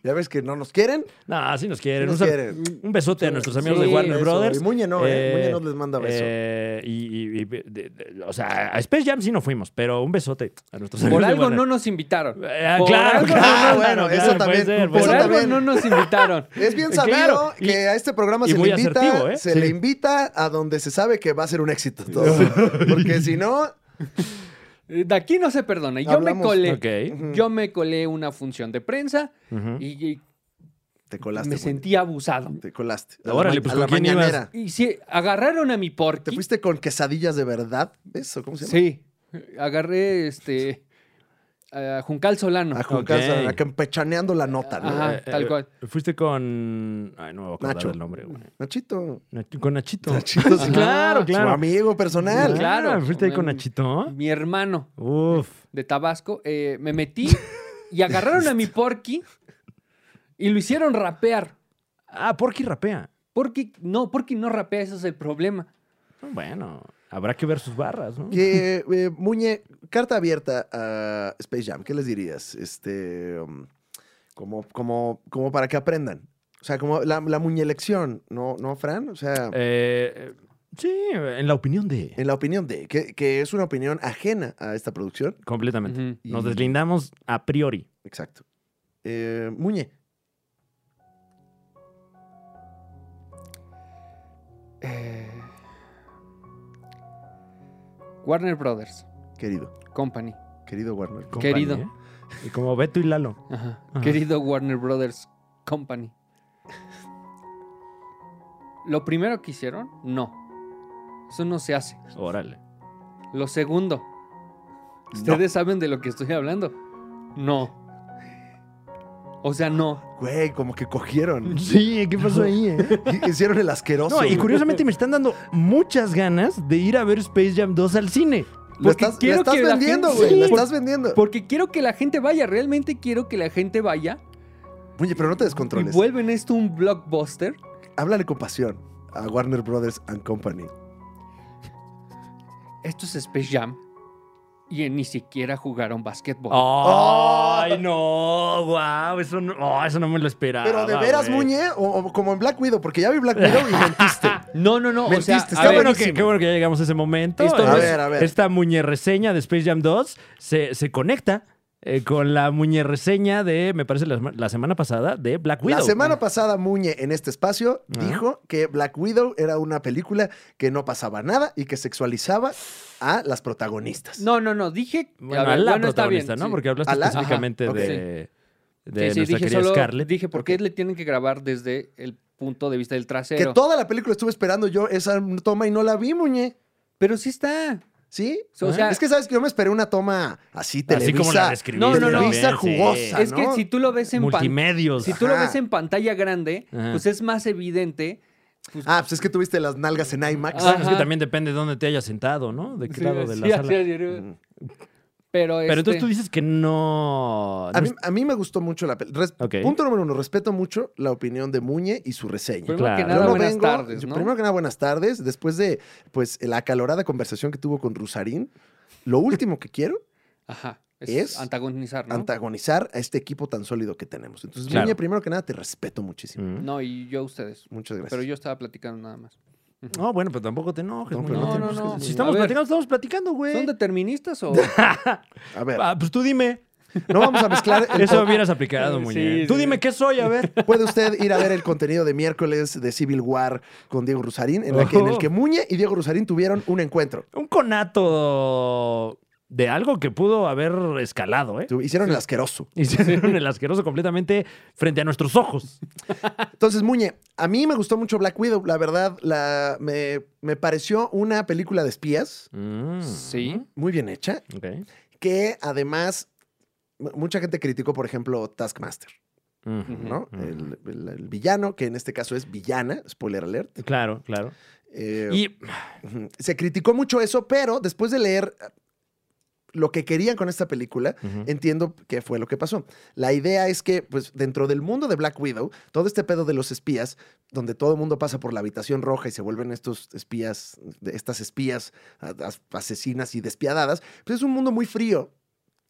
Speaker 2: ya ves que no nos quieren.
Speaker 1: No, así nos quieren.
Speaker 2: Nos
Speaker 1: un, sal-
Speaker 2: quieren.
Speaker 1: un besote a nuestros amigos
Speaker 3: Sí,
Speaker 1: de Warner
Speaker 2: Eso,
Speaker 1: Brothers.
Speaker 2: Y Muñe no, ¿eh?
Speaker 1: Eh,
Speaker 2: Muñe no les manda beso.
Speaker 1: Eh, y, y- y- de- de- o sea, a Space Jam sí no fuimos, pero un besote a nuestros amigos
Speaker 3: Por
Speaker 1: de
Speaker 3: algo
Speaker 1: Warner.
Speaker 3: no nos invitaron.
Speaker 1: Eh,
Speaker 3: por
Speaker 1: claro,
Speaker 3: algo no-
Speaker 1: claro,
Speaker 2: bueno, eso
Speaker 1: claro,
Speaker 2: también,
Speaker 1: puede ser,
Speaker 2: Pues
Speaker 3: Por
Speaker 1: puede
Speaker 2: eso
Speaker 1: ser.
Speaker 3: algo
Speaker 2: también.
Speaker 3: no nos invitaron.
Speaker 2: es bien
Speaker 1: eh,
Speaker 2: sabido
Speaker 1: claro, y-
Speaker 2: que a este programa
Speaker 1: y
Speaker 2: se, le
Speaker 1: muy
Speaker 2: invita,
Speaker 1: asertivo, ¿eh?
Speaker 2: se
Speaker 1: Sí.
Speaker 2: le invita a donde se sabe que va a ser un éxito todo. Porque si no,
Speaker 3: Eh, De aquí no se perdona. Yo
Speaker 2: Hablamos.
Speaker 3: me colé.
Speaker 1: Ok.
Speaker 2: Ujú.
Speaker 3: Yo me colé una función de prensa
Speaker 1: Ujú.
Speaker 3: y, y
Speaker 2: Te colaste.
Speaker 3: me
Speaker 2: Wendy.
Speaker 3: sentí abusado.
Speaker 2: Te colaste. A la
Speaker 1: Órale,
Speaker 2: ma-
Speaker 1: pues,
Speaker 2: a la
Speaker 1: ¿con quién ibas?
Speaker 2: mañanera.
Speaker 3: Y sí, agarraron a mi
Speaker 2: ¿Te
Speaker 3: porky.
Speaker 2: fuiste con quesadillas de verdad? ¿Eso? ¿Cómo se llama?
Speaker 3: Sí, agarré este a Juncal Solano.
Speaker 2: A Juncal,
Speaker 1: Ok.
Speaker 2: Solano, campechaneando la nota, ¿no?
Speaker 3: Ajá, ah, tal cual.
Speaker 1: Eh, Fuiste con. Ay, no me voy a acordar
Speaker 2: Nacho.
Speaker 1: del nombre, güey.
Speaker 2: Nachito.
Speaker 1: Nach- Con Nachito.
Speaker 2: Nachito, sí.
Speaker 1: Ajá. Claro,
Speaker 2: Su
Speaker 1: claro.
Speaker 2: amigo personal.
Speaker 3: Claro.
Speaker 1: Fuiste ahí con
Speaker 3: Mm.
Speaker 1: Nachito.
Speaker 3: Mi hermano
Speaker 1: Uf.
Speaker 3: de Tabasco eh, me metí y agarraron a mi porky y lo hicieron rapear.
Speaker 1: Ah, Porky rapea.
Speaker 3: Porky, no, Porky no rapea, ese es el problema.
Speaker 1: Bueno, habrá que ver sus barras, ¿no?
Speaker 2: Que, eh, Muñe, carta abierta a Space Jam, ¿qué les dirías? Este, um, como, como, como para que aprendan. O sea, como la, la muñelección, ¿no, ¿no, Fran? O sea,
Speaker 1: Eh, sí, en la opinión de.
Speaker 2: en la opinión de, que, que es una opinión ajena a esta producción.
Speaker 1: Completamente.
Speaker 3: Ujú.
Speaker 1: Nos
Speaker 2: Y-
Speaker 1: deslindamos a priori.
Speaker 2: Exacto. Eh, Muñe,
Speaker 3: Eh, Warner Brothers
Speaker 2: querido,
Speaker 3: Company.
Speaker 2: querido Warner.
Speaker 1: Company,
Speaker 3: Querido.
Speaker 1: ¿eh? Y como Beto y Lalo.
Speaker 3: Ajá.
Speaker 1: Ajá.
Speaker 3: Querido Warner Brothers Company. Lo primero que hicieron, no. Eso no se hace.
Speaker 1: Órale.
Speaker 3: Lo segundo, ustedes saben de lo que estoy hablando. No. O sea, no.
Speaker 2: Güey, como que cogieron.
Speaker 1: Sí, ¿qué pasó ahí,
Speaker 2: Hicieron el asqueroso.
Speaker 1: No, y
Speaker 2: eh? güey.
Speaker 1: curiosamente me están dando muchas ganas de ir a ver Space Jam 2 al cine.
Speaker 2: Lo
Speaker 3: porque
Speaker 2: estás,
Speaker 3: quiero
Speaker 2: la estás
Speaker 3: que la
Speaker 2: vendiendo,
Speaker 3: gente-
Speaker 2: güey.
Speaker 3: Sí.
Speaker 2: La estás vendiendo.
Speaker 3: Porque quiero que la gente vaya, realmente quiero que la gente vaya
Speaker 2: Muñe, pero no te
Speaker 3: y
Speaker 2: descontroles.
Speaker 3: vuelven esto un blockbuster.
Speaker 2: Háblale con pasión a Warner Brothers and Company.
Speaker 3: Esto es Space Jam. Y ni siquiera jugaron básquetbol.
Speaker 1: Oh. ¡Ay, no! ¡Wow! Eso no, oh, eso no me lo esperaba.
Speaker 2: Pero de veras,
Speaker 1: güey.
Speaker 2: Muñe, o, o como en Black Widow, porque ya vi Black Widow y mentiste.
Speaker 3: No, no, no.
Speaker 2: Mentiste,
Speaker 3: o sea,
Speaker 2: está
Speaker 1: Qué
Speaker 3: a ver,
Speaker 1: bueno, que, qué bueno que ya llegamos a ese momento.
Speaker 3: Esto
Speaker 1: Eh,
Speaker 3: no es-
Speaker 2: A ver, a ver.
Speaker 1: Esta muñe reseña de Space Jam 2 se, se conecta eh, con la muñe reseña de, me parece, la, sema- la semana pasada de Black Widow.
Speaker 2: La semana pasada, Muñe, en este espacio,
Speaker 1: Ah.
Speaker 2: dijo que Black Widow era una película que no pasaba nada y que sexualizaba a las protagonistas.
Speaker 3: No, no, no. Dije.
Speaker 1: Bueno,
Speaker 3: a ver,
Speaker 1: a la
Speaker 3: bueno, está
Speaker 1: protagonista,
Speaker 3: bien,
Speaker 1: ¿no?
Speaker 3: sí.
Speaker 1: Porque hablaste
Speaker 2: ¿A la?
Speaker 1: específicamente
Speaker 2: Ajá, ok.
Speaker 1: de, de
Speaker 3: Sí, sí,
Speaker 1: nuestra
Speaker 3: dije
Speaker 1: querida
Speaker 3: solo-
Speaker 1: Scarlett.
Speaker 3: Dije, ¿por qué le tienen que grabar desde el punto de vista del
Speaker 2: Que
Speaker 3: trasero?
Speaker 2: toda la película estuve esperando yo esa toma y no la vi, Muñe.
Speaker 3: Pero sí está.
Speaker 2: ¿Sí?
Speaker 3: O sea,
Speaker 2: es que sabes que yo me esperé una toma así televisa.
Speaker 1: Así como la describiste.
Speaker 3: No, no, no.
Speaker 1: también,
Speaker 2: Televisa jugosa.
Speaker 3: es que
Speaker 2: ¿no?
Speaker 3: si tú lo ves
Speaker 1: sí.
Speaker 3: en pan-
Speaker 1: Multimedios.
Speaker 3: si tú lo
Speaker 2: Ajá.
Speaker 3: ves en pantalla grande,
Speaker 1: Ajá.
Speaker 3: pues es más evidente. pues,
Speaker 2: Ah, pues es que tuviste las nalgas en IMAX.
Speaker 1: Ah, es que
Speaker 3: Ajá.
Speaker 1: también depende de dónde te hayas sentado, ¿no? De qué
Speaker 3: sí,
Speaker 1: lado de la
Speaker 3: sí,
Speaker 1: sala.
Speaker 3: así es,
Speaker 2: Mm.
Speaker 3: Pero,
Speaker 1: Pero
Speaker 3: este,
Speaker 1: entonces tú dices que no.
Speaker 2: A
Speaker 1: no
Speaker 2: mí, a mí me gustó mucho la película.
Speaker 1: Ok.
Speaker 2: Punto número uno, respeto mucho la opinión de Muñe y su reseña.
Speaker 3: primero
Speaker 1: claro.
Speaker 3: que nada,
Speaker 2: Yo no
Speaker 3: buenas
Speaker 2: vengo-
Speaker 3: tardes,
Speaker 2: yo-
Speaker 3: ¿no?
Speaker 2: Primero que nada, buenas tardes. Después de pues la acalorada conversación que tuvo con Rusarín, lo último que quiero
Speaker 3: Ajá. Es,
Speaker 2: es
Speaker 3: antagonizar, ¿no?
Speaker 2: antagonizar a este equipo tan sólido que tenemos. Entonces,
Speaker 1: Claro.
Speaker 2: Muñe, primero que nada, te respeto muchísimo.
Speaker 1: Mm.
Speaker 3: No, y yo a ustedes.
Speaker 2: Muchas gracias.
Speaker 3: Pero yo estaba platicando nada más.
Speaker 1: No, bueno, pero tampoco te enojes.
Speaker 2: No,
Speaker 1: güey.
Speaker 2: pero no te
Speaker 1: pues,
Speaker 2: enojes.
Speaker 1: Si estamos
Speaker 3: A ver.
Speaker 1: platicando, estamos platicando, güey.
Speaker 3: ¿Son deterministas o...?
Speaker 2: A ver,
Speaker 1: Ah, pues tú dime.
Speaker 2: no vamos a mezclar. el
Speaker 1: Eso
Speaker 2: pod-
Speaker 1: hubieras aplicado,
Speaker 3: Sí,
Speaker 1: muñeca.
Speaker 3: sí,
Speaker 1: tú
Speaker 3: sí.
Speaker 1: dime qué soy, a ver.
Speaker 2: Puede usted ir a ver el contenido de miércoles de Civil War con Diego Rusarín, en, la que- en
Speaker 1: Oh.
Speaker 2: el que Muñe y Diego Rusarín tuvieron un encuentro.
Speaker 1: Un conato de algo que pudo haber escalado, ¿eh?
Speaker 2: Tu- Hicieron el asqueroso.
Speaker 1: Hicieron el asqueroso completamente frente a nuestros ojos.
Speaker 2: Entonces, Muñe, a mí me gustó mucho Black Widow. La verdad, la, me, me pareció una película de espías
Speaker 1: Mm.
Speaker 3: Sí.
Speaker 2: muy bien hecha.
Speaker 1: Ok.
Speaker 2: que además m- mucha gente criticó, por ejemplo, Taskmaster,
Speaker 1: Ujú.
Speaker 2: ¿no?
Speaker 1: Ujú.
Speaker 2: El, el- el villano, que en este caso es villana, spoiler alert.
Speaker 1: Claro, claro.
Speaker 2: Eh,
Speaker 1: Y
Speaker 2: ujú. Se criticó mucho eso, pero después de leer eh, lo que querían con esta película,
Speaker 1: Ujú.
Speaker 2: entiendo qué fue lo que pasó. La idea es que, pues, dentro del mundo de Black Widow, todo este pedo de los espías, donde todo el mundo pasa por la habitación roja y se vuelven estos espías, de- estas espías a- as- asesinas y despiadadas, pues es un mundo muy frío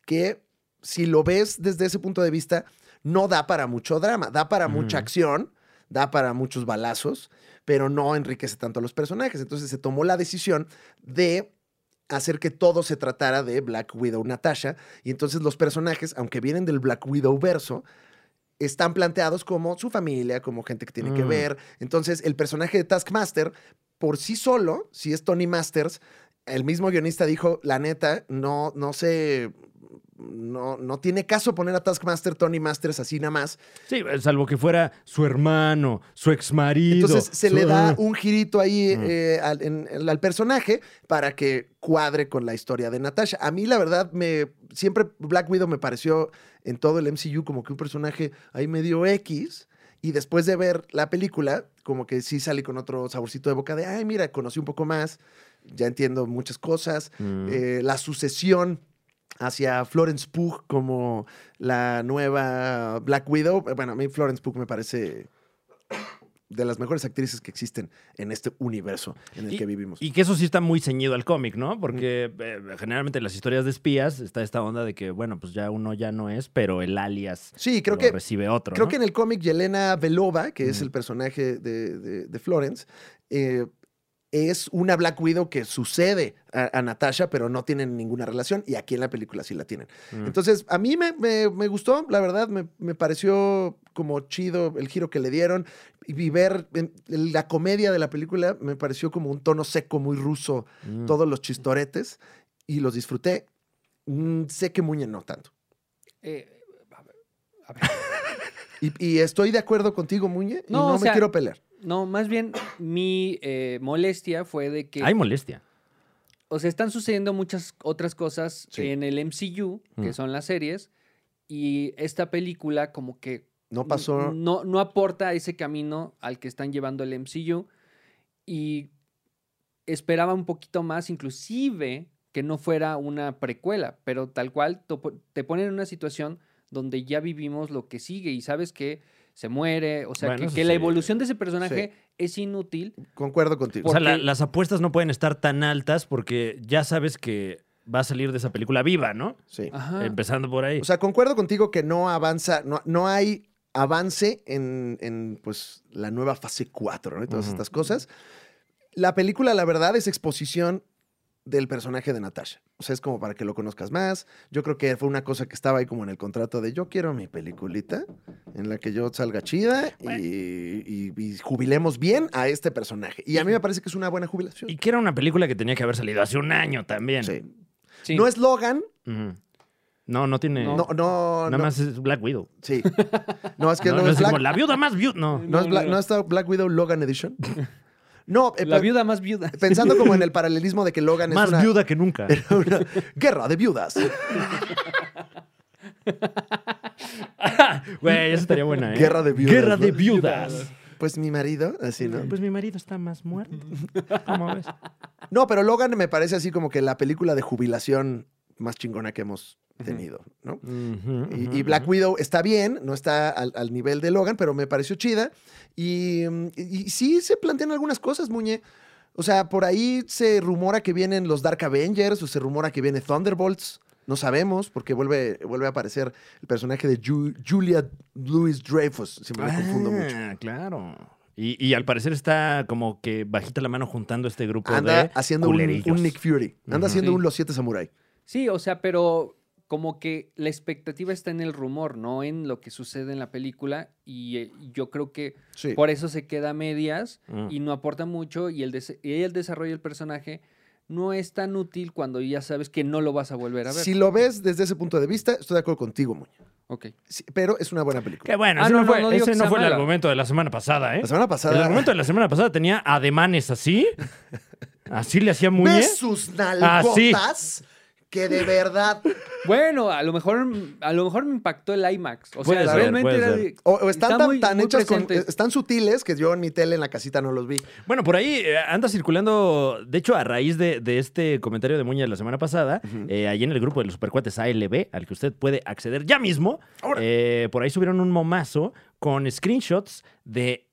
Speaker 2: que, si lo ves desde ese punto de vista, no da para mucho drama, da para mucha
Speaker 1: Ujú.
Speaker 2: acción, da para muchos balazos, pero no enriquece tanto a los personajes. Entonces se tomó la decisión de hacer que todo se tratara de Black Widow Natasha. Y entonces los personajes, aunque vienen del Black Widow verso, están planteados como su familia, como gente que tiene que
Speaker 1: Mm.
Speaker 2: ver. Entonces el personaje de Taskmaster, por sí solo, si es Tony Masters, el mismo guionista dijo, la neta, no, no se no, no tiene caso poner a Taskmaster, Tony Masters así nada más.
Speaker 1: Sí, salvo que fuera su hermano, su exmarido.
Speaker 2: Entonces se
Speaker 1: su- Ah.
Speaker 2: le da un girito ahí
Speaker 1: Mm.
Speaker 2: eh, al, en- en- al personaje para que cuadre con la historia de Natasha. A mí, la verdad, me siempre Black Widow me pareció en todo el MCU como que un personaje ahí medio X. Y después de ver la película, como que sí salí con otro saborcito de boca de, ay, mira, conocí un poco más, ya entiendo muchas cosas.
Speaker 1: Mm.
Speaker 2: Eh, la sucesión hacia Florence Pugh como la nueva Black Widow. Eh, Bueno, a mí Florence Pugh me parece de las mejores actrices que existen en este universo en el que vivimos.
Speaker 1: Y que eso sí está muy ceñido al cómic, ¿no? Porque eh, generalmente en las historias de espías está esta onda de que, bueno, pues ya uno ya no es, pero el alias
Speaker 2: sí, creo
Speaker 1: lo
Speaker 2: que
Speaker 1: recibe otro.
Speaker 2: Creo
Speaker 1: ¿no?
Speaker 2: que en el cómic Yelena Belova, que es
Speaker 1: Ujú.
Speaker 2: el personaje de, de- de Florence, eh, es una Black Widow que sucede a, a Natasha, pero no tienen ninguna relación. Y aquí en la película sí la tienen.
Speaker 1: Mm.
Speaker 2: Entonces, a mí me, me- me gustó, la verdad, me, me pareció como chido el giro que le dieron. Y y ver eh, la comedia de la película me pareció como un tono seco, muy ruso,
Speaker 1: Mm.
Speaker 2: todos los chistoretes, y los disfruté. Mm, sé que Muñe no tanto.
Speaker 3: Eh, a ver, a ver.
Speaker 2: Y, y estoy de acuerdo contigo, Muñe, y
Speaker 3: No,
Speaker 2: no,
Speaker 3: o
Speaker 2: me
Speaker 3: sea-
Speaker 2: quiero pelear.
Speaker 3: No, más bien mi eh, molestia fue de que.
Speaker 1: Hay molestia.
Speaker 3: O sea, están sucediendo muchas otras cosas
Speaker 2: Sí.
Speaker 3: en el MCU, que
Speaker 1: Mm.
Speaker 3: son las series, y esta película como que
Speaker 2: No pasó.
Speaker 3: No, no aporta ese camino al que están llevando el MCU. Y esperaba un poquito más, inclusive, que no fuera una precuela, pero tal cual topo- te ponen en una situación donde ya vivimos lo que sigue y sabes que se muere, o sea,
Speaker 1: Bueno,
Speaker 3: que- que,
Speaker 1: eso
Speaker 3: la
Speaker 1: sí.
Speaker 3: evolución de ese personaje es inútil.
Speaker 2: Concuerdo contigo.
Speaker 1: O sea, la-
Speaker 3: Porque-
Speaker 1: las apuestas no pueden estar tan altas porque ya sabes que va a salir de esa película viva, ¿no?
Speaker 2: Sí.
Speaker 3: Ajá.
Speaker 1: Empezando por ahí.
Speaker 2: O sea, concuerdo contigo que no avanza, no, no hay avance en, en, pues, la nueva fase 4, ¿no? Y todas
Speaker 1: Ujú.
Speaker 2: estas cosas. La película, la verdad, es exposición del personaje de Natasha. O sea, es como para que lo conozcas más. Yo creo que fue una cosa que estaba ahí como en el contrato de yo quiero mi peliculita en la que yo salga chida y, y- y jubilemos bien a este personaje. Y a mí me parece que es una buena jubilación.
Speaker 1: y que era una película que tenía que haber salido hace un año también.
Speaker 2: Sí.
Speaker 3: Sí.
Speaker 2: No es Logan,
Speaker 1: Ujú. No, no tiene.
Speaker 3: No.
Speaker 2: no, no,
Speaker 1: nada
Speaker 2: no,
Speaker 1: más es Black Widow.
Speaker 2: Sí. No, es que
Speaker 1: no,
Speaker 2: no,
Speaker 1: no
Speaker 2: es
Speaker 1: es como
Speaker 2: Black,
Speaker 1: la viuda más viuda. No.
Speaker 2: no es
Speaker 3: No,
Speaker 2: Black-
Speaker 3: no, no.
Speaker 2: no está Black Widow Logan Edition. No, eh,
Speaker 3: la
Speaker 2: pe-
Speaker 3: viuda más viuda.
Speaker 2: pensando como en el paralelismo de que Logan
Speaker 1: Más
Speaker 2: es una,
Speaker 1: viuda que nunca.
Speaker 2: una guerra de viudas.
Speaker 1: Güey, esa estaría buena, ¿eh?
Speaker 2: Guerra de viudas,
Speaker 1: Guerra de
Speaker 2: ¿no?
Speaker 1: viudas.
Speaker 2: Pues mi marido, así, ¿no?
Speaker 1: Pues mi marido está más muerto. ¿Cómo ves?
Speaker 2: No, pero Logan me parece así como que la película de jubilación más chingona que hemos tenido, ¿no? Y, y Black Widow está bien, no está al, al nivel de Logan, pero me pareció chida. Y, mm, y- y sí se plantean algunas cosas, Muñe. O sea, por ahí se rumora que vienen los Dark Avengers o se rumora que viene Thunderbolts. No sabemos, porque vuelve, vuelve a aparecer el personaje de Ju- Julia Louis Dreyfus. Siempre me confundo mucho.
Speaker 1: Ah, claro. Y, y al parecer está como que bajita la mano juntando este grupo
Speaker 2: Anda
Speaker 1: de
Speaker 2: haciendo un,
Speaker 1: culerillos.
Speaker 2: un Nick Fury. Anda
Speaker 1: Ujú.
Speaker 2: haciendo
Speaker 3: E, Sí.
Speaker 2: un Los Siete Samurai.
Speaker 3: Sí, o sea, pero como que la expectativa está en el rumor, no en lo que sucede en la película. Y eh, yo creo que
Speaker 2: Sí.
Speaker 3: por eso se queda a medias
Speaker 1: Mm.
Speaker 3: y no aporta mucho. Y el, des- y el desarrollo del personaje no es tan útil cuando ya sabes que no lo vas a volver a ver.
Speaker 2: Si lo ves desde ese punto de vista, estoy de acuerdo contigo, Muñe.
Speaker 3: Ok.
Speaker 2: Sí, pero es una buena película.
Speaker 1: Que bueno,
Speaker 3: Ah,
Speaker 1: ese
Speaker 3: no,
Speaker 1: no,
Speaker 3: no,
Speaker 1: fue,
Speaker 3: no digo
Speaker 1: ese
Speaker 3: que
Speaker 1: no
Speaker 3: sea
Speaker 1: fue el
Speaker 3: mala.
Speaker 1: argumento de la semana pasada, ¿eh?
Speaker 2: La semana
Speaker 1: El
Speaker 2: pasada.
Speaker 1: argumento de la semana pasada tenía ademanes así. Así le hacía Muñe.
Speaker 2: ¿Ves sus nalgotas? Que de verdad.
Speaker 3: Bueno, a lo mejor, a lo mejor me impactó el IMAX. O sea,
Speaker 1: Puede ser,
Speaker 3: realmente
Speaker 1: puede
Speaker 3: era
Speaker 1: ser.
Speaker 3: de-
Speaker 2: O, o están
Speaker 3: está
Speaker 2: tan,
Speaker 3: muy-
Speaker 2: tan
Speaker 3: muy
Speaker 2: hechos con-
Speaker 3: presente.
Speaker 2: Están sutiles que yo en mi tele en la casita no los vi.
Speaker 1: Bueno, por ahí eh, anda circulando, de hecho, a raíz de, de este comentario de Muña de la semana pasada, eh, ahí en el grupo de los supercuates ALB, al que usted puede acceder ya mismo, eh, por ahí subieron un momazo con screenshots de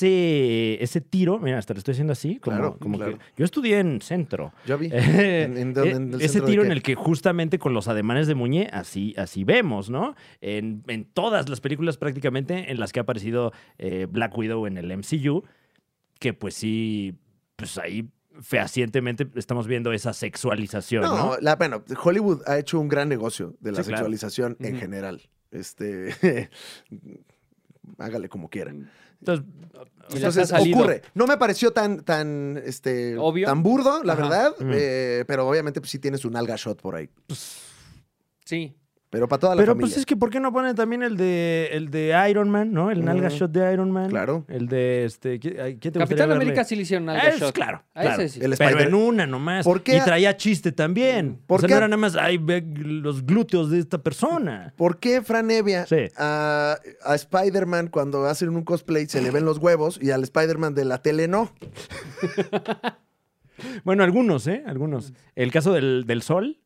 Speaker 1: ese, ese tiro. Mira, hasta lo estoy haciendo así, como,
Speaker 2: Claro,
Speaker 1: como
Speaker 2: claro.
Speaker 1: que yo estudié en centro.
Speaker 2: Yo vi.
Speaker 1: Eh,
Speaker 2: ¿En- en dónde-
Speaker 1: eh,
Speaker 2: en el
Speaker 1: ese
Speaker 2: centro de
Speaker 1: tiro
Speaker 2: qué?
Speaker 1: en el que justamente con los ademanes de Muñe, así, así vemos, ¿no? En, en todas las películas prácticamente en las que ha aparecido eh, Black Widow en el MCU, que pues sí, pues ahí fehacientemente estamos viendo esa sexualización, ¿no?
Speaker 2: No, la- bueno, Hollywood ha hecho un gran negocio de la
Speaker 1: Sí, claro.
Speaker 2: sexualización en
Speaker 3: Ujú.
Speaker 2: general. Este. hágale como quiera.
Speaker 1: Entonces,
Speaker 3: Y las ha
Speaker 2: Oh, Entonces
Speaker 3: salido.
Speaker 2: ocurre. No me pareció tan, tan, este,
Speaker 3: Obvio.
Speaker 2: tan burdo, la
Speaker 3: Ajá.
Speaker 2: verdad.
Speaker 1: Mm.
Speaker 2: eh, pero obviamente pues, sí tiene su nalga shot por ahí.
Speaker 3: Sí.
Speaker 2: Pero para toda la
Speaker 1: Pero
Speaker 2: familia.
Speaker 1: pues es que ¿por qué no ponen también el de el de Iron Man, ¿no? El nalga
Speaker 2: Ujú.
Speaker 1: shot de Iron Man.
Speaker 2: Claro.
Speaker 1: El de este ¿qué, ay, qué te gustaría
Speaker 3: Capitán
Speaker 1: verle?
Speaker 3: América sí le hicieron algo
Speaker 1: Ah, es
Speaker 3: shot.
Speaker 1: claro,
Speaker 3: A
Speaker 1: claro.
Speaker 3: ese sí.
Speaker 2: El
Speaker 1: Pero
Speaker 2: Spider-
Speaker 1: en una nomás.
Speaker 2: ¿Por qué?
Speaker 1: Y traía chiste también. Mm. o
Speaker 2: ¿Por
Speaker 1: sea,
Speaker 2: qué?
Speaker 1: no era nada más, ay, ve los glúteos de esta persona.
Speaker 2: ¿Por qué Fran Evia
Speaker 1: Sí.
Speaker 2: a, a Spider-Man cuando hacen un cosplay se le ven los huevos y al Spider-Man de la tele no?
Speaker 1: Bueno, algunos, ¿eh? Algunos. El caso del, del sol,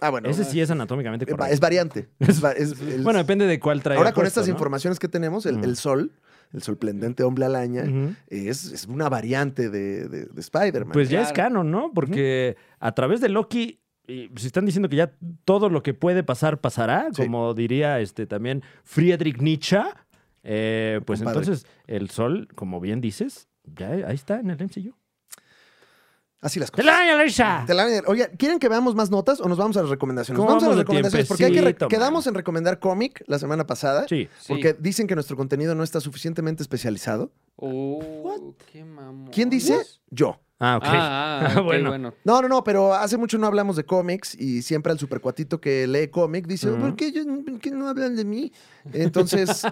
Speaker 2: Ah, bueno.
Speaker 1: ese sí es anatómicamente
Speaker 2: eh, va-
Speaker 1: correcto.
Speaker 2: es variante. Es va- es el-
Speaker 1: bueno, depende de cuál trae.
Speaker 2: ahora con
Speaker 1: puesto,
Speaker 2: estas
Speaker 1: ¿no?
Speaker 2: informaciones que tenemos, el,
Speaker 1: Ujú.
Speaker 2: el sol, el sorprendente hombre alaña,
Speaker 1: Ujú.
Speaker 2: es, es una variante de, de- de Spider-Man.
Speaker 1: Pues ya
Speaker 3: Claro.
Speaker 1: es canon, ¿no? Porque a través de Loki, y si están diciendo que ya todo lo que puede pasar, pasará,
Speaker 2: Sí.
Speaker 1: como diría este también Friedrich Nietzsche, eh, pues
Speaker 2: Compadre.
Speaker 1: entonces el sol, como bien dices, ya ahí está en el MCU.
Speaker 2: Así las cosas.
Speaker 1: ¡Telaraña, Larissa!
Speaker 2: Telaraña. Oye, ¿quieren que veamos más notas o nos vamos a las recomendaciones?
Speaker 1: ¿Cómo
Speaker 2: Vamos a las
Speaker 1: vamos de
Speaker 2: recomendaciones porque hay que re-
Speaker 1: tiempecito, man?
Speaker 2: quedamos en recomendar cómic la semana pasada
Speaker 1: Sí.
Speaker 3: Sí.
Speaker 2: porque dicen que nuestro contenido no está suficientemente especializado.
Speaker 3: Oh, qué mamón.
Speaker 2: ¿Quién dice? Yo.
Speaker 1: Ah, ok.
Speaker 3: Ah, ah, ok,
Speaker 1: Bueno.
Speaker 3: bueno.
Speaker 2: No, no, no, pero hace mucho no hablamos de cómics y siempre al supercuatito que lee cómic dice,
Speaker 1: Ujú.
Speaker 2: ¿por, qué yo- por qué no hablan de mí? Entonces,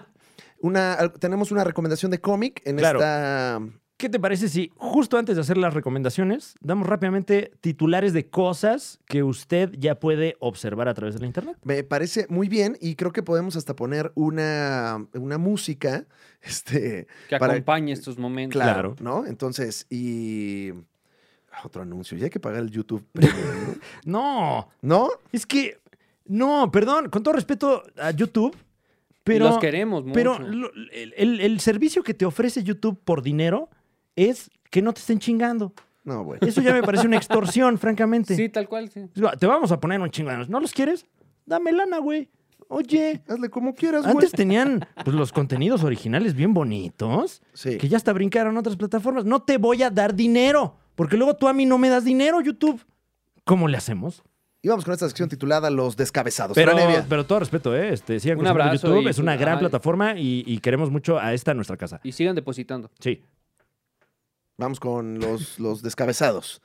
Speaker 2: una, al- tenemos una recomendación de cómic en
Speaker 1: Claro.
Speaker 2: esta...
Speaker 1: ¿Qué te parece si justo antes de hacer las recomendaciones, damos rápidamente titulares de cosas que usted ya puede observar a través de la internet?
Speaker 2: Me parece muy bien y creo que podemos hasta poner una, una música, este,
Speaker 3: Que
Speaker 2: Para-
Speaker 3: acompañe estos momentos.
Speaker 2: claro,
Speaker 1: Claro.
Speaker 2: ¿no? Entonces, y... ah, Otro anuncio, ya hay que pagar el YouTube. Premium,
Speaker 1: No,
Speaker 2: ¿No?
Speaker 1: es que, no, perdón, con todo respeto a YouTube, pero...
Speaker 3: Pero, los queremos mucho.
Speaker 1: Pero lo- el, el- el servicio que te ofrece YouTube por dinero es que no te estén chingando.
Speaker 2: ¿no? No, bueno.
Speaker 1: Eso ya me parece una extorsión, francamente.
Speaker 3: sí, tal cual, sí.
Speaker 1: Digo, Te vamos a poner un chingo de anuncios. ¿No los quieres? Dame lana, güey. Oye,
Speaker 2: Hazle como quieras, güey.
Speaker 1: antes tenían pues, los contenidos originales bien bonitos,
Speaker 2: Sí.
Speaker 1: que ya hasta brincaron a otras plataformas. No te voy a dar dinero, porque luego tú a mí no me das dinero, YouTube. ¿Cómo le hacemos?
Speaker 2: Y vamos con esta sección titulada Los Descabezados.
Speaker 1: Pero,
Speaker 2: Fran Evia.
Speaker 1: pero todo respeto, ¿eh? Este, sigan
Speaker 3: Un
Speaker 1: consumiendo
Speaker 3: abrazo
Speaker 1: YouTube,
Speaker 3: y-
Speaker 1: es una gran
Speaker 3: ay.
Speaker 1: plataforma y, y queremos mucho a esta nuestra casa.
Speaker 3: Y sigan depositando.
Speaker 1: Sí.
Speaker 2: Vamos con los, los descabezados.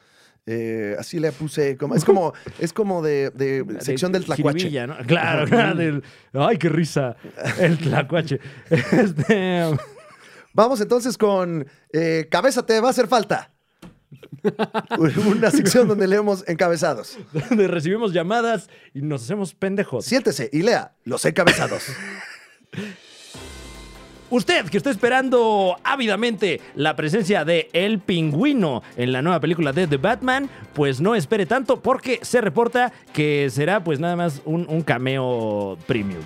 Speaker 2: Eh, así le puse. Como, es como, es como de, de
Speaker 1: De
Speaker 2: sección del tlacuache.
Speaker 1: jiribilla, ¿no? Claro, claro, del- ay, qué risa. El tlacuache. Este,
Speaker 2: Vamos entonces con eh, Cabeza te va a hacer falta. Una sección donde leemos encabezados.
Speaker 1: donde recibimos llamadas y nos hacemos pendejos.
Speaker 2: Siéntese y lea los encabezados.
Speaker 1: Usted que está esperando ávidamente la presencia de El Pingüino en la nueva película de The Batman, pues no espere tanto porque se reporta que será pues nada más un, un cameo premium.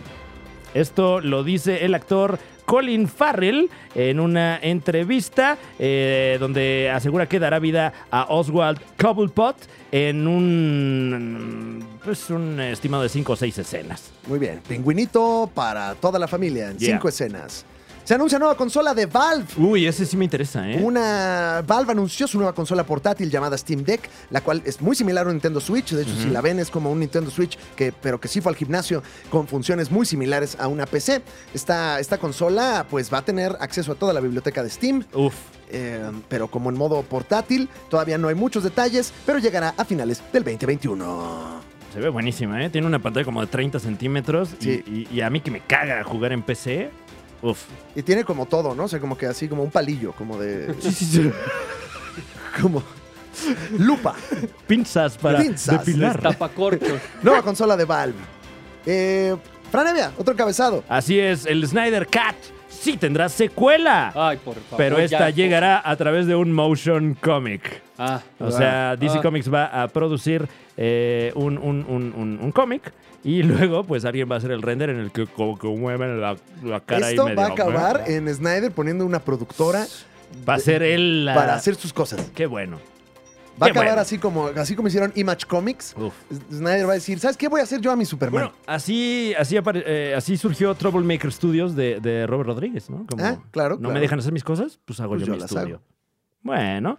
Speaker 1: Esto lo dice el actor Colin Farrell en una entrevista eh, donde asegura que dará vida a Oswald Cobblepot en un, pues, un estimado de 5 o 6 escenas.
Speaker 2: Muy bien. Pingüinito para toda la familia en
Speaker 1: Yeah.
Speaker 2: cinco escenas. Se anuncia nueva consola de Valve.
Speaker 1: Uy, ese sí me interesa, ¿eh?
Speaker 2: Una Valve anunció su nueva consola portátil llamada Steam Deck, la cual es muy similar a un Nintendo Switch. De hecho, si la ven es como un Nintendo Switch, que, pero que sí fue al gimnasio con funciones muy similares a una PC. Esta, esta consola pues va a tener acceso a toda la biblioteca de Steam,
Speaker 1: Uf.
Speaker 2: eh, pero como en modo portátil, todavía no hay muchos detalles, pero llegará a finales del 2021.
Speaker 1: Se ve buenísima, ¿eh? Tiene una pantalla como de 30 centímetros y-
Speaker 2: Sí.
Speaker 1: y, y a mí que me caga jugar en PC. Uf.
Speaker 2: Y tiene como todo, ¿no? O sea, como que así como un palillo, como de... como... Lupa.
Speaker 1: Pinzas para
Speaker 2: Pinzas.
Speaker 1: depilar.
Speaker 3: Tapacorchos.
Speaker 2: Nueva consola de Valve. Eh, Fran Evia, otro encabezado.
Speaker 1: Así es, el Snyder Cat sí tendrá secuela.
Speaker 3: Ay, por favor.
Speaker 1: pero esta
Speaker 3: Ah, ya. pues.
Speaker 1: llegará a través de un motion comic.
Speaker 3: Ah,
Speaker 1: O sea, DC
Speaker 3: Ah.
Speaker 1: Comics va a producir eh, un, un- un- un- un cómic y luego pues alguien va a hacer el render en el que como que mueven la, la cara y
Speaker 2: Esto
Speaker 1: medio-
Speaker 2: va a acabar en Snyder poniendo una productora
Speaker 1: Va a ser él la-
Speaker 2: para hacer sus cosas.
Speaker 1: Qué bueno.
Speaker 2: Va a
Speaker 1: Qué
Speaker 2: acabar
Speaker 1: bueno.
Speaker 2: así como así como hicieron Image Comics.
Speaker 1: Uf.
Speaker 2: Snyder va a decir, ¿sabes qué voy a hacer yo a mi Superman?
Speaker 1: Bueno, así, así, apare- eh, así surgió Troublemaker Studios de, de Robert Rodríguez, ¿no? Como,
Speaker 2: Ah, claro, Pues
Speaker 1: No
Speaker 2: claro.
Speaker 1: me dejan hacer mis cosas, pues hago
Speaker 2: Pues
Speaker 1: yo,
Speaker 2: yo
Speaker 1: mi
Speaker 2: las
Speaker 1: estudio. Bueno,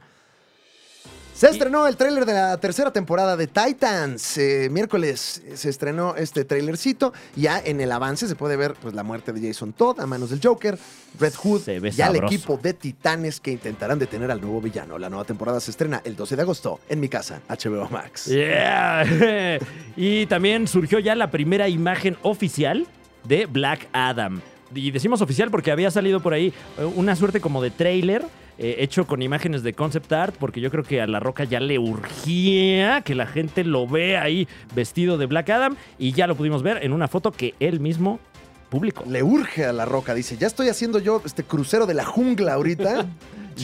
Speaker 2: Se estrenó el tráiler de la tercera temporada de Titans. Eh, miércoles se estrenó este tráilercito. Ya en el avance se puede ver pues, la muerte de Jason Todd a manos del Joker, Red Hood
Speaker 1: Se ve
Speaker 2: y al
Speaker 1: sabroso.
Speaker 2: equipo de titanes que intentarán detener al nuevo villano. La nueva temporada se estrena el 12 de agosto en mi casa, HBO Max.
Speaker 1: Yeah. y también surgió ya la primera imagen oficial de Black Adam. Y decimos oficial porque había salido por ahí eh, una suerte como de trailer. hecho con imágenes de concept art, porque yo creo que a La Roca ya le urgía que la gente lo vea ahí vestido de Black Adam, y ya lo pudimos ver en una foto que él mismo publicó.
Speaker 2: Le urge a la roca, dice, ya estoy haciendo yo este crucero de la jungla ahorita.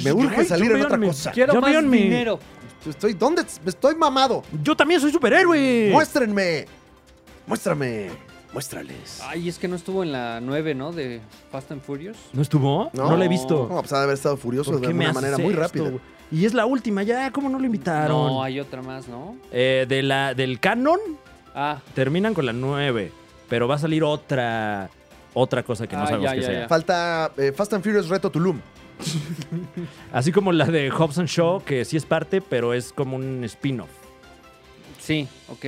Speaker 2: Me urge
Speaker 1: Ay,
Speaker 2: salir en otra
Speaker 1: chúpenme.
Speaker 2: cosa.
Speaker 3: Quiero
Speaker 1: Ya
Speaker 3: más
Speaker 1: vieron mi-
Speaker 3: dinero.
Speaker 2: Estoy, ¿dónde? Estoy mamado.
Speaker 1: ¡Yo también soy superhéroe!
Speaker 2: Muéstrenme. Muéstrame. Muéstrales.
Speaker 3: Ay, es que no estuvo en la 9, ¿no? De Fast and Furious.
Speaker 1: ¿No estuvo? No,
Speaker 2: No.
Speaker 1: lo he visto.
Speaker 2: No, pues ha de haber estado furioso
Speaker 1: ¿Por
Speaker 2: de
Speaker 1: qué me
Speaker 2: una
Speaker 1: haces
Speaker 2: manera muy
Speaker 1: esto,
Speaker 2: rápida.
Speaker 1: güey? Y es la última ya, ¿cómo no lo invitaron?
Speaker 3: No, hay otra más, ¿no?
Speaker 1: Eh, de la, del canon
Speaker 3: Ah,
Speaker 1: terminan con la 9, pero va a salir otra otra cosa que no
Speaker 3: Ah,
Speaker 1: sabemos
Speaker 3: ya,
Speaker 1: que
Speaker 3: ya,
Speaker 1: sea.
Speaker 3: ya.
Speaker 2: Falta eh, Fast and Furious Reto Tulum.
Speaker 1: Así como la de Hobson Shaw, que sí es parte, pero es como un spin-off.
Speaker 3: sí, ok.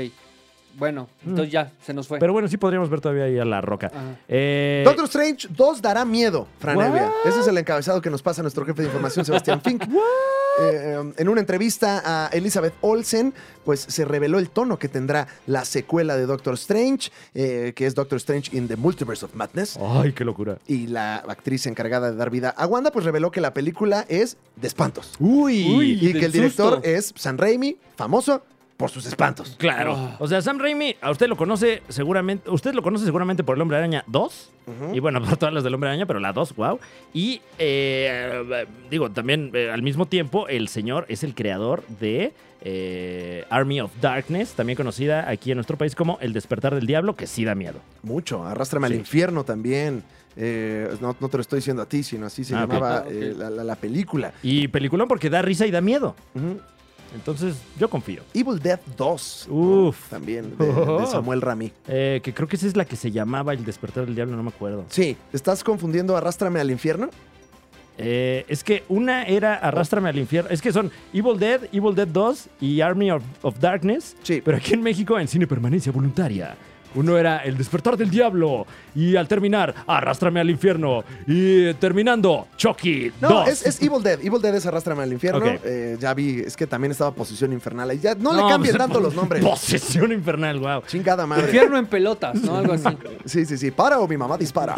Speaker 3: Bueno,
Speaker 1: Mm.
Speaker 3: entonces ya, se nos fue.
Speaker 1: Pero bueno, sí podríamos ver todavía ahí a la roca.
Speaker 3: Ajá.
Speaker 1: Eh,
Speaker 2: Doctor Strange 2 dará miedo, Fran
Speaker 1: What?
Speaker 2: Evia. Ese es el encabezado que nos pasa nuestro jefe de información, Sebastián Fink. Eh, em, en una entrevista a Elizabeth Olsen, pues se reveló el tono que tendrá la secuela de Doctor Strange, eh, que es Doctor Strange in the Multiverse of Madness.
Speaker 1: Ay, qué locura.
Speaker 2: Y la actriz encargada de dar vida a Wanda, pues reveló que la película es de espantos.
Speaker 1: Uy.
Speaker 3: Uy.
Speaker 2: Y
Speaker 3: del
Speaker 2: que el director
Speaker 3: susto.
Speaker 2: es San Raimi, famoso por sus espantos.
Speaker 1: Claro.
Speaker 3: Ah.
Speaker 1: O sea, Sam Raimi, a usted lo conoce seguramente, usted lo conoce seguramente por El Hombre Araña 2.
Speaker 2: Ujú.
Speaker 1: Y bueno, por todas las del Hombre Araña, pero la 2, wow. Y eh, digo, también eh, al mismo tiempo, el señor es el creador de eh, Army of Darkness, también conocida aquí en nuestro país como El Despertar del Diablo, que sí da miedo.
Speaker 2: Mucho. Arrástrame
Speaker 1: Sí.
Speaker 2: al infierno también. Eh, no, no te lo estoy diciendo a ti, sino así se
Speaker 1: Ah, ok.
Speaker 2: llamaba
Speaker 3: Ah, ok.
Speaker 2: eh, la, la- la película.
Speaker 1: Y peliculón porque da risa y da miedo.
Speaker 2: Ujú.
Speaker 1: Entonces, yo confío.
Speaker 2: Evil Dead 2. ¿no?
Speaker 1: Uf.
Speaker 2: También, de, de Samuel Rami.
Speaker 1: Eh, que creo que esa es la que se llamaba El Despertar del Diablo, no me acuerdo.
Speaker 2: Sí, ¿estás confundiendo Arrástrame al infierno?
Speaker 1: Eh, es que una era Arrástrame al infierno. Es que son Evil Dead, Evil Dead 2 y Army of, of Darkness.
Speaker 2: Sí.
Speaker 1: Pero aquí en México en cine permanencia voluntaria. Uno era El despertar del diablo y al terminar Arrástrame al infierno y eh, terminando Chucky
Speaker 2: No,
Speaker 1: 2.
Speaker 2: es, es Evil Dead. Evil Dead es Arrástrame al infierno.
Speaker 1: Ok.
Speaker 2: Eh, ya vi, es que también estaba Posición Infernal. ahí. Ya, no,
Speaker 1: No,
Speaker 2: le cambien
Speaker 1: pues,
Speaker 2: tanto los nombres.
Speaker 1: Posesión infernal, wow.
Speaker 2: Chingada madre.
Speaker 3: Infierno en pelotas, ¿no? Algo así.
Speaker 2: Sí, sí, sí. Para o mi mamá dispara.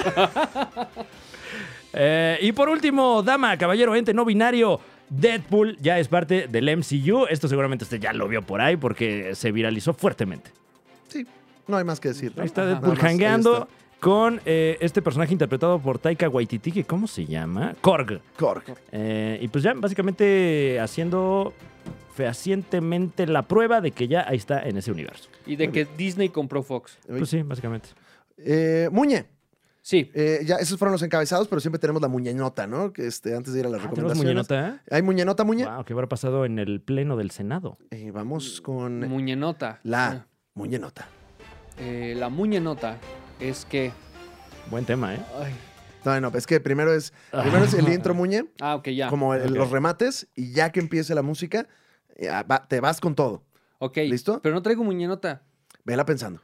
Speaker 1: Eh, y por último, dama, caballero, ente no binario, Deadpool ya es parte del MCU. Esto seguramente usted ya lo vio por ahí porque se viralizó fuertemente.
Speaker 2: Sí, no hay más que decir. ¿no?
Speaker 1: Ahí está
Speaker 3: Ajá.
Speaker 1: Deadpool
Speaker 2: Nada más, ahí
Speaker 1: hangueando
Speaker 2: está.
Speaker 1: con eh, este personaje interpretado por Taika Waititi, que ¿cómo se llama? Korg.
Speaker 2: Korg.
Speaker 1: Eh, y pues ya básicamente haciendo fehacientemente la prueba de que ya ahí está en ese universo.
Speaker 3: Y de que Disney compró Fox.
Speaker 1: Pues sí, básicamente.
Speaker 2: Eh, Muñe.
Speaker 3: Sí.
Speaker 2: Eh, ya, esos fueron los encabezados, pero siempre tenemos la muñeñota, ¿no? Que este, antes de ir a las
Speaker 1: Ah, ¿tenemos
Speaker 2: recomendaciones.
Speaker 1: muñenota?
Speaker 2: ¿Hay muñeñota, Muñe?
Speaker 1: Wow, ¿qué habrá pasado en el Pleno del Senado?
Speaker 2: Eh, vamos con
Speaker 3: Muñenota. Ah,
Speaker 2: la muñeñota.
Speaker 3: Eh, la muñenota es que.
Speaker 1: Buen tema, ¿eh?
Speaker 3: ay.
Speaker 2: No, no, es que primero es, primero es el intro, Muñe,
Speaker 3: Ah, ok, ya.
Speaker 2: como el-
Speaker 1: ok.
Speaker 2: los remates, y ya que empiece la música, eh, ah, va- te vas con todo.
Speaker 3: Ok.
Speaker 2: ¿Listo?
Speaker 3: Pero no traigo muñenota.
Speaker 2: Vela pensando.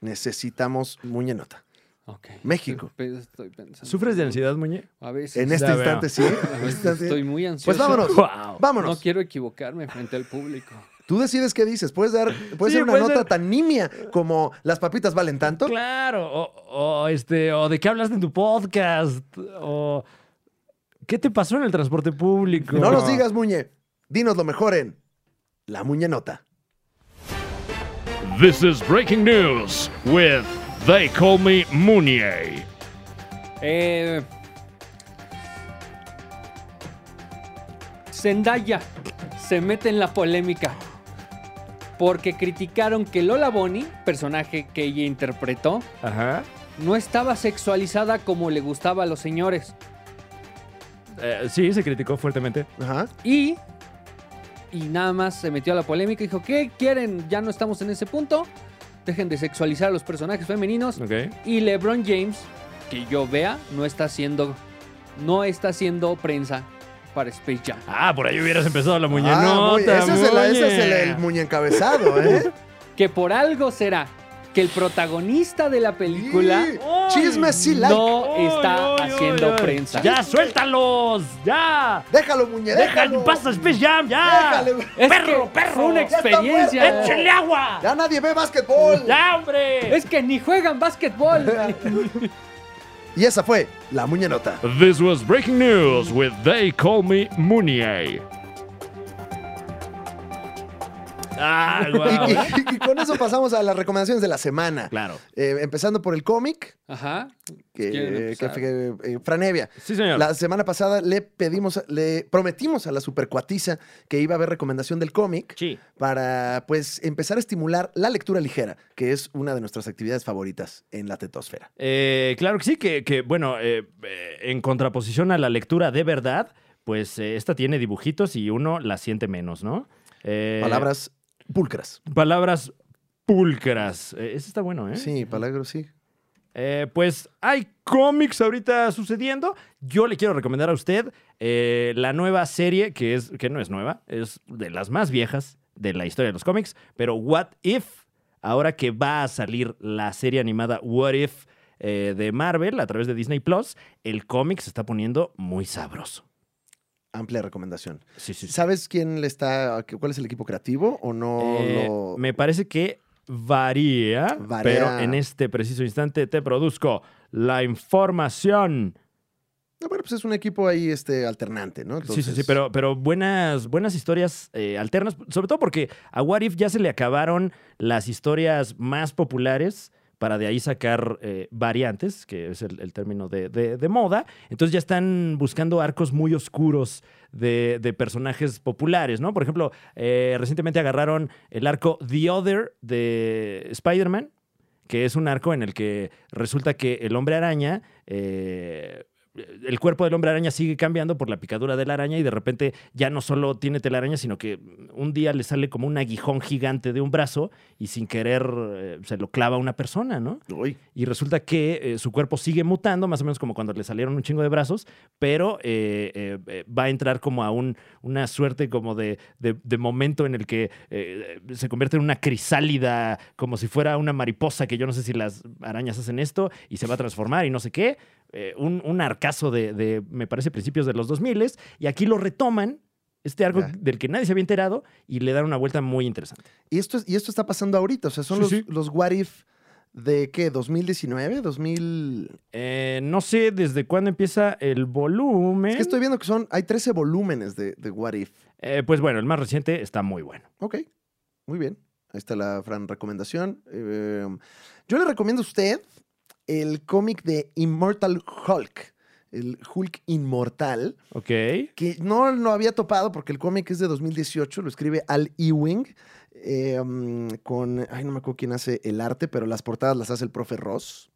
Speaker 2: Necesitamos muñeñota.
Speaker 3: Ok.
Speaker 2: México.
Speaker 3: Pe- Estoy pensando.
Speaker 1: ¿Sufres de ansiedad, Muñe?
Speaker 3: A veces.
Speaker 2: En este
Speaker 1: Ya veo.
Speaker 2: instante, sí.
Speaker 3: a
Speaker 2: En
Speaker 3: veces
Speaker 2: este instante-
Speaker 3: Estoy muy ansioso.
Speaker 2: Pues vámonos.
Speaker 1: Wow.
Speaker 2: Vámonos.
Speaker 3: No quiero equivocarme frente al público.
Speaker 2: Tú decides qué dices. Puedes dar, puede
Speaker 1: Sí,
Speaker 2: ser una
Speaker 1: puede
Speaker 2: nota
Speaker 1: ser.
Speaker 2: tan nimia como las papitas valen tanto.
Speaker 1: Claro, o, o, este, o de qué hablaste en tu podcast, o qué te pasó en el transporte público.
Speaker 2: No nos digas, Muñe. Dinos lo mejor en La Muñenota.
Speaker 5: This is breaking news with They Call Me Mounier.
Speaker 3: Eh. Zendaya se mete en la polémica porque criticaron que Lola Bonnie, personaje que ella interpretó,
Speaker 1: Ajá.
Speaker 3: no estaba sexualizada como le gustaba a los señores.
Speaker 1: Eh, sí, se criticó fuertemente.
Speaker 2: Ajá.
Speaker 3: Y, y nada más se metió a la polémica y dijo, ¿qué quieren? Ya no estamos en ese punto. Dejen de sexualizar a los personajes femeninos.
Speaker 1: Ok.
Speaker 3: Y LeBron James, que yo vea, no está siendo no está haciendo prensa para Space Jam.
Speaker 1: Ah, por ahí hubieras empezado la muñeca.
Speaker 2: Ah, muy- ese es el, ese es el, el muñencabezado, ¿eh?
Speaker 3: Que por algo será que el protagonista de la película
Speaker 2: Y- Chisme sí, like.
Speaker 3: no está
Speaker 1: Ay, ay,
Speaker 3: haciendo
Speaker 1: ay.
Speaker 3: prensa.
Speaker 1: ¡Ya, suéltalos! ¡Ya!
Speaker 2: Déjalo, muñe,
Speaker 1: ¡Deja
Speaker 2: déjalo.
Speaker 1: en paz a Space Jam! ¡Ya!
Speaker 2: Déjale.
Speaker 3: Es
Speaker 1: ¡Perro,
Speaker 3: que
Speaker 1: perro!
Speaker 3: Fue una
Speaker 2: Ya está
Speaker 3: experiencia.
Speaker 2: muerto.
Speaker 1: ¡Échenle agua! ¡Ya,
Speaker 2: Ya nadie ve básquetbol.
Speaker 1: hombre!
Speaker 3: Es que ni juegan básquetbol.
Speaker 2: Y esa fue la muñenota.
Speaker 5: This was breaking news with They Call Me Mounier.
Speaker 1: ¡Ah, guau!
Speaker 2: Y, y- y con eso pasamos a las recomendaciones de la semana.
Speaker 1: Claro.
Speaker 2: Eh, empezando por el cómic,
Speaker 3: Ajá. ¿Quieren
Speaker 2: que,
Speaker 3: empezar?
Speaker 2: que- eh, Franevia.
Speaker 1: Sí, señor.
Speaker 2: La semana pasada le pedimos, le prometimos a la supercuatiza que iba a haber recomendación del cómic
Speaker 1: Sí.
Speaker 2: para pues empezar a estimular la lectura ligera, que es una de nuestras actividades favoritas en la tetosfera.
Speaker 1: Eh, claro que sí, que, que, bueno, eh, eh, en contraposición a la lectura de verdad, pues eh, esta tiene dibujitos y uno la siente menos, ¿no? Eh,
Speaker 2: Palabras pulcras.
Speaker 1: Palabras pulcras. Eh, ese está bueno, ¿eh?
Speaker 2: Sí, palabras, sí.
Speaker 1: Eh, pues hay cómics ahorita sucediendo. Yo le quiero recomendar a usted eh, la nueva serie, que, es, que no es nueva, es de las más viejas de la historia de los cómics, pero What If, ahora que va a salir la serie animada What If eh, de Marvel a través de Disney Plus, el cómic se está poniendo muy sabroso.
Speaker 2: Amplia recomendación.
Speaker 1: Sí, sí, sí.
Speaker 2: ¿Sabes quién le está, cuál es el equipo creativo o no
Speaker 1: Eh,
Speaker 2: lo-
Speaker 1: Me parece que varía,
Speaker 2: Varía.
Speaker 1: pero en este preciso instante te produzco la información.
Speaker 2: No, bueno, pues es un equipo ahí este, alternante, ¿no?
Speaker 1: Sí, sí, sí,
Speaker 2: Entonces,
Speaker 1: pero, pero buenas, buenas historias eh, alternas, sobre todo porque a What If ya se le acabaron las historias más populares para de ahí sacar eh, variantes, que es el, el término de, de- de moda. Entonces ya están buscando arcos muy oscuros de, de personajes populares, ¿no? Por ejemplo, eh, recientemente agarraron el arco The Other de Spider-Man, que es un arco en el que resulta que el hombre araña, eh, el cuerpo del hombre araña sigue cambiando por la picadura de la araña y de repente ya no solo tiene telaraña, sino que un día le sale como un aguijón gigante de un brazo y sin querer eh, se lo clava a una persona, ¿no?
Speaker 2: Uy,
Speaker 1: Y resulta que eh, su cuerpo sigue mutando, más o menos como cuando le salieron un chingo de brazos, pero eh, eh, eh, va a entrar como a un, una suerte como de, de- de momento en el que eh, se convierte en una crisálida, como si fuera una mariposa, que yo no sé si las arañas hacen esto, y se va a transformar y no sé qué. Eh, un, un arcazo de, de, me parece, principios de los 2000 y aquí lo retoman. Este arco
Speaker 2: Ya.
Speaker 1: del que nadie se había enterado y le dan una vuelta muy interesante.
Speaker 2: Y esto, es- y esto está pasando ahorita, o sea, son
Speaker 1: Sí,
Speaker 2: los,
Speaker 1: sí.
Speaker 2: los what if de qué, 2019, 2000...
Speaker 1: Eh, no sé desde cuándo empieza el volumen.
Speaker 2: Es que estoy viendo que son, hay 13 volúmenes de, de what if.
Speaker 1: Eh, pues bueno, el más reciente está muy bueno.
Speaker 2: Ok, muy bien. Ahí está la Fran recomendación. Eh, yo le recomiendo a usted el cómic de Immortal Hulk, el Hulk Inmortal.
Speaker 1: Ok.
Speaker 2: que no lo había topado porque el cómic es de 2018, lo escribe Al Ewing, eh, mm, con, ay, no me acuerdo quién hace el arte, pero las portadas las hace el profe Ross.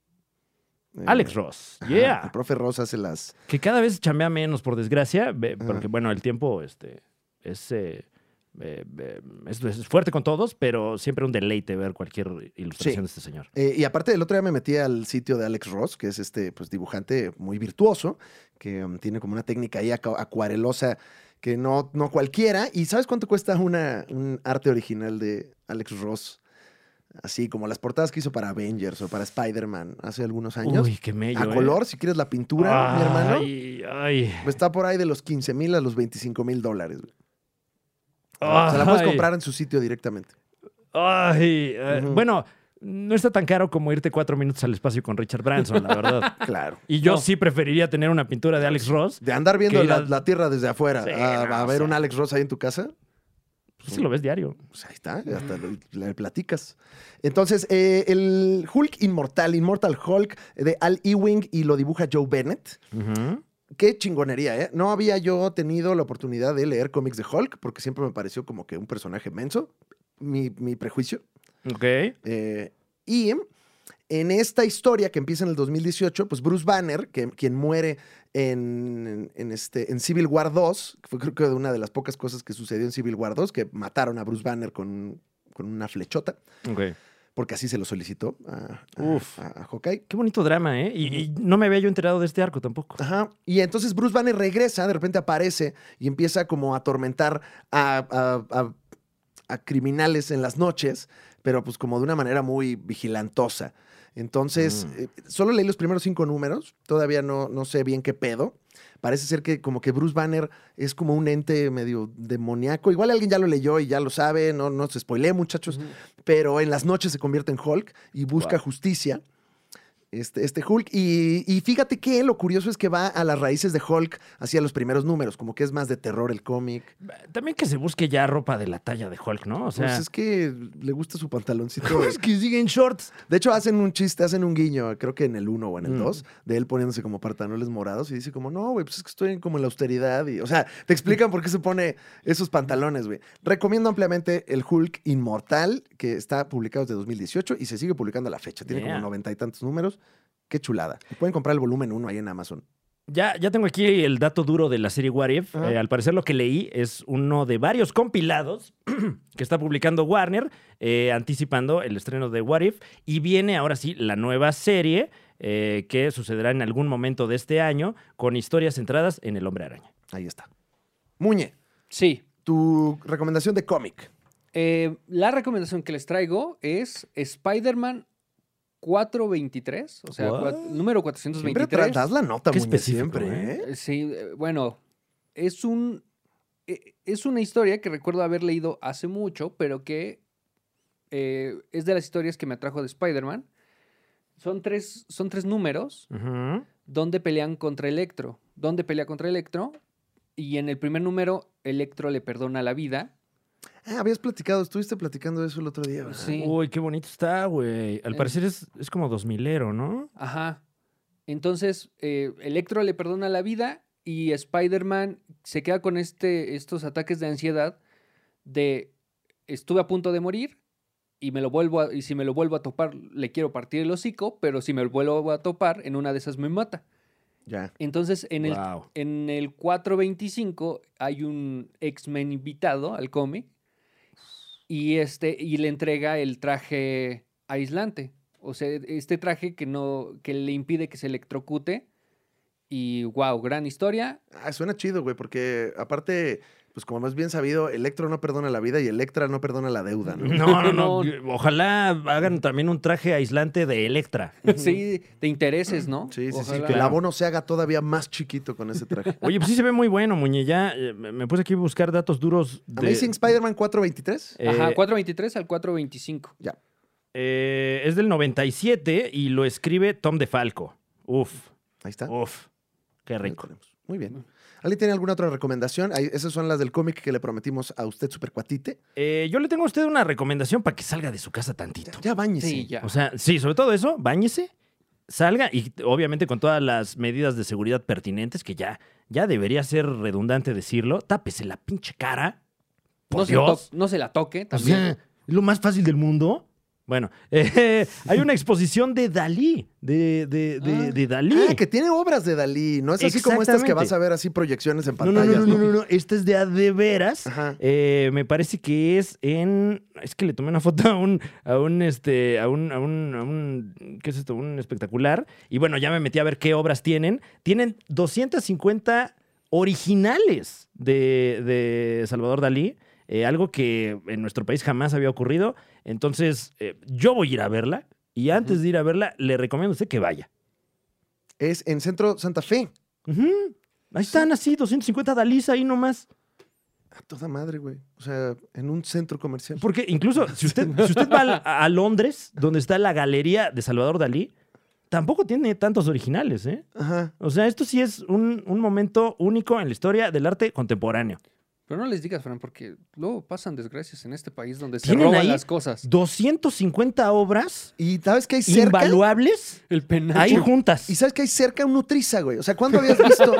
Speaker 2: Eh,
Speaker 1: Alex Ross.
Speaker 2: ajá, El
Speaker 1: Yeah.
Speaker 2: profe Ross hace las...
Speaker 1: Que cada vez chambea menos, por desgracia, ve-
Speaker 2: Ajá.
Speaker 1: porque bueno, el tiempo este, es, eh, eh, eh, es- es fuerte con todos, pero siempre un deleite ver cualquier ilustración
Speaker 2: Sí.
Speaker 1: de este señor.
Speaker 2: eh, y aparte, el otro día me metí al sitio de Alex Ross, que es este pues, dibujante muy virtuoso, que mm, tiene como una técnica ahí acu- acuarelosa que no, no cualquiera. ¿Y sabes cuánto cuesta una, un arte original de Alex Ross? Así como las portadas que hizo para Avengers o para Spider-Man hace algunos años.
Speaker 1: Uy, qué mello.
Speaker 2: A
Speaker 1: eh.
Speaker 2: color, si quieres la pintura, mi hermano.
Speaker 1: Ay, ay.
Speaker 2: pues Está por ahí de los 15 mil a los 25 mil dólares. güey. O sea, la puedes
Speaker 1: Ay,
Speaker 2: comprar en su sitio directamente.
Speaker 1: ay, eh,
Speaker 2: Ujú.
Speaker 1: Bueno, no está tan caro como irte cuatro minutos al espacio con Richard Branson, la verdad.
Speaker 2: Claro.
Speaker 1: Y yo
Speaker 3: No.
Speaker 1: sí preferiría tener una pintura de Alex Ross.
Speaker 2: De andar viendo
Speaker 1: Que
Speaker 2: la,
Speaker 1: la-
Speaker 2: la tierra desde afuera
Speaker 1: Sí,
Speaker 2: a,
Speaker 1: no,
Speaker 2: a
Speaker 1: o
Speaker 2: ver
Speaker 1: sea.
Speaker 2: un Alex Ross ahí en tu casa,
Speaker 1: Pues si lo ves diario.
Speaker 2: pues ahí está, ya hasta lo- le platicas. Entonces, eh, el Hulk Inmortal, Inmortal Hulk de Al Ewing y lo dibuja Joe Bennett.
Speaker 1: Ujú.
Speaker 2: Qué chingonería, ¿eh? No había yo tenido la oportunidad de leer cómics de Hulk porque siempre me pareció como que un personaje menso, mi, mi prejuicio.
Speaker 1: Ok.
Speaker 2: Eh, y en esta historia que empieza en el 2018, pues Bruce Banner, que, quien muere en, en este, en Civil War 2, que fue creo que una de las pocas cosas que sucedió en Civil War 2, que mataron a Bruce Banner con, con una flechota,
Speaker 1: Ok.
Speaker 2: porque así se lo solicitó a, a-
Speaker 1: Uf.
Speaker 2: a- a Hawkeye.
Speaker 1: Qué bonito drama, ¿eh? Y, y no me había yo enterado de este arco tampoco.
Speaker 2: Ajá. Y entonces Bruce Banner regresa, de repente aparece y empieza como a atormentar a, a- a- a criminales en las noches, pero pues como de una manera muy vigilantosa. Entonces,
Speaker 1: Mm.
Speaker 2: eh, solo leí los primeros cinco números, todavía no, no sé bien qué pedo. Parece ser que como que Bruce Banner es como un ente medio demoníaco. Igual alguien ya lo leyó y ya lo sabe, no, no se spoilé, muchachos
Speaker 3: Ujú.
Speaker 2: pero en las noches se convierte en Hulk y busca
Speaker 1: Wow.
Speaker 2: justicia. Este, este Hulk. Y, y fíjate que lo curioso es que va a las raíces de Hulk hacia los primeros números, como que es más de terror el cómic.
Speaker 1: También que se busque ya ropa de la talla de Hulk, ¿no? O sea,
Speaker 2: pues es que le gusta su pantaloncito.
Speaker 1: es que siguen shorts.
Speaker 2: De hecho, hacen un chiste, hacen un guiño, creo que en el 1 o en el
Speaker 1: Mm.
Speaker 2: 2, de él poniéndose como pantalones morados y dice como, no, güey, pues es que estoy como en la austeridad. Y, o sea, te explican por qué se pone esos pantalones, güey. Recomiendo ampliamente el Hulk Inmortal, que está publicado desde 2018 y se sigue publicando a la fecha. Tiene
Speaker 1: Yeah.
Speaker 2: como noventa y tantos números. Qué chulada. Y pueden comprar el volumen 1 ahí en Amazon.
Speaker 1: Ya, ya tengo aquí el dato duro de la serie What If.
Speaker 2: Ajá.
Speaker 1: Eh, al parecer lo que leí es uno de varios compilados que está publicando Warner, eh, anticipando el estreno de What If. Y viene ahora sí la nueva serie eh, que sucederá en algún momento de este año con historias centradas en el hombre araña.
Speaker 2: Ahí está. Muñe,
Speaker 3: Sí.
Speaker 2: tu recomendación de cómic.
Speaker 3: Eh, la recomendación que les traigo es Spider-Man 423, o sea,
Speaker 1: What?
Speaker 3: cuat- número
Speaker 2: Siempre
Speaker 3: 423.
Speaker 2: tratas la nota,
Speaker 1: Qué
Speaker 2: Muñe,
Speaker 1: específico,
Speaker 2: siempre.
Speaker 1: ¿eh?
Speaker 2: ¿eh?
Speaker 3: Eh, Sí, eh, bueno, es un eh, es una historia que recuerdo haber leído hace mucho, pero que eh, es de las historias que me atrajo de Spider-Man. Son tres, son tres números donde pelean contra Electro. Donde pelea contra Electro. Y en el primer número, Electro le perdona la vida.
Speaker 2: Ah, habías platicado, estuviste platicando de eso el otro día. ¿verdad?
Speaker 3: Sí.
Speaker 1: Uy, qué bonito está, güey. Al
Speaker 3: Eh.
Speaker 1: parecer es, es como dos milero, ¿no?
Speaker 3: Ajá. Entonces, eh, Electro le perdona la vida y Spider-Man se queda con este, estos ataques de ansiedad de estuve a punto de morir y, me lo vuelvo a- y si me lo vuelvo a topar le quiero partir el hocico, pero si me lo vuelvo a topar en una de esas me mata.
Speaker 2: Ya.
Speaker 3: Entonces, en el
Speaker 1: Wow.
Speaker 3: en el 425 hay un X-Men invitado al cómic y, este, y le entrega el traje aislante. O sea, este traje que, no, que le impide que se electrocute. Y wow, gran historia.
Speaker 2: Ah, suena chido, güey, porque aparte, pues como más bien sabido, Electro no perdona la vida y Electra no perdona la deuda, ¿no?
Speaker 1: No, no, no. Ojalá hagan también un traje aislante de Electra.
Speaker 3: sí, de intereses, ¿no?
Speaker 2: Sí, sí, sí.
Speaker 3: Ojalá.
Speaker 2: Que el abono se haga todavía más chiquito con ese traje.
Speaker 1: Oye, pues sí se ve muy bueno, Muñe. Ya eh, me me puse aquí a buscar datos duros de...
Speaker 2: Amazing Spider-Man 423.
Speaker 1: eh,
Speaker 3: Ajá, 423 al 425.
Speaker 1: eh, es del 97 y lo escribe Tom DeFalco. Uf,
Speaker 2: Ahí está.
Speaker 1: uf. Qué oh, rico.
Speaker 2: Ahí lo tenemos. Muy bien. ¿Alguien tiene alguna otra recomendación? Ahí- esas son las del cómic que le prometimos a usted, Supercuatite.
Speaker 1: Eh, yo le tengo a usted una recomendación para que salga de su casa tantito.
Speaker 2: Ya bañese.
Speaker 3: Sí, ya.
Speaker 1: O sea, sí, sobre todo eso, báñese, salga y obviamente con todas las medidas de seguridad pertinentes, que ya, ya debería ser redundante decirlo, tápese la pinche cara. Por
Speaker 3: no, se
Speaker 1: Dios.
Speaker 3: to- no se la toque
Speaker 1: O
Speaker 3: también.
Speaker 1: sea, lo más fácil del mundo. Bueno, eh, hay una exposición de Dalí, de, de, de-
Speaker 3: Ah.
Speaker 1: de Dalí.
Speaker 2: Ah, que tiene obras de Dalí. No es así como estas que
Speaker 1: Exactamente.
Speaker 2: vas a ver así proyecciones en
Speaker 1: no, no, no,
Speaker 2: pantallas.
Speaker 1: no, no, no, no, esta es de a de veras.
Speaker 2: Ajá.
Speaker 1: Eh, me parece que es en. Es que le tomé una foto a un. a un este. a un, a un. a un- ¿Qué es esto? Un espectacular. Y bueno, ya me metí a ver qué obras tienen. Tienen 250 originales de, de Salvador Dalí. eh, algo que en nuestro país jamás había ocurrido. Entonces, eh, yo voy a ir a verla. Y antes de ir a verla, le recomiendo a usted que vaya.
Speaker 2: Es en Centro Santa Fe.
Speaker 1: Ujú. Ahí están así, 250 Dalís ahí nomás.
Speaker 2: A toda madre, güey. O sea, en un centro comercial.
Speaker 1: Porque incluso si usted, si usted va al- a, Londres, donde está la galería de Salvador Dalí, tampoco tiene tantos originales, ¿eh?
Speaker 2: Ajá.
Speaker 1: O sea, esto sí es un, un momento único en la historia del arte contemporáneo.
Speaker 3: Pero no les digas, Fran, porque luego pasan desgracias en este país donde se
Speaker 1: ¿Tienen
Speaker 3: roban
Speaker 1: ahí?
Speaker 3: las cosas.
Speaker 1: 250 obras
Speaker 2: Y sabes que hay cerca.
Speaker 1: invaluables
Speaker 3: El penal.
Speaker 1: ahí juntas.
Speaker 2: Y sabes que hay cerca un Nutriza, güey. O sea, ¿cuándo habías visto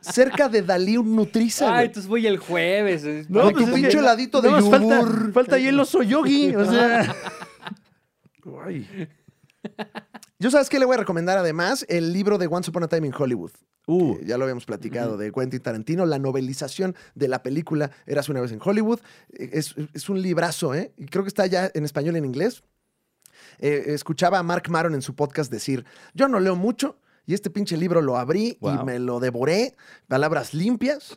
Speaker 2: cerca de Dalí un Nutriza,
Speaker 3: Ah,
Speaker 2: güey?
Speaker 3: entonces voy el jueves. es-
Speaker 2: No, pues Con tu
Speaker 1: pues es
Speaker 2: pinche
Speaker 1: que-
Speaker 2: heladito de
Speaker 1: nada más Falta,
Speaker 2: yogur.
Speaker 1: falta ahí el oso yogi. O sea,
Speaker 2: Ay. Yo sabes que le voy a recomendar además el libro de Once Upon a Time in Hollywood.
Speaker 1: Uh,
Speaker 2: que Eh, ya lo habíamos platicado, de Quentin Tarantino, la novelización de la película Eras una vez en Hollywood. Eh, Es, es un librazo, ¿eh? Y creo que está ya en español y en inglés. Eh, escuchaba a Mark Maron en su podcast decir, yo no leo mucho y este pinche libro lo abrí y
Speaker 1: Wow.
Speaker 2: me lo devoré, palabras limpias.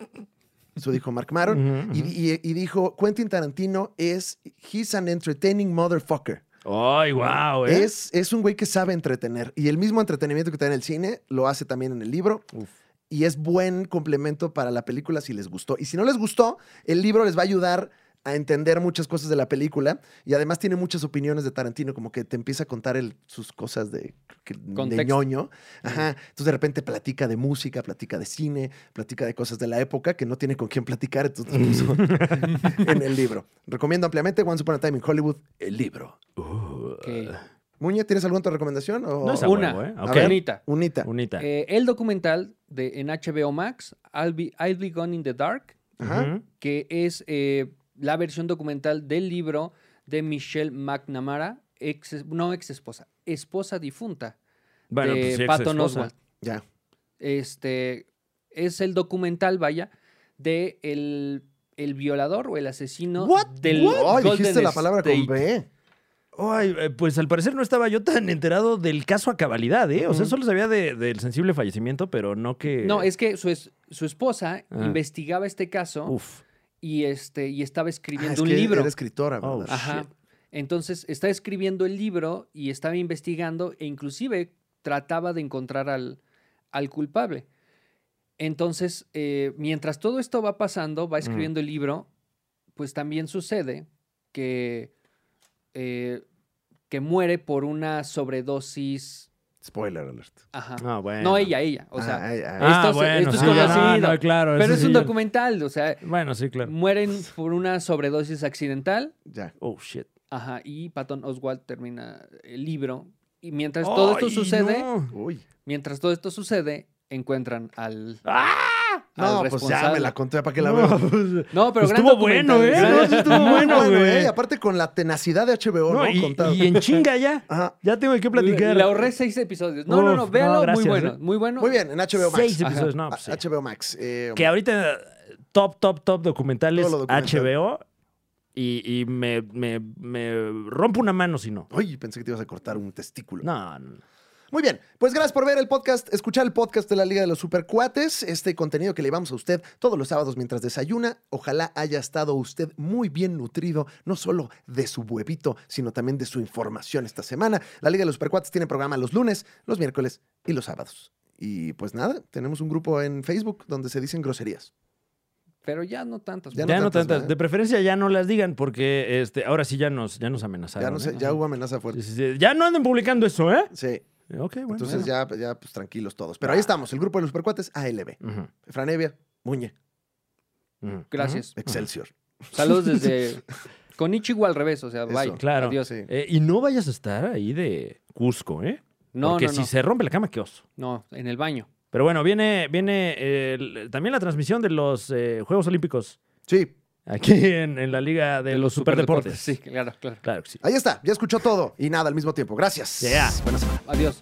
Speaker 2: Eso dijo Mark Maron.
Speaker 1: Ujú,
Speaker 2: y, y- y dijo, Quentin Tarantino es, he's an entertaining motherfucker.
Speaker 1: ¡Ay, wow! ¿eh?
Speaker 2: Es, es un güey que sabe entretener. Y el mismo entretenimiento que te da en el cine lo hace también en el libro.
Speaker 1: Uf.
Speaker 2: Y es buen complemento para la película si les gustó. Y si no les gustó, el libro les va a ayudar a entender muchas cosas de la película. Y además tiene muchas opiniones de Tarantino, como que te empieza a contar el- sus cosas de, que- de
Speaker 3: Contexto.
Speaker 2: ñoño. Ajá. Entonces de repente platica de música, platica de cine, platica de cosas de la época que no tiene con quién platicar. Entonces lo puso en el libro. Recomiendo ampliamente Once Upon a Time in Hollywood, el libro.
Speaker 3: Ok.
Speaker 2: Muñe, ¿tienes alguna otra recomendación? O...
Speaker 1: No es a
Speaker 3: Una.
Speaker 1: huevo, ¿eh?
Speaker 2: A
Speaker 1: Ok.
Speaker 2: ver.
Speaker 3: Bonita.
Speaker 2: Unita.
Speaker 1: Bonita.
Speaker 3: Eh, el documental de, en HBO Max, I'll Be, I'll Be Gone in the Dark,
Speaker 2: Ajá.
Speaker 1: Ujú.
Speaker 3: que es eh, la versión documental del libro de Michelle McNamara, ex, no ex esposa, esposa difunta
Speaker 1: Bueno,
Speaker 3: de
Speaker 2: eh,
Speaker 1: pues sí,
Speaker 3: Patton
Speaker 1: exesposa.
Speaker 3: Oswalt.
Speaker 2: Ya.
Speaker 3: Este, es el documental, vaya, de el, el violador o el asesino del
Speaker 2: Ay,
Speaker 3: Golden
Speaker 2: Oh, dijiste la palabra
Speaker 3: State.
Speaker 2: con B.
Speaker 1: Ay, eh, pues al parecer no estaba yo tan enterado del caso a cabalidad, ¿eh? O sea,
Speaker 2: Ujú.
Speaker 1: solo sabía de- del sensible fallecimiento, pero no que.
Speaker 3: No, es que su, es- su esposa
Speaker 1: Ah.
Speaker 3: investigaba este caso
Speaker 1: Uf.
Speaker 3: y este y estaba
Speaker 2: Ah,
Speaker 3: escribiendo
Speaker 2: es
Speaker 3: un
Speaker 2: que
Speaker 3: libro.
Speaker 2: Era escritora,
Speaker 1: Oh,
Speaker 2: ¿verdad?
Speaker 3: Ajá.
Speaker 1: Shit.
Speaker 3: Entonces, estaba escribiendo el libro y estaba investigando e inclusive trataba de encontrar al, al culpable. Entonces, eh, mientras todo esto va pasando,
Speaker 1: Mm.
Speaker 3: va escribiendo el libro, pues también sucede que, eh, que muere por una sobredosis.
Speaker 2: Spoiler alert.
Speaker 3: Ajá.
Speaker 1: Ah, bueno.
Speaker 3: No ella, ella. O sea,
Speaker 2: Ah, ay, ay.
Speaker 3: Ah, esto es- esto es
Speaker 1: ya,
Speaker 3: conocido.
Speaker 1: ah, claro,
Speaker 3: pero
Speaker 1: eso
Speaker 3: es
Speaker 1: sí
Speaker 3: un
Speaker 1: ya-
Speaker 3: documental, o sea,
Speaker 1: Bueno, sí, claro.
Speaker 3: mueren
Speaker 1: pues
Speaker 3: por una sobredosis accidental.
Speaker 2: ya.
Speaker 1: Oh, shit.
Speaker 3: Ajá, y Patton Oswald termina el libro. Y mientras Pues, todo esto
Speaker 1: Ay,
Speaker 3: sucede,
Speaker 1: no.
Speaker 2: Uy.
Speaker 3: mientras todo esto sucede, encuentran al,
Speaker 1: ¡Ah!
Speaker 3: al
Speaker 2: No, pues ya
Speaker 3: responsable.
Speaker 2: me la conté, ¿para qué la
Speaker 1: No,
Speaker 2: veo?
Speaker 1: pues-
Speaker 3: No, pero gran
Speaker 1: Estuvo bueno, ¿eh?
Speaker 3: documental.
Speaker 1: No, sí estuvo bueno, güey.
Speaker 2: eh. Aparte con la tenacidad de HBO, ¿no?
Speaker 1: No, y,
Speaker 2: Contado.
Speaker 1: y en chinga ya.
Speaker 2: Ajá.
Speaker 1: Ya tengo que platicar.
Speaker 3: Le ahorré seis episodios. No, no, no,
Speaker 1: Uf,
Speaker 3: véalo,
Speaker 1: no, gracias,
Speaker 3: muy bueno,
Speaker 1: ¿eh?
Speaker 3: muy bueno.
Speaker 2: Muy bien, en HBO Max.
Speaker 1: Seis episodios, no, pues,
Speaker 2: Ah,
Speaker 1: sí.
Speaker 2: HBO Max. eh,
Speaker 1: Que ahorita eh, top, top, top documentales
Speaker 2: Todo lo documental.
Speaker 1: HBO y, y me, me, me rompo una mano si no.
Speaker 2: Uy, pensé que te ibas a cortar un testículo.
Speaker 1: No, no. no.
Speaker 2: Muy bien, pues gracias por ver el podcast, escuchar el podcast de la Liga de los Supercuates, este contenido que le vamos a usted todos los sábados mientras desayuna. Ojalá haya estado usted muy bien nutrido, no solo de su huevito, sino también de su información esta semana. La Liga de los Supercuates tiene programa los lunes, los miércoles y los sábados. Y pues nada, tenemos un grupo en Facebook donde se dicen groserías.
Speaker 3: Pero ya no tantas.
Speaker 2: Ya
Speaker 1: Ya,
Speaker 2: no
Speaker 1: no
Speaker 2: tantas, ¿eh?
Speaker 1: tantas.
Speaker 2: ¿verdad?
Speaker 1: De preferencia ya no las digan porque este, ahora sí ya nos, ya nos amenazaron.
Speaker 2: Ya, no sé,
Speaker 1: ¿eh?
Speaker 2: ya hubo amenaza
Speaker 1: Sí,
Speaker 2: fuerte.
Speaker 1: sí, sí. Ya no anden publicando eso, ¿eh?
Speaker 2: Sí,
Speaker 1: Ok, bueno.
Speaker 2: entonces
Speaker 1: bueno. Ah.
Speaker 2: ya, ya pues tranquilos todos. Pero ahí estamos, el grupo de los Supercuates ALB.
Speaker 1: Ujú,
Speaker 2: Franevia, Muñe,
Speaker 1: ujú.
Speaker 3: Gracias.
Speaker 2: Excelsior.
Speaker 3: Saludos desde. Con Ichigo al revés, o sea,
Speaker 2: Eso,
Speaker 3: bye.
Speaker 1: claro.
Speaker 3: Adiós.
Speaker 2: Sí.
Speaker 1: Eh, y no vayas a estar ahí de Cusco, ¿eh?
Speaker 3: No,
Speaker 1: Porque
Speaker 3: no,
Speaker 1: si
Speaker 3: no.
Speaker 1: se rompe la cama, qué oso.
Speaker 3: No, en el baño.
Speaker 1: Pero bueno, viene, viene eh, el- también la transmisión de los eh, Juegos Olímpicos
Speaker 2: Sí,
Speaker 1: aquí en, en la Liga de, los Superdeportes.
Speaker 3: Sí, claro, claro.
Speaker 1: Claro que sí.
Speaker 2: Ahí está, ya escuchó todo y nada al mismo tiempo. Gracias.
Speaker 1: Yeah.
Speaker 2: Buenas
Speaker 3: Adiós.